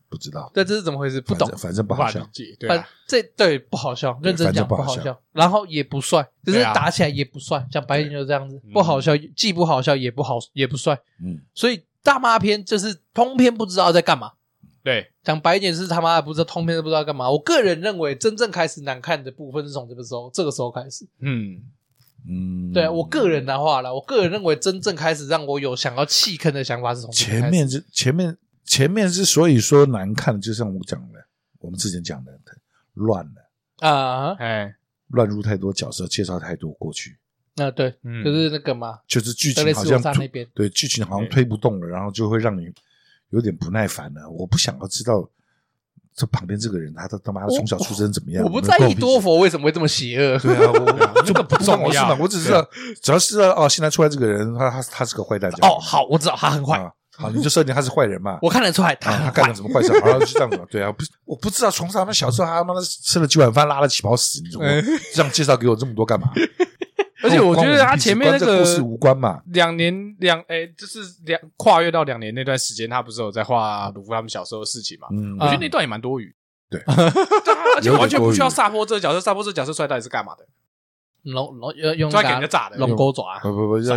Speaker 2: 不知道，
Speaker 1: 对，这是怎么回事？不懂
Speaker 2: 反正，反正不
Speaker 3: 无
Speaker 2: 好
Speaker 3: 法理
Speaker 2: 笑。
Speaker 3: 解，对
Speaker 1: 反
Speaker 3: 啊，
Speaker 1: 这对不好笑，认真
Speaker 2: 反正
Speaker 1: 讲
Speaker 2: 不好
Speaker 1: 好
Speaker 2: 笑
Speaker 1: 笑，然后也不帅，只是
Speaker 3: 对啊
Speaker 1: 打起来也不帅，讲白一点就是这样子，不好笑，既不好笑也不好也不帅，
Speaker 2: 嗯，
Speaker 1: 所以大妈篇就是通篇不知道在干嘛。
Speaker 3: 对，
Speaker 1: 讲白一点是他妈的不知道通篇都不知道干嘛。我个人认为，真正开始难看的部分是从这个时候，这个时候开始。
Speaker 3: 嗯，
Speaker 2: 嗯，
Speaker 1: 对啊我个人的话啦，我个人认为真正开始让我有想要弃坑的想法是从这个
Speaker 2: 前
Speaker 1: 开始
Speaker 2: 面是前面前面之所以说难看，就像我讲的，我们之前讲的乱了，
Speaker 1: 啊，
Speaker 3: 哎，
Speaker 2: 乱入太多角色，介绍太多过去，
Speaker 1: 那啊对，
Speaker 3: 嗯
Speaker 1: 就是那个嘛，
Speaker 2: 就是剧
Speaker 1: 德
Speaker 2: 情
Speaker 1: 雷
Speaker 2: 好
Speaker 1: 斯罗
Speaker 2: 像
Speaker 1: 萨
Speaker 2: 推
Speaker 1: 那嗯边
Speaker 2: 对剧情好像
Speaker 3: 对
Speaker 2: 推不动了，然后就会让你有点不耐烦了。我不想要知道这旁边这个人他他他妈的
Speaker 1: 我
Speaker 2: 从小出生怎么样，
Speaker 1: 我不在意多
Speaker 2: 佛。
Speaker 1: 佛为什么会这么邪恶。
Speaker 2: 对啊，
Speaker 1: <laughs>
Speaker 2: 我这个不
Speaker 3: 重要啊
Speaker 2: 我是嘛我只知道，只要是知道哦，现在出来这个人，他他他是个坏蛋。这样
Speaker 1: 哦，好，我知道他很坏，
Speaker 2: 啊好，你就设定他是坏人嘛。
Speaker 1: 我看得出来他
Speaker 2: 啊，他
Speaker 1: 很
Speaker 2: 干
Speaker 1: 坏
Speaker 2: 了。什么坏事？好像就这样子嘛。对啊，不，我不知道，从他们小时候他妈的吃了几碗饭，拉了几泡屎，你怎么这样介绍给我这么多干嘛？
Speaker 3: 而且我觉得他前面那
Speaker 2: 跟
Speaker 3: 个
Speaker 2: 我屁事关这故事无关嘛。
Speaker 3: 两年两哎，就是两跨越到两年那段时间，他不是有在画鲁夫他们小时候的事情嘛？
Speaker 2: 嗯
Speaker 3: 我觉得
Speaker 1: 啊
Speaker 3: 那段也蛮多余。
Speaker 2: 对
Speaker 3: 对啊，而且
Speaker 2: 有点
Speaker 3: 完全不需要
Speaker 2: 多余
Speaker 3: 萨坡这个角色，萨坡这个角色出来到底是干嘛的？
Speaker 1: 龙龙用用
Speaker 3: 出来给人家炸的。
Speaker 1: 龙钩爪，
Speaker 2: 不不不，要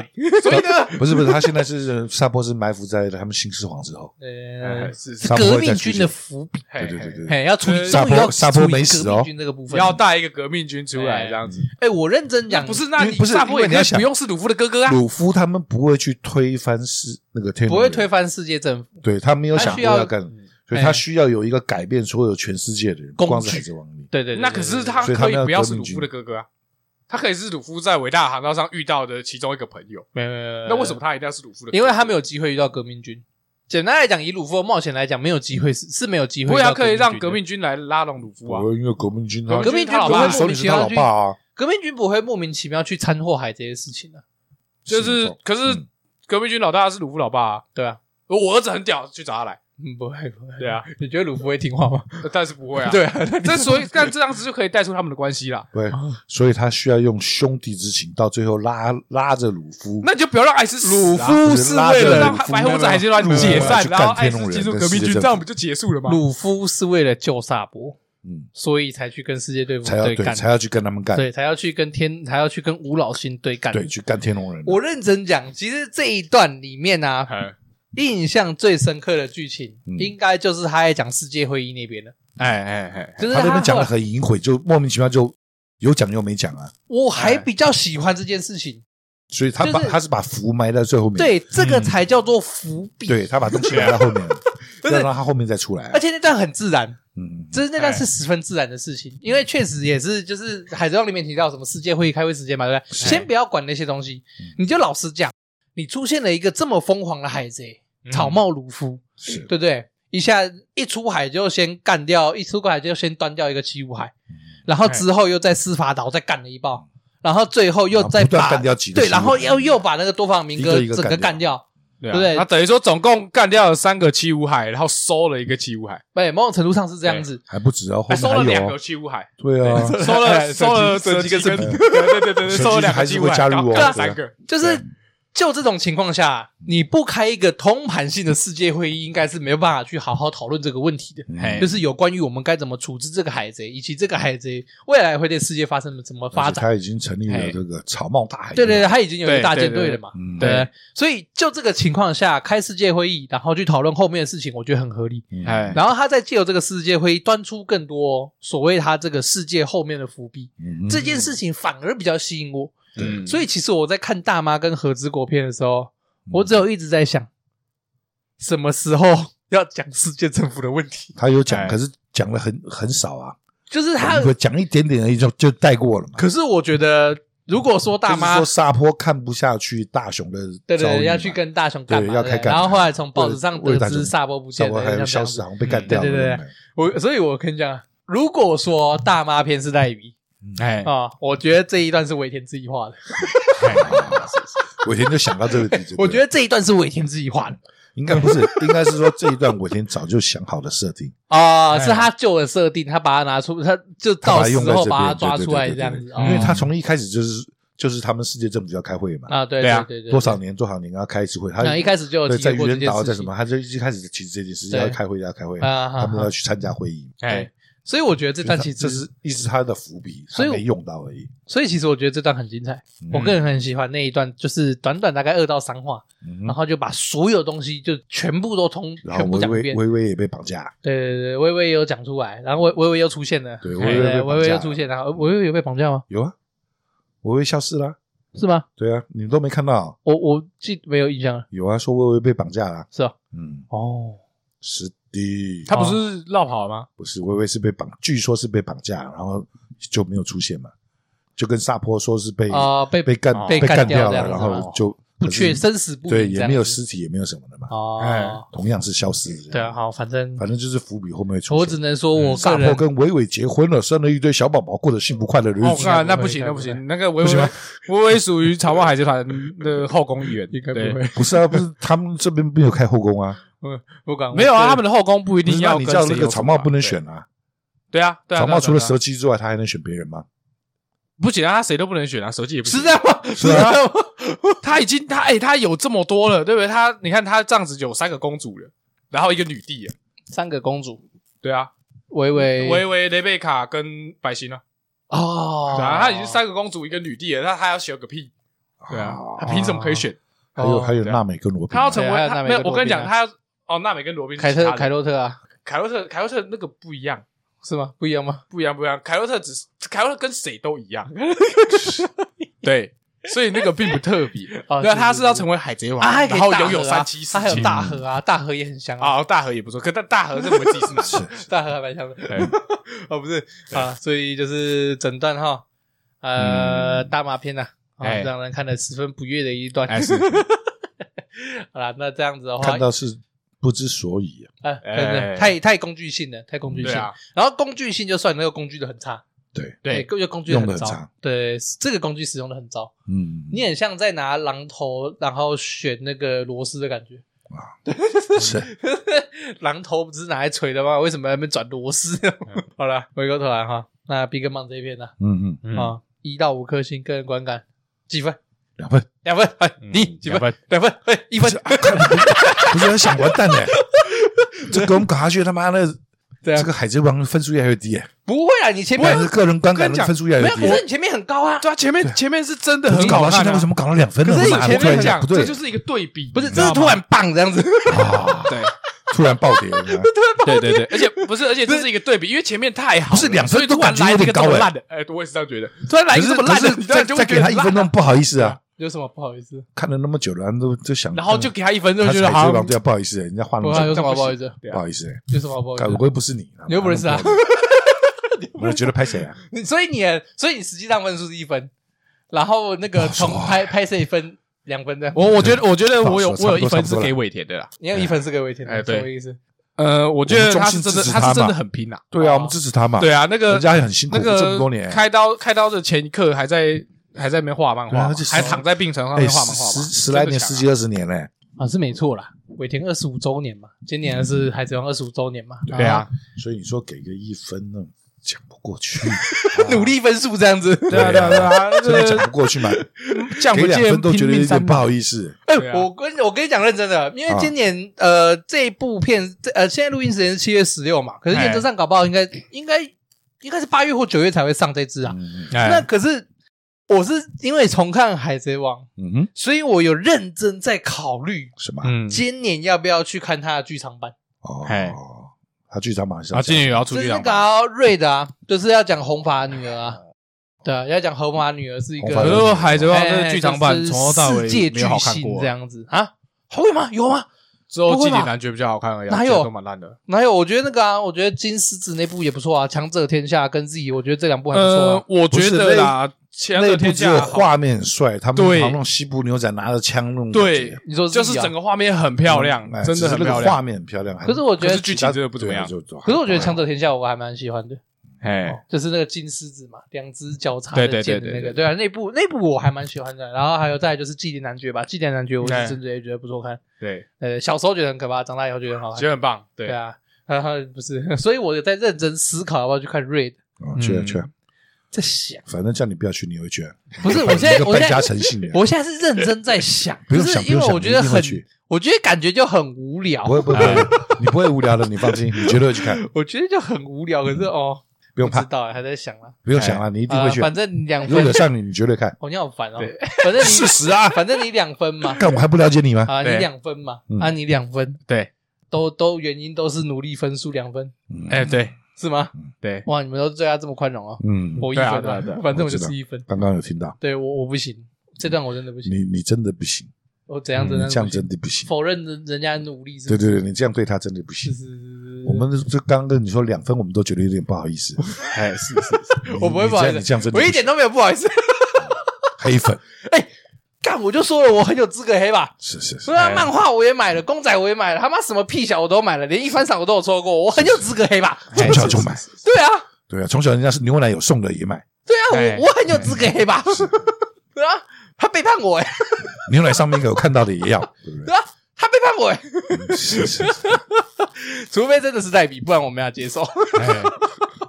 Speaker 3: 所以呢，
Speaker 2: 不是不是，他现在是沙坡是埋伏在他们新狮皇之后。 <laughs> 哎
Speaker 1: 呃，
Speaker 3: <laughs> 是
Speaker 2: 沙坡
Speaker 1: 革
Speaker 2: 会再
Speaker 1: 命
Speaker 2: 出
Speaker 1: 军
Speaker 2: 现
Speaker 1: 的伏笔，
Speaker 2: 对对对，对，
Speaker 1: 哎，要处理
Speaker 3: 呃
Speaker 1: 终于
Speaker 2: 沙
Speaker 1: 要
Speaker 2: 坡沙坡
Speaker 1: 处理
Speaker 2: 没死
Speaker 1: 革
Speaker 2: 哦
Speaker 1: 命军这个部
Speaker 3: 不
Speaker 1: 分，
Speaker 3: 要带一个革命军出来这样子，
Speaker 1: 哎，我认真讲，
Speaker 3: 不是？那你
Speaker 2: 因为不是
Speaker 3: 萨坡也
Speaker 2: 因为你要
Speaker 3: 可以
Speaker 2: 想
Speaker 3: 不用是鲁夫的哥哥啊，
Speaker 2: 鲁夫他们不会去推翻是那个天，
Speaker 1: 不会推，翻世界政府，
Speaker 2: 对他没有想过要干，所以他
Speaker 1: 哎
Speaker 2: 需要有一个改变所有全世界的人，不
Speaker 1: 工具
Speaker 2: 光是海贼王里。
Speaker 1: 对对，对
Speaker 3: 那可是他
Speaker 2: 所以他
Speaker 3: 可
Speaker 2: 们
Speaker 3: 以
Speaker 2: 要
Speaker 3: 不要是
Speaker 2: 革命
Speaker 3: 鲁
Speaker 2: 军
Speaker 3: 夫的哥哥啊，他可以是鲁夫在伟大的航道上遇到的其中一个朋友。
Speaker 1: 没有没有没有，
Speaker 3: 那为什么？他一定要是鲁夫的哥哥？
Speaker 1: 因为他没有机会遇到革命军。简单来讲，以鲁夫的冒险来讲，没有机会是是没有机会
Speaker 3: 不
Speaker 1: 遇
Speaker 3: 会
Speaker 1: 到
Speaker 3: 啊，
Speaker 1: 军的。
Speaker 3: 可以让革命军来拉拢鲁夫啊
Speaker 2: 不。会因为革命军他
Speaker 1: 革命军
Speaker 3: 他老
Speaker 1: 不
Speaker 3: 爸
Speaker 1: 会
Speaker 2: 手
Speaker 1: 莫
Speaker 2: 里
Speaker 1: 名
Speaker 2: 是
Speaker 1: 其
Speaker 2: 他
Speaker 1: 妙
Speaker 2: 老
Speaker 1: 去
Speaker 2: 爸，啊，
Speaker 1: 革命军不会莫名其妙去掺和海这些事情的、啊
Speaker 3: 就是
Speaker 2: 嗯，
Speaker 3: 可是革命军老大是鲁夫老爸啊。
Speaker 1: 对啊，
Speaker 3: 我儿子很屌，去找他来。
Speaker 1: 嗯，不会不会。
Speaker 3: 对啊， <laughs>
Speaker 1: 你觉得鲁夫会听话吗？
Speaker 3: 呃但是不会啊。，
Speaker 1: 对啊，
Speaker 3: 这所以但这样子就可以带出他们的关系啦。
Speaker 2: 对，所以他需要用兄弟之情，到最后拉拉着鲁夫，
Speaker 3: 那你就不要让艾斯死啊
Speaker 2: 鲁夫是为了
Speaker 3: 让白胡子海贼团解散，
Speaker 2: 去干
Speaker 3: 然后艾
Speaker 2: 天
Speaker 3: 斯
Speaker 2: 龙人
Speaker 3: 进入
Speaker 2: 跟
Speaker 3: 革命
Speaker 2: 世界
Speaker 3: 军，
Speaker 2: 政
Speaker 3: 这样
Speaker 2: 府
Speaker 3: 不就结束了吗？
Speaker 1: 鲁夫是为了救萨博，
Speaker 2: 嗯，
Speaker 1: 所以才去跟世界队伍
Speaker 2: 才要对
Speaker 1: 干，
Speaker 2: 才要去跟他们干，
Speaker 1: 对才要去跟天，才要去跟五老星对干。
Speaker 2: 对，去干天龙人。啊
Speaker 1: 我认真讲，其实这一段里面啊，
Speaker 3: 哎
Speaker 1: 印象最深刻的剧情，
Speaker 2: 嗯
Speaker 1: 应该就是他在讲世界会议那边的，
Speaker 3: 哎哎哎，
Speaker 1: 就是
Speaker 2: 他那边讲的
Speaker 1: 后
Speaker 2: 很隐晦，就莫名其妙就有讲又没讲啊，
Speaker 1: 我还比较喜欢这件事情。
Speaker 2: 所以他把、
Speaker 1: 就是
Speaker 2: 他是把福埋在最后面，
Speaker 1: 对，这个才叫做伏笔。
Speaker 2: 嗯对，他把东西埋在后面，
Speaker 1: 对
Speaker 2: 要让他后面再出来、
Speaker 1: 而且那段很自然，
Speaker 2: 嗯，
Speaker 1: 就是那段是十分自然的事情，因为确实也是就是《海贼王》里面提到什么世界会议开会时间嘛，对不对？
Speaker 3: 是
Speaker 1: 先不要管那些东西，
Speaker 2: 嗯
Speaker 1: 你就老实讲，你出现了一个这么疯狂的海贼
Speaker 3: 嗯
Speaker 1: 草帽鲁夫，
Speaker 2: 是
Speaker 1: 对不对？一下一出海就先干掉，一出海就先端掉一个七武海，
Speaker 2: 嗯
Speaker 1: 然
Speaker 2: 哎
Speaker 1: 后之后又在司法岛再干了一爆，然后最后又再
Speaker 2: 然后不断
Speaker 1: 把
Speaker 2: 干掉几个
Speaker 1: 对，
Speaker 2: 七武海
Speaker 1: 然后又又把那个多方明哥
Speaker 2: 一个一个
Speaker 1: 整个干
Speaker 2: 干
Speaker 1: 掉。
Speaker 3: 对
Speaker 1: 对不对
Speaker 3: 啊，他等于说总共干掉了三个七武海，然后收了一个七武海，
Speaker 1: 对，某种程度上是这样子，
Speaker 2: 还不止哦，后
Speaker 3: 还
Speaker 2: 面
Speaker 3: 收了
Speaker 2: 还
Speaker 3: 两
Speaker 2: 有
Speaker 3: 个
Speaker 2: 哦，
Speaker 3: 七武海，
Speaker 2: <laughs> 对啊，
Speaker 3: 收了
Speaker 4: 哎
Speaker 3: 收了
Speaker 4: 手机
Speaker 3: 手机
Speaker 4: 跟
Speaker 3: 跟对对对对，
Speaker 2: <laughs> 手
Speaker 3: 对
Speaker 2: 机
Speaker 3: 收了两个
Speaker 2: 还是
Speaker 3: 七
Speaker 2: 会
Speaker 3: 武海，
Speaker 2: 加入哦
Speaker 3: 搞
Speaker 2: 对啊
Speaker 3: 了三个，
Speaker 1: 就是就这种情况下，你不开一个通盘性的世界会议，应该是没有办法去好好讨论这个问题的。
Speaker 2: 嗯
Speaker 3: 哎
Speaker 1: 就是有关于我们该怎么处置这个海贼，以及这个海贼未来会对世界发生怎么发
Speaker 2: 而且
Speaker 1: 展。
Speaker 2: 他已经成立了
Speaker 3: 哎
Speaker 2: 这个草帽大海，
Speaker 1: 对对对，，他已经有一个
Speaker 3: 对
Speaker 1: 大
Speaker 3: 对
Speaker 1: 舰
Speaker 3: 对
Speaker 1: 队了
Speaker 3: 对
Speaker 1: 嘛。
Speaker 2: 嗯，
Speaker 1: 对
Speaker 3: 对
Speaker 1: 不对，所以就这个情况下开世界会议，然后去讨论后面的事情，我觉得很合理。
Speaker 2: 嗯
Speaker 3: 哎，
Speaker 1: 然后他再借由这个世界会议端出更多所谓他这个世界后面的伏笔，
Speaker 2: 嗯
Speaker 1: 这件事情反而比较吸引我。
Speaker 3: 嗯
Speaker 1: 所以其实我在看大妈跟和之国片的时候，
Speaker 2: 嗯
Speaker 1: 我只有一直在想，什么时候 <laughs> 要讲世界政府的问题？
Speaker 2: 他有讲，
Speaker 3: 哎
Speaker 2: 可是讲的很很少啊，
Speaker 1: 就是他，
Speaker 2: 我们讲一点点而已就就带过了嘛。
Speaker 1: 可是我觉得如果说大妈
Speaker 2: 就是说撒泼看不下去大雄的
Speaker 1: 对对
Speaker 2: 遭遇嘛
Speaker 1: 对，要去跟大雄干嘛？
Speaker 2: 对要开
Speaker 1: 对不对
Speaker 2: 干嘛
Speaker 1: 然后后来从报纸上
Speaker 2: 为
Speaker 1: 得
Speaker 2: 了大
Speaker 1: 知
Speaker 2: 雄
Speaker 1: 萨波不
Speaker 2: 萨
Speaker 1: 见
Speaker 2: 博
Speaker 1: 了，
Speaker 2: 还有
Speaker 1: 像这
Speaker 2: 消
Speaker 1: 样
Speaker 2: 失，
Speaker 1: 子。
Speaker 2: 啊好像被干掉
Speaker 1: 嗯
Speaker 2: 了。
Speaker 1: 对对对
Speaker 2: 不
Speaker 1: 我所以，我跟你讲，如果说大妈片是赖皮
Speaker 2: 嗯
Speaker 3: 哎
Speaker 1: 啊，我觉得这一段是尾田自己画的。
Speaker 2: 尾田就想到这个地址，
Speaker 1: 我觉得这一段是尾田自己画的
Speaker 2: 应该不是，应该是说这一段尾田早就想好的设
Speaker 1: <laughs>
Speaker 2: 定，
Speaker 1: 啊，
Speaker 3: 哎
Speaker 1: 是他旧的设定，他把它拿出，他就
Speaker 2: 他
Speaker 1: 到
Speaker 2: 把它
Speaker 1: 时
Speaker 2: 用在
Speaker 1: 候
Speaker 2: 这
Speaker 1: 把它
Speaker 2: 边，
Speaker 1: 抓
Speaker 2: 对对
Speaker 1: 出来
Speaker 2: 对
Speaker 1: 这
Speaker 2: 对
Speaker 1: 样
Speaker 2: 对
Speaker 1: 子。
Speaker 2: 因为
Speaker 1: 哦
Speaker 2: 他从一开始就是就是他们世界政府要开会嘛，
Speaker 1: 啊，对
Speaker 3: 对啊
Speaker 1: 对对，
Speaker 2: 多少年多少年要开一次会，他
Speaker 1: 那一开始就有
Speaker 2: 对
Speaker 1: 提
Speaker 2: 在
Speaker 1: 及过这
Speaker 2: 愚人
Speaker 1: 件
Speaker 2: 岛啊
Speaker 1: 事
Speaker 2: 在什
Speaker 1: 情
Speaker 2: 么，他就一开始其实这件事
Speaker 1: 对
Speaker 2: 要开会要开会，
Speaker 1: 啊
Speaker 2: 他们
Speaker 1: 啊
Speaker 2: 要去参加会议，
Speaker 3: 哎，
Speaker 1: 所以我觉得这
Speaker 2: 他
Speaker 1: 段其
Speaker 2: 这
Speaker 1: 实，
Speaker 2: 是一直他的伏笔，
Speaker 1: 所以
Speaker 2: 他
Speaker 1: 我
Speaker 2: 没用到而已。
Speaker 1: 所以其实我觉得这段很精
Speaker 2: 嗯
Speaker 1: 彩，我个人很喜欢那一段，就是短短大概二到三话，
Speaker 2: 嗯
Speaker 1: 然后就把所有东西就全部都通，
Speaker 2: 然后
Speaker 1: 全部
Speaker 2: 微
Speaker 1: 讲一
Speaker 2: 微
Speaker 1: 遍。
Speaker 2: 微微也被绑架，
Speaker 1: 对对对，微微也有讲出来，然后微微微又出现了，
Speaker 2: 对
Speaker 1: 对
Speaker 2: 微微被
Speaker 1: 微哎微
Speaker 2: 绑架
Speaker 1: 又
Speaker 2: 了
Speaker 1: 出现，然后微微有被绑架吗？
Speaker 2: 有啊，微微消失了啊，
Speaker 1: 是吗？
Speaker 2: 对啊，你们都没看到，
Speaker 1: 我我记没有印象了，
Speaker 2: 有啊，说微微被绑架了，
Speaker 1: 是吧？
Speaker 2: 嗯，
Speaker 1: 哦，
Speaker 2: 是的，哦
Speaker 3: 他不是绕跑了吗？
Speaker 2: 不是微微是被绑，据说是被绑架，然后就没有出现嘛，就跟萨坡说是被、
Speaker 1: 啊，被
Speaker 2: 被干
Speaker 3: 哦
Speaker 1: 被干
Speaker 2: 干
Speaker 1: 掉这
Speaker 2: 了，
Speaker 1: 样子
Speaker 2: 然
Speaker 1: 吗
Speaker 2: 后就
Speaker 1: 不确
Speaker 2: 可是
Speaker 1: 生死不明
Speaker 2: 对，
Speaker 1: 这
Speaker 2: 也
Speaker 1: 样
Speaker 2: 没有
Speaker 1: 子
Speaker 2: 尸体，也没有什么的嘛，
Speaker 1: 哦
Speaker 3: 哎，
Speaker 2: 同样是消失的，
Speaker 1: 对啊，，好，反正
Speaker 2: 反正就是伏笔后面会出现。
Speaker 1: 我只能说我个
Speaker 2: 萨
Speaker 1: 人
Speaker 2: 坡嗯跟伟伟结婚了，生了一堆小宝宝，过着幸福快乐的日
Speaker 3: 哦，
Speaker 2: 子。
Speaker 3: 那那不行，那不行，那个微微 <laughs> 微微属于草帽海贼团的后
Speaker 2: <laughs>
Speaker 3: 宫一员，应该
Speaker 1: 不
Speaker 3: <laughs>
Speaker 1: 会，
Speaker 2: 不是啊，不是他们这边没有开后宫啊，
Speaker 1: 不管
Speaker 3: 没有啊，他们的后宫不一
Speaker 2: 不
Speaker 3: 定
Speaker 2: 是
Speaker 3: 要
Speaker 2: 那
Speaker 3: 跟
Speaker 2: 你叫那
Speaker 3: 谁有
Speaker 2: 个草
Speaker 3: 什
Speaker 2: 帽
Speaker 3: 么
Speaker 2: 不
Speaker 3: 对
Speaker 2: 能选啊，
Speaker 3: 对啊，对啊，
Speaker 2: 草
Speaker 3: 对啊
Speaker 2: 帽除了
Speaker 3: 对啊
Speaker 2: 蛇姬之外，他还能选别人吗？
Speaker 3: 不行啊，他谁都不能选啊，蛇姬也不行
Speaker 1: 是
Speaker 3: 啊
Speaker 1: 这
Speaker 3: <laughs>
Speaker 1: 样吗？是这
Speaker 2: 啊
Speaker 1: 样吗？
Speaker 3: 他已经他哎、他有这么多了，对不对？他你看他这样子有三个公主了，然后一个女帝了，
Speaker 1: 三个公主，
Speaker 3: 对啊，
Speaker 1: 微微
Speaker 3: 维维、雷贝卡跟百行啊，
Speaker 1: 哦，
Speaker 3: 对啊，他已经三个公主一个女帝了，那他要选个屁？对啊，
Speaker 2: 哦
Speaker 3: 他凭什么可以选？
Speaker 2: 还有还有
Speaker 3: 对啊
Speaker 2: 娜美跟罗宾
Speaker 3: 他
Speaker 2: 啊，
Speaker 3: 要成为
Speaker 1: 对还有
Speaker 3: 他
Speaker 1: 娜美
Speaker 3: 没有，
Speaker 1: 跟
Speaker 3: 我跟你
Speaker 1: 罗宾啊
Speaker 3: 讲，他要哦，娜美跟罗宾是
Speaker 1: 凯
Speaker 3: 其他
Speaker 1: 特
Speaker 3: 的
Speaker 1: 凯洛特啊，
Speaker 3: 凯洛特凯洛特那个不一样，
Speaker 1: 是吗？不一样吗？
Speaker 3: 不一样不一样，凯洛特只是凯洛特跟谁都一
Speaker 1: <laughs>
Speaker 3: 样，对。所以那个并不特别，
Speaker 1: <laughs> 哦
Speaker 3: 对啊，
Speaker 1: 是
Speaker 3: 他
Speaker 1: 是
Speaker 3: 是要
Speaker 1: 是
Speaker 3: 成为海贼王，
Speaker 1: 啊，还可以
Speaker 3: 然后
Speaker 1: 大
Speaker 3: 拥有
Speaker 1: 和啊
Speaker 3: 三妻四
Speaker 1: 他还有
Speaker 3: 妾
Speaker 1: 大河啊，大河也很香啊，
Speaker 3: 啊，大河也不错，可但大河认为自己是
Speaker 1: <laughs>
Speaker 3: 男的， <laughs>
Speaker 1: 大河还蛮香的。
Speaker 3: 对
Speaker 1: <laughs> 哦，不是啊，所以就是整段哈，呃，大麻片呐、啊，
Speaker 3: 嗯哎
Speaker 1: 让人看得十分不悦的一段。
Speaker 3: 哎是
Speaker 1: <laughs> 好啦，那这样
Speaker 3: 哦
Speaker 1: 子的话
Speaker 2: 看，到是不知所以啊，
Speaker 1: 啊，真的
Speaker 3: 哎
Speaker 1: 太太工具性了，太工具
Speaker 3: 对
Speaker 1: 性。
Speaker 3: 啊，
Speaker 1: 然后工具性就算那个工具的很差，
Speaker 2: 对，
Speaker 1: 哎，又工具
Speaker 2: 用得
Speaker 1: 糟
Speaker 2: 很差，
Speaker 1: 对，这个工具使用的很糟，
Speaker 2: 嗯，
Speaker 1: 你很像在拿榔头然后选那个螺丝的感觉。 <laughs>
Speaker 2: 是
Speaker 1: 榔头不是拿来锤的吗？为什么要在那边转螺丝？ <laughs> 好了，回过头来哈，那 Big Man 这一片呢？
Speaker 2: 嗯嗯，
Speaker 3: 嗯
Speaker 1: 啊，一到五颗星，个人观感几分？
Speaker 2: 两分，
Speaker 1: 两分，哎，
Speaker 3: 嗯
Speaker 1: 你几分
Speaker 3: 两？分
Speaker 1: 两分，哎，一分。
Speaker 2: 不是很想完
Speaker 3: <laughs>
Speaker 2: 蛋呢、这给我们搞下去，他妈的，
Speaker 1: 对啊
Speaker 2: 这个海贼王分数越来越低、欸，
Speaker 1: 不
Speaker 3: 哎
Speaker 1: 会啊，你前面
Speaker 2: 但是个人观感的分数越来
Speaker 1: 没
Speaker 2: 越
Speaker 1: 有，
Speaker 2: 低、
Speaker 1: 可是
Speaker 2: 欸。
Speaker 1: 你前面很高啊。
Speaker 3: 对啊，前面前面是真的
Speaker 2: 不
Speaker 3: 很
Speaker 2: 是搞
Speaker 3: 好
Speaker 2: 到
Speaker 3: 看
Speaker 2: 现在
Speaker 3: 啊，
Speaker 2: 为什么搞到两分
Speaker 3: 可
Speaker 2: 了？
Speaker 3: 是
Speaker 2: 我
Speaker 3: 你
Speaker 2: 妈的
Speaker 3: 前
Speaker 2: 突然
Speaker 3: 面
Speaker 2: 间
Speaker 3: 讲，
Speaker 2: 不
Speaker 3: 这
Speaker 2: 对
Speaker 3: 就是一个对比，
Speaker 1: 不是，
Speaker 3: 你
Speaker 1: 这是 <laughs>
Speaker 3: 知道
Speaker 1: 突
Speaker 3: 吗
Speaker 1: 然棒这样子。
Speaker 2: 啊，
Speaker 3: 对，
Speaker 2: 突然暴跌了，你看
Speaker 3: 对对对，而且不是，而且这是一个对比，因为前面太好了，
Speaker 2: 不是两分
Speaker 3: 所以突然
Speaker 2: 都感觉
Speaker 3: 来
Speaker 2: 有
Speaker 3: 一
Speaker 2: 点
Speaker 3: 个这
Speaker 2: 高
Speaker 3: 么
Speaker 2: 哎
Speaker 3: 烂的，哎，我也是这样觉得，突然来
Speaker 2: 可
Speaker 3: 一个
Speaker 2: 是
Speaker 3: 这么
Speaker 2: 可
Speaker 3: 烂的，
Speaker 2: 是
Speaker 3: 你当
Speaker 2: 再
Speaker 3: 然就
Speaker 2: 再
Speaker 3: 会
Speaker 2: 给他一
Speaker 3: 觉
Speaker 2: 分
Speaker 3: 得很
Speaker 2: 钟
Speaker 3: 烂，
Speaker 2: 不好意思啊，
Speaker 1: 有什么不好意思？
Speaker 2: 看了那么久了，都就想，
Speaker 3: 然后就给他一分钟，
Speaker 2: 他
Speaker 3: 就觉得
Speaker 2: 踩
Speaker 3: 好
Speaker 2: 对
Speaker 3: 像
Speaker 2: 方，对啊，不好意思，人家花那
Speaker 1: 不
Speaker 2: 么
Speaker 1: 啊，有
Speaker 2: 久，
Speaker 1: 什么不好意思？
Speaker 3: 对
Speaker 2: 不
Speaker 3: 啊
Speaker 2: 好意思，
Speaker 1: 有什么不好
Speaker 2: 干
Speaker 1: 意
Speaker 2: 我
Speaker 1: 思？
Speaker 2: 又不是你，
Speaker 1: 你又不认识他，
Speaker 2: 我就觉得拍谁啊？
Speaker 1: 你所以你也所以你实际上分数是一分，然后那个
Speaker 2: 不好
Speaker 1: 重
Speaker 2: 说
Speaker 1: 拍拍摄一分两分的，
Speaker 3: 我我觉得我觉得我有
Speaker 2: 差不多
Speaker 3: 我有一
Speaker 2: 差
Speaker 3: 分
Speaker 2: 不
Speaker 3: 是
Speaker 2: 多了嗯
Speaker 3: 给尾田的啦，
Speaker 1: 你有一分是给魏天
Speaker 3: 哎
Speaker 1: 的，
Speaker 3: 对
Speaker 1: 什么意思？
Speaker 3: 呃，我觉
Speaker 2: 我
Speaker 3: 得
Speaker 2: 们衷
Speaker 3: 他是
Speaker 2: 心
Speaker 3: 真的，
Speaker 2: 支持
Speaker 3: 他
Speaker 2: 他
Speaker 3: 是真的
Speaker 2: 嘛
Speaker 3: 很拼啦，
Speaker 2: 对啊，
Speaker 1: 哦
Speaker 2: 我们支持他嘛，
Speaker 3: 对啊，那个
Speaker 2: 人家也很辛苦
Speaker 3: 那个
Speaker 2: 这么多年
Speaker 3: 开刀开刀的前一刻还在还在那边画漫
Speaker 2: 对
Speaker 3: 画
Speaker 2: 啊
Speaker 3: 嘛
Speaker 2: 而且，十
Speaker 3: 还躺在病床上
Speaker 2: 哎，
Speaker 3: 面画漫画
Speaker 2: 十
Speaker 3: 嘛，
Speaker 2: 十来年、十几
Speaker 3: 个，
Speaker 2: 二十年嘞，
Speaker 1: 啊，是没错啦。尾田二十五周年嘛，今年是海贼王二十五周年嘛，
Speaker 3: 对啊，
Speaker 2: 所以你说给个一分呢，讲不过去，
Speaker 1: 努力分数这样子。
Speaker 3: 对啊对啊对啊，那
Speaker 2: <laughs> 真的
Speaker 3: 个
Speaker 2: 讲不过去嘛，
Speaker 3: 降
Speaker 2: 给
Speaker 3: 不
Speaker 2: 两
Speaker 3: 见
Speaker 2: 分都觉得有
Speaker 3: 拼命
Speaker 2: 点
Speaker 3: 三
Speaker 2: 不
Speaker 3: 吧
Speaker 2: 好意思，
Speaker 1: 哎、
Speaker 3: 对啊
Speaker 1: 我跟我跟你讲认真的，因为
Speaker 2: 啊
Speaker 1: 今年、呃这一部片，这呃现在录音时间是七月十六嘛，可是
Speaker 3: 哎
Speaker 1: 原则上搞不好应该应该应该是八月或九月才会上这支啊。
Speaker 2: 嗯
Speaker 3: 哎
Speaker 1: 那可是我是因为重看《海贼王》，
Speaker 2: 嗯哼，
Speaker 1: 所以我有认真在考虑
Speaker 2: 什么？
Speaker 3: 嗯，
Speaker 1: 今年要不要去看它的剧场版。
Speaker 2: 哦
Speaker 3: 哎，
Speaker 2: 他剧场马上
Speaker 3: 然后今啊年也要出
Speaker 1: 就是
Speaker 3: 去
Speaker 1: 那
Speaker 3: 上
Speaker 1: 个
Speaker 3: 班。
Speaker 1: 啊瑞的啊，就是要讲红发女儿啊，对啊，要讲红发女儿是一个
Speaker 2: 红发
Speaker 3: 可
Speaker 2: 女
Speaker 3: 是
Speaker 2: 儿
Speaker 3: 《海贼王》这
Speaker 1: 哎
Speaker 3: 啊个剧场版
Speaker 1: 就是
Speaker 3: 从头到尾
Speaker 1: 世界
Speaker 3: 没有好
Speaker 1: 巨
Speaker 3: 看
Speaker 1: 星
Speaker 3: 过
Speaker 1: 这，样子啊，会吗？有吗？
Speaker 3: 只有
Speaker 1: 不会
Speaker 3: 季
Speaker 1: 吧
Speaker 3: 景男觉得比较好看而已啊，
Speaker 1: 哪
Speaker 3: 其他
Speaker 1: 有
Speaker 3: 都蛮烂的。
Speaker 1: 哪有？我觉得那个啊，我觉得金狮子那部也不错啊，《强者天下》跟 Z，我觉得这两部还不错
Speaker 3: 呃
Speaker 1: 啊，。
Speaker 3: 我觉得啦，前
Speaker 2: 那
Speaker 3: 者
Speaker 2: 一部
Speaker 3: 天
Speaker 2: 只有
Speaker 3: 下
Speaker 2: 画面很帅，他们好
Speaker 3: 对
Speaker 2: 像那种西部牛仔拿着枪那种感觉，嗯
Speaker 3: 对，
Speaker 1: 你说 Z
Speaker 3: 就
Speaker 1: 啊
Speaker 3: 是整个画面很漂亮
Speaker 1: 嗯
Speaker 2: 哎，
Speaker 3: 真
Speaker 2: 只
Speaker 3: 的
Speaker 2: 是
Speaker 3: 很
Speaker 2: 那个
Speaker 3: 漂
Speaker 2: 画
Speaker 3: 亮。
Speaker 2: 面很漂亮。
Speaker 1: 可是我觉
Speaker 3: 可
Speaker 1: 得
Speaker 3: 是，剧情真的不怎么样。
Speaker 2: 可
Speaker 1: 可是我觉得《强者天下》我还蛮喜欢的，哦
Speaker 3: 哎，
Speaker 1: 就是那个金狮子嘛，两只交叉
Speaker 3: 对
Speaker 1: 的
Speaker 3: 对
Speaker 1: 剑的那
Speaker 3: 对对
Speaker 1: 个，
Speaker 3: 对
Speaker 1: 对啊，那部那部我还蛮喜欢的。然后还有再来就是《祭奠男爵》吧，《祭奠男爵》我
Speaker 3: 哎
Speaker 1: 是真的也觉得不错看。
Speaker 3: 对，
Speaker 1: 呃，小时候觉得很可怕，长大以后觉得很好看
Speaker 3: 觉。得很棒。对
Speaker 1: 对，啊，然后不是，所以我有在认真思考要不要去看 Red，
Speaker 2: 哦去
Speaker 3: 嗯
Speaker 2: 去，
Speaker 1: 在想，
Speaker 2: 反正叫你不要去，你会去。
Speaker 1: <laughs> 不是，我现在
Speaker 2: 你这个
Speaker 1: 我现
Speaker 2: 败家
Speaker 1: 在
Speaker 2: 诚信的，
Speaker 1: 我现在是认真在想，
Speaker 2: 不用
Speaker 1: 是
Speaker 2: 想，不
Speaker 1: 因
Speaker 2: 用
Speaker 1: 为
Speaker 2: 想，
Speaker 1: 我觉得
Speaker 2: 你一定会
Speaker 1: 很，
Speaker 2: 去
Speaker 1: 我觉得感觉就很无聊
Speaker 2: 不，会不会不会，你不
Speaker 3: 嗯
Speaker 2: 会无聊的，你放心，你绝对会去看，
Speaker 1: <laughs> 我觉得就很无聊。可是哦，
Speaker 2: 不用
Speaker 1: 不知
Speaker 3: <laughs>
Speaker 2: 怕，
Speaker 1: 道还在想啊，
Speaker 2: 不用想
Speaker 3: 哎
Speaker 2: 啊，你一定
Speaker 1: 啊
Speaker 2: 会去。
Speaker 3: 呃
Speaker 1: 反正两
Speaker 2: 如果
Speaker 1: 分
Speaker 2: 有，上你，你绝对看。
Speaker 1: 我你好烦哦
Speaker 3: 对。
Speaker 1: 反正
Speaker 2: 事
Speaker 1: 你，
Speaker 2: 实啊，
Speaker 1: <laughs> 反正你两分嘛，
Speaker 2: 干我还不了解你吗？
Speaker 1: 啊，你
Speaker 3: 对
Speaker 1: 两分嘛
Speaker 2: 嗯，
Speaker 1: 啊，你两分，
Speaker 3: 对，
Speaker 1: 都都原因都是努力分数两分
Speaker 2: 嗯
Speaker 3: 哎，对
Speaker 1: 是吗？
Speaker 3: 对，
Speaker 1: 哇，你们都对他这么宽容哦，
Speaker 2: 嗯，
Speaker 1: 我一
Speaker 3: 对啊
Speaker 1: 分
Speaker 3: 对啊
Speaker 1: 嘛
Speaker 3: 对啊，
Speaker 1: 反正我就
Speaker 2: 我知道
Speaker 1: 是一分，
Speaker 2: 刚刚有听到，
Speaker 1: 对我我不行，这段我真的不行。
Speaker 2: 你你真的不行，
Speaker 1: 我怎样
Speaker 2: 你
Speaker 1: 怎样
Speaker 2: 嗯这样
Speaker 1: 不行
Speaker 2: 真的不行。
Speaker 1: 否认人人家努力是
Speaker 2: 对
Speaker 1: 不是？
Speaker 2: 对对，你这样对他真的不行
Speaker 1: 是。是是
Speaker 2: 我们就刚刚跟你说两分，我们都觉得有点不好意思。
Speaker 3: 哎，是是是，
Speaker 1: <laughs> 我不会不好意
Speaker 2: 你这样你这样
Speaker 1: 思
Speaker 2: 真的，不
Speaker 1: 我
Speaker 2: 行
Speaker 1: 一点都没有不好意思。 <laughs>
Speaker 2: 黑粉，
Speaker 1: 干，我就说了，我很有资格黑吧？
Speaker 2: 是是是
Speaker 1: 对，啊，
Speaker 3: 哎
Speaker 1: 漫画我也买了，公仔我也买了，他妈什么屁小我都买了，连一番赏我都有抽过，我很有资格黑吧？
Speaker 3: 哎
Speaker 2: 从小就买，
Speaker 1: 对啊，
Speaker 2: 对啊，从小人家是牛奶有送的也买，
Speaker 1: 对
Speaker 3: 哎
Speaker 1: 啊，我我很有资格黑吧？ <laughs> 对啊，他背叛我哎，
Speaker 2: 牛奶上面有看到的也要，对
Speaker 1: <laughs>
Speaker 2: 不
Speaker 1: 对啊，他背叛我哎，
Speaker 2: 对？是是，
Speaker 1: 除非真的是代笔，不然我没法接受。 <laughs>
Speaker 3: 哎
Speaker 1: 嗯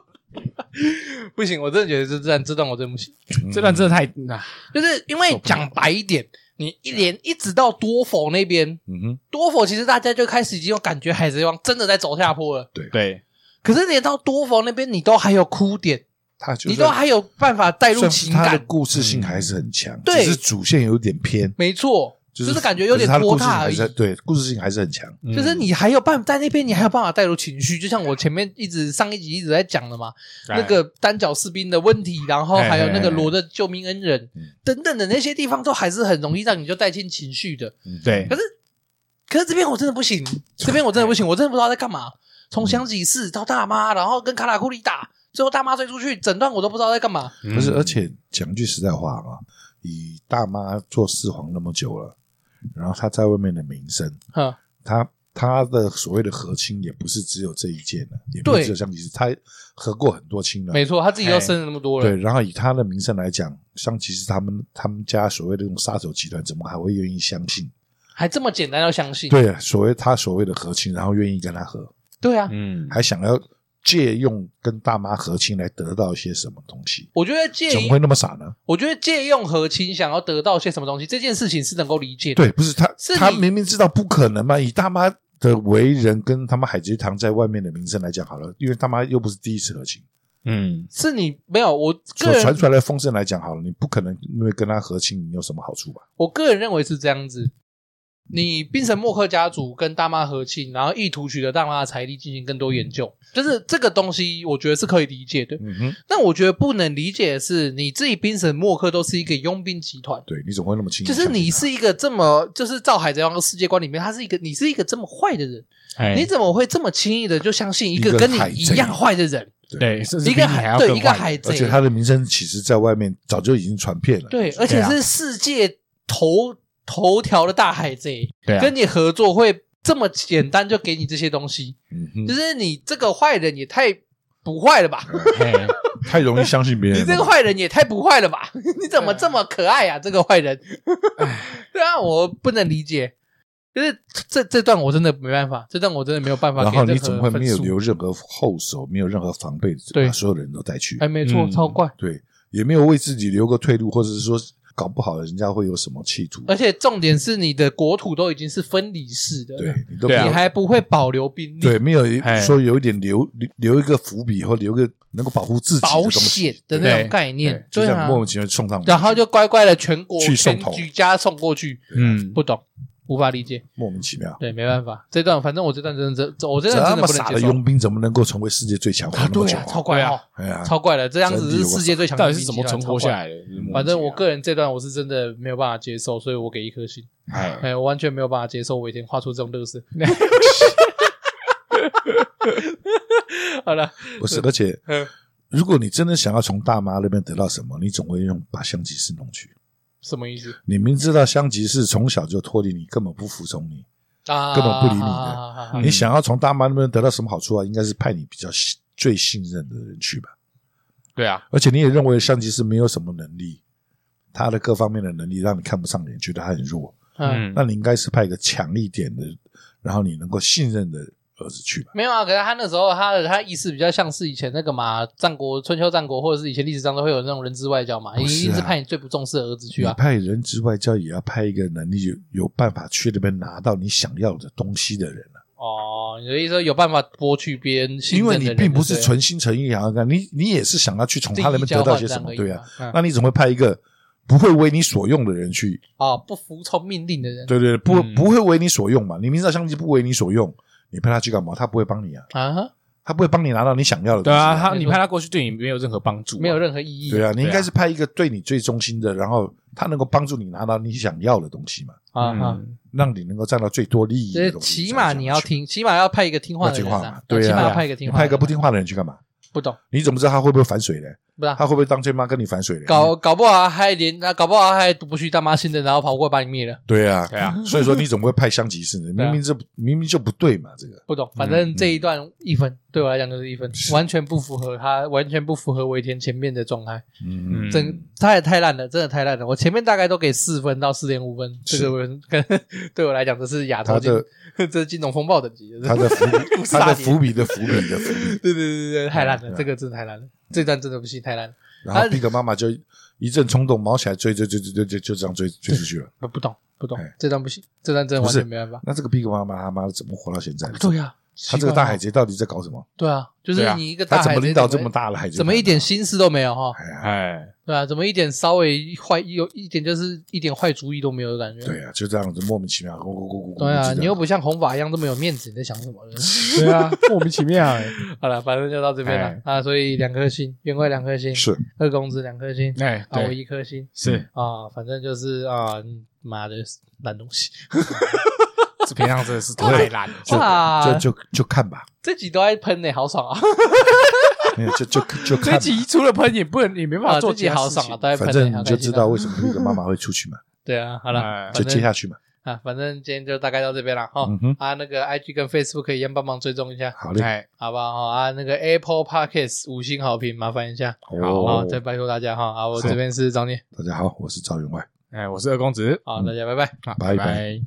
Speaker 1: 不行，我真的觉得这段这段我真的不行。
Speaker 3: 这段真的太啊
Speaker 1: 就是因为讲白一点，你一连一直到多佛那边，
Speaker 2: 嗯哼，
Speaker 1: 多佛其实大家就开始已经有感觉海贼王真的在走下坡了。
Speaker 3: 对，
Speaker 1: 可是连到多佛那边，你都还有哭点，
Speaker 2: 他就嗯
Speaker 1: 你都还有办法带入
Speaker 2: 算是
Speaker 1: 情
Speaker 2: 他的
Speaker 1: 感，
Speaker 2: 故事性还是很强，
Speaker 1: 对
Speaker 2: 只是主线有点偏，
Speaker 1: 没错，
Speaker 2: 就
Speaker 1: 就是是感觉有点
Speaker 2: 可是他的
Speaker 1: 拖
Speaker 2: 故事性
Speaker 1: 沓
Speaker 2: 还
Speaker 1: 而已
Speaker 2: 是。对，故事性还是很强。
Speaker 3: 嗯
Speaker 1: 就是你还有办法在那边，你还有办法带入情绪，就像我前面一直上一集一直在讲的嘛，那个单脚士兵的问题，然后还有那个罗的救命恩人
Speaker 2: 嗯
Speaker 1: 等等的那些地方，都还是很容易让你就带进情绪的。
Speaker 3: 哎对
Speaker 1: 可是，可是这边我真的不行，这边我真的
Speaker 2: 哎
Speaker 1: 不行，我真的不知道在干嘛。从香吉士到大
Speaker 2: 嗯
Speaker 1: 妈，然后跟卡拉库里打，最后大妈追出去，整段我都不知道在干嘛。
Speaker 3: 嗯
Speaker 2: 不是，而且讲句实在话啊，以大妈做四皇那么久了，然后她在外面的名声，
Speaker 1: 哼，
Speaker 2: 她她的所谓的和亲也不是只有这一件了，也不
Speaker 1: 对
Speaker 2: 是只有像你，她和过很多亲了。
Speaker 1: 没错，他自己都生了那么多
Speaker 2: 对，
Speaker 1: 人，
Speaker 2: 然后以她的名声来讲，像其实他们他们家所谓的这种杀手集团，怎么还会愿意相信？
Speaker 1: 还这么简单要相信？
Speaker 2: 对，所谓他所谓的和亲，然后愿意跟他和，
Speaker 1: 对啊，
Speaker 3: 嗯，
Speaker 2: 还想要借用跟大妈和亲来得到一些什么东西，
Speaker 1: 我觉得借
Speaker 2: 怎么会那么傻呢？
Speaker 1: 我觉得借用和亲想要得到些什么东西，这件事情是能够理解的。
Speaker 2: 对，不是他
Speaker 1: 是，你
Speaker 2: 他明明知道不可能嘛。以大妈的为人跟他们海贼堂在外面的名声来讲好了，因为他妈又不是第一次和亲，
Speaker 3: 嗯，
Speaker 1: 是你没有我
Speaker 2: 所
Speaker 1: 个人
Speaker 2: 传出来的风声来讲好了，你不可能因为跟他和亲你有什么好处吧？
Speaker 1: 我个人认为是这样子。你槟城默克家族跟大妈和亲，然后意图取得大妈的财力进行更多研究，就是这个东西，我觉得是可以理解的。
Speaker 2: 嗯哼，
Speaker 1: 但我觉得不能理解的是，你自己槟城默克都是一个佣兵集团，
Speaker 2: 对，你怎么会那么轻易
Speaker 1: 就
Speaker 2: 相信
Speaker 1: 是
Speaker 2: 他？
Speaker 1: 你是一个这么，就是照海贼王的世界观里面，他是一个你是一个这么坏的人，
Speaker 3: 哎
Speaker 1: 你怎么会这么轻易的就相信一个
Speaker 2: 一个
Speaker 1: 跟你
Speaker 2: 海
Speaker 1: 一
Speaker 2: 贼
Speaker 1: 样坏的人，
Speaker 3: 对，甚至
Speaker 1: 一
Speaker 3: 比你
Speaker 1: 个
Speaker 3: 还
Speaker 1: 海
Speaker 3: 要
Speaker 1: 对
Speaker 3: 更
Speaker 1: 一个
Speaker 3: 坏
Speaker 1: 海
Speaker 2: 而且
Speaker 1: 贼，
Speaker 2: 他的名声其实在外面早就已经传遍了。
Speaker 1: 对，而且是世界头头条的大海贼，
Speaker 3: 对啊，
Speaker 1: 跟你合作会这么简单就给你这些东西，
Speaker 2: 嗯哼，
Speaker 1: 就是你这个坏人也太不坏了吧？
Speaker 3: 哎
Speaker 2: 太容易相信别人
Speaker 1: 你
Speaker 2: 了。
Speaker 1: 这个坏人也太不坏了吧？ <laughs> 你怎
Speaker 2: 啊
Speaker 1: 么这么可爱啊呀、这个坏人， <laughs> 对啊，我不能理解。就是这这段我真的没办法，这段我真的没有办法
Speaker 2: 然
Speaker 1: 给
Speaker 2: 后
Speaker 1: 任何分数。
Speaker 2: 你怎么会没有留任何后手，没有任何防备，
Speaker 1: 对
Speaker 2: 把所有人都带去
Speaker 1: 哎，？没错，
Speaker 3: 嗯
Speaker 1: 超怪。
Speaker 2: 对，也没有为自己留个退路，或者是说搞不好人家会有什么企图。
Speaker 1: 而且重点是你的国土都已经是分离式的，
Speaker 2: 对，你都
Speaker 3: 对啊
Speaker 1: 你还不会保留兵力，
Speaker 2: 对，没有一
Speaker 3: 哎
Speaker 2: 说有一点留留留一个伏笔，或留个能够保护自己的
Speaker 1: 保
Speaker 2: 东西，
Speaker 1: 险的那
Speaker 3: 对
Speaker 1: 种概念
Speaker 3: 对，
Speaker 2: 就
Speaker 1: 对
Speaker 2: 这
Speaker 1: 啊
Speaker 2: 样莫，名其妙送上门去，
Speaker 1: 然后就乖乖的全国
Speaker 2: 去送
Speaker 1: 全
Speaker 2: 头
Speaker 1: 举家送过去，
Speaker 3: 嗯，
Speaker 1: 不懂，无法理解，
Speaker 2: 莫名其妙。
Speaker 1: 对，没办法，这段反正我这段真的真，我这
Speaker 2: 这
Speaker 1: 段真的
Speaker 2: 么
Speaker 1: 不能
Speaker 2: 傻的
Speaker 1: 接受
Speaker 2: 佣兵怎么能够成为世界最强？
Speaker 1: 啊，
Speaker 2: 活那么
Speaker 1: 对
Speaker 2: 久
Speaker 1: 啊，超怪
Speaker 3: 对啊
Speaker 1: 哦，
Speaker 2: 哎呀，
Speaker 1: 超怪了，这样子是世界最强，
Speaker 3: 到底是怎么存活下？来的？
Speaker 1: 啊反
Speaker 2: 嗯
Speaker 1: 正我个人这段我是真的没有办法接受，所以我给一颗星，
Speaker 3: 哎，
Speaker 2: 嗯
Speaker 1: 哎，我完全没有办法接受我以前画出这种
Speaker 3: <laughs>
Speaker 1: 乐事。好了，
Speaker 2: 不是，而且
Speaker 1: <laughs> 嗯
Speaker 2: 如果你真的想要从大妈那边得到什么，你总会用把香吉士弄去。
Speaker 1: 什么意思
Speaker 2: 你明知道香吉士从小就脱离你，根本不服从你，
Speaker 1: 啊？
Speaker 2: 根本不理你的
Speaker 1: 的
Speaker 3: 嗯
Speaker 2: 你想要从大妈那边得到什么好处啊？应该是派你比较信最信任的人去吧。
Speaker 3: 对啊，
Speaker 2: 而且你也认为香吉士没有什么能力，他的各方面的能力让你看不上眼，觉得他很弱。
Speaker 1: 嗯，
Speaker 3: 嗯
Speaker 2: 那，你应该是派一个强一点的，然后你能够信任的儿子去吧。
Speaker 1: 没有啊，可是他那时候他的他意思比较像是以前那个嘛，战国春秋战国或者是以前历史上都会有那种人质外交嘛，一
Speaker 2: 不是啊嗯
Speaker 1: 定是派你最不重视的儿子去
Speaker 2: 你
Speaker 1: 啊。
Speaker 2: 派人之外交，也要派一个能力有有办法去那边拿到你想要的东西的人啊，
Speaker 1: 哦，你的意思说有办法剥去别人信
Speaker 2: 因
Speaker 1: 任的
Speaker 2: 为
Speaker 1: 人
Speaker 2: 你并不是
Speaker 1: 对对
Speaker 2: 纯心诚意想要干，你你也是想要去从他那边得到些什么，
Speaker 1: 利益交换
Speaker 2: 对
Speaker 1: 这样而
Speaker 2: 啊。
Speaker 1: 已嘛嗯
Speaker 2: 那你怎么会派一个不会为你所用的人去？
Speaker 1: 哦，不服从命令的人
Speaker 2: 对对对，不
Speaker 3: 嗯
Speaker 2: 不会为你所用嘛？你明知道相机不为你所用，你派他去干嘛？他不会帮你啊，
Speaker 1: 啊哈，
Speaker 2: 他不会帮你拿到你想要的东
Speaker 3: 对
Speaker 2: 西
Speaker 3: 啊，
Speaker 2: 啊。
Speaker 3: 他你派他过去对你没有任何帮助啊，
Speaker 1: 没有任何意义。
Speaker 2: 对啊，你应
Speaker 3: 对
Speaker 2: 该
Speaker 3: 啊
Speaker 2: 是派一个对你最忠心的，然后他能够帮助你拿到你想要的东西嘛，
Speaker 1: 啊哈，
Speaker 3: 嗯
Speaker 2: 让你能够占到最多利益
Speaker 1: 就
Speaker 2: 的
Speaker 1: 是
Speaker 2: 东西。
Speaker 1: 起码你要听，起码要派一个听话
Speaker 2: 要
Speaker 1: 的
Speaker 2: 听
Speaker 1: 人
Speaker 2: 话嘛
Speaker 1: 啊，，
Speaker 2: 对
Speaker 1: 起
Speaker 2: 啊，
Speaker 1: 码要派一个听
Speaker 2: 你
Speaker 1: 话的人啊，
Speaker 2: 派一个不听话的人去干嘛？
Speaker 1: 不懂，
Speaker 2: 你怎么知道他会不会反水呢？
Speaker 1: 不知
Speaker 2: 他
Speaker 1: 道。
Speaker 2: 会不会当天妈跟你反水呢？
Speaker 1: 搞搞不好还连那搞不好还不去大妈信任，然后跑过来把你灭了，
Speaker 2: 对啊，
Speaker 3: 对啊，
Speaker 2: 所以说你怎么会派香吉士呢？
Speaker 1: 对啊
Speaker 2: 明明这明明就不对嘛，这个
Speaker 1: 不懂。反
Speaker 2: 嗯
Speaker 1: 正这一段一分对我来讲就是一分，完全不符合他，完全不符合维田前面的状态。
Speaker 2: 嗯
Speaker 3: 嗯
Speaker 1: 真太太烂了，真的太烂了。我前面大概都给四分到四点五分，这
Speaker 2: 是
Speaker 1: 个我 <laughs> 跟对我来讲，这是亚洲
Speaker 2: 他
Speaker 1: 金 <laughs>
Speaker 2: 的，
Speaker 1: 这是金融风暴等级。
Speaker 2: 他的伏
Speaker 1: <laughs> 不
Speaker 2: 笔，
Speaker 1: 是啊
Speaker 2: 他的
Speaker 1: 你
Speaker 2: 伏笔的伏笔的伏笔。
Speaker 1: <laughs> 对对对对，太烂
Speaker 2: 对
Speaker 1: 了，
Speaker 2: 啊
Speaker 1: 这个真的太烂了，这段真的不行，太烂了，
Speaker 2: 然后
Speaker 1: 他
Speaker 2: 比格妈妈就一阵冲动，毛起来追追追追追追，就这样追追出去了。
Speaker 1: 我不懂不懂
Speaker 2: 哎，
Speaker 1: 这段不行，这段真的
Speaker 2: 不
Speaker 1: 完
Speaker 2: 是
Speaker 1: 全没办法。
Speaker 2: 那这个比格妈妈他妈怎么活到现在的？
Speaker 1: 对呀，
Speaker 2: 他这个
Speaker 1: 奇怪哦
Speaker 2: 大海，贼到底在搞什么？
Speaker 1: 对啊，就
Speaker 3: 对
Speaker 1: 是
Speaker 3: 啊
Speaker 1: 你一个
Speaker 2: 他
Speaker 1: 大
Speaker 2: 怎
Speaker 1: 海
Speaker 2: 么
Speaker 1: 贼
Speaker 2: 领导这么？大的海贼？
Speaker 1: 怎么一点？心思都没有哈？
Speaker 2: 啊哎呀，
Speaker 3: 哎，
Speaker 1: 对啊，怎么一点稍微坏有一点就是一点坏主意都没有的感觉？
Speaker 2: 对呀，就这样子莫名其妙，咕咕咕咕咕咕。
Speaker 1: 对啊，
Speaker 2: 就这样
Speaker 1: 你又不像红发一样这么有面子，你在想什
Speaker 2: <laughs>
Speaker 1: 么呢？
Speaker 3: <laughs> 对啊，莫名其妙哎，
Speaker 1: 好了，反正就到这边了
Speaker 3: 哎
Speaker 1: 啊，所以两颗星，员外两颗星，
Speaker 2: 是
Speaker 1: 二公子两颗星，
Speaker 3: 哎，
Speaker 1: 啊，我
Speaker 3: 对，
Speaker 1: 一颗星
Speaker 3: 是
Speaker 1: 啊，反正就是啊，嗯妈的烂东西，
Speaker 3: 这平常真的是太烂 <laughs> 了，
Speaker 2: 就
Speaker 1: 哇
Speaker 2: 就就就
Speaker 1: <laughs>
Speaker 2: 看吧， <laughs>
Speaker 1: 这集都在喷呢，好爽啊！
Speaker 2: 没有就就
Speaker 1: <laughs>
Speaker 3: 这
Speaker 2: 就看吧，
Speaker 3: 集除了喷也不能，也没办
Speaker 1: 啊，
Speaker 3: 法做
Speaker 1: 这
Speaker 3: 其
Speaker 1: 集
Speaker 3: 他
Speaker 1: 好
Speaker 3: 事
Speaker 1: 爽啊，
Speaker 3: 情。
Speaker 1: 都在喷
Speaker 2: 反
Speaker 1: 呢，
Speaker 2: 正
Speaker 1: 好
Speaker 2: 你
Speaker 1: 开
Speaker 2: 就
Speaker 1: 心
Speaker 2: 知
Speaker 1: 啊
Speaker 2: 道为什么那个妈妈会出 <laughs> 去嘛，
Speaker 1: 对啊，好了
Speaker 3: 哎，
Speaker 1: 反
Speaker 2: 就
Speaker 1: 正
Speaker 2: 接下去嘛。
Speaker 1: 啊，反正今天就大概到这边了哈
Speaker 2: 嗯。哼，
Speaker 1: 啊，那个 IG 跟 Facebook 一样帮忙追踪一下，
Speaker 2: 好嘞，
Speaker 3: 哎，
Speaker 1: 好不好哈？啊，那个 Apple Podcast 五星好评，麻烦一下
Speaker 3: 好
Speaker 1: 啊
Speaker 2: 哦，，
Speaker 1: 再拜托大家哈。啊，我
Speaker 3: 是
Speaker 1: 这边是张念，
Speaker 2: 大家好，我是赵员外。
Speaker 3: 哎，我是二公子，
Speaker 1: 好，大家拜拜。
Speaker 3: 啊
Speaker 2: 嗯拜拜
Speaker 3: 拜。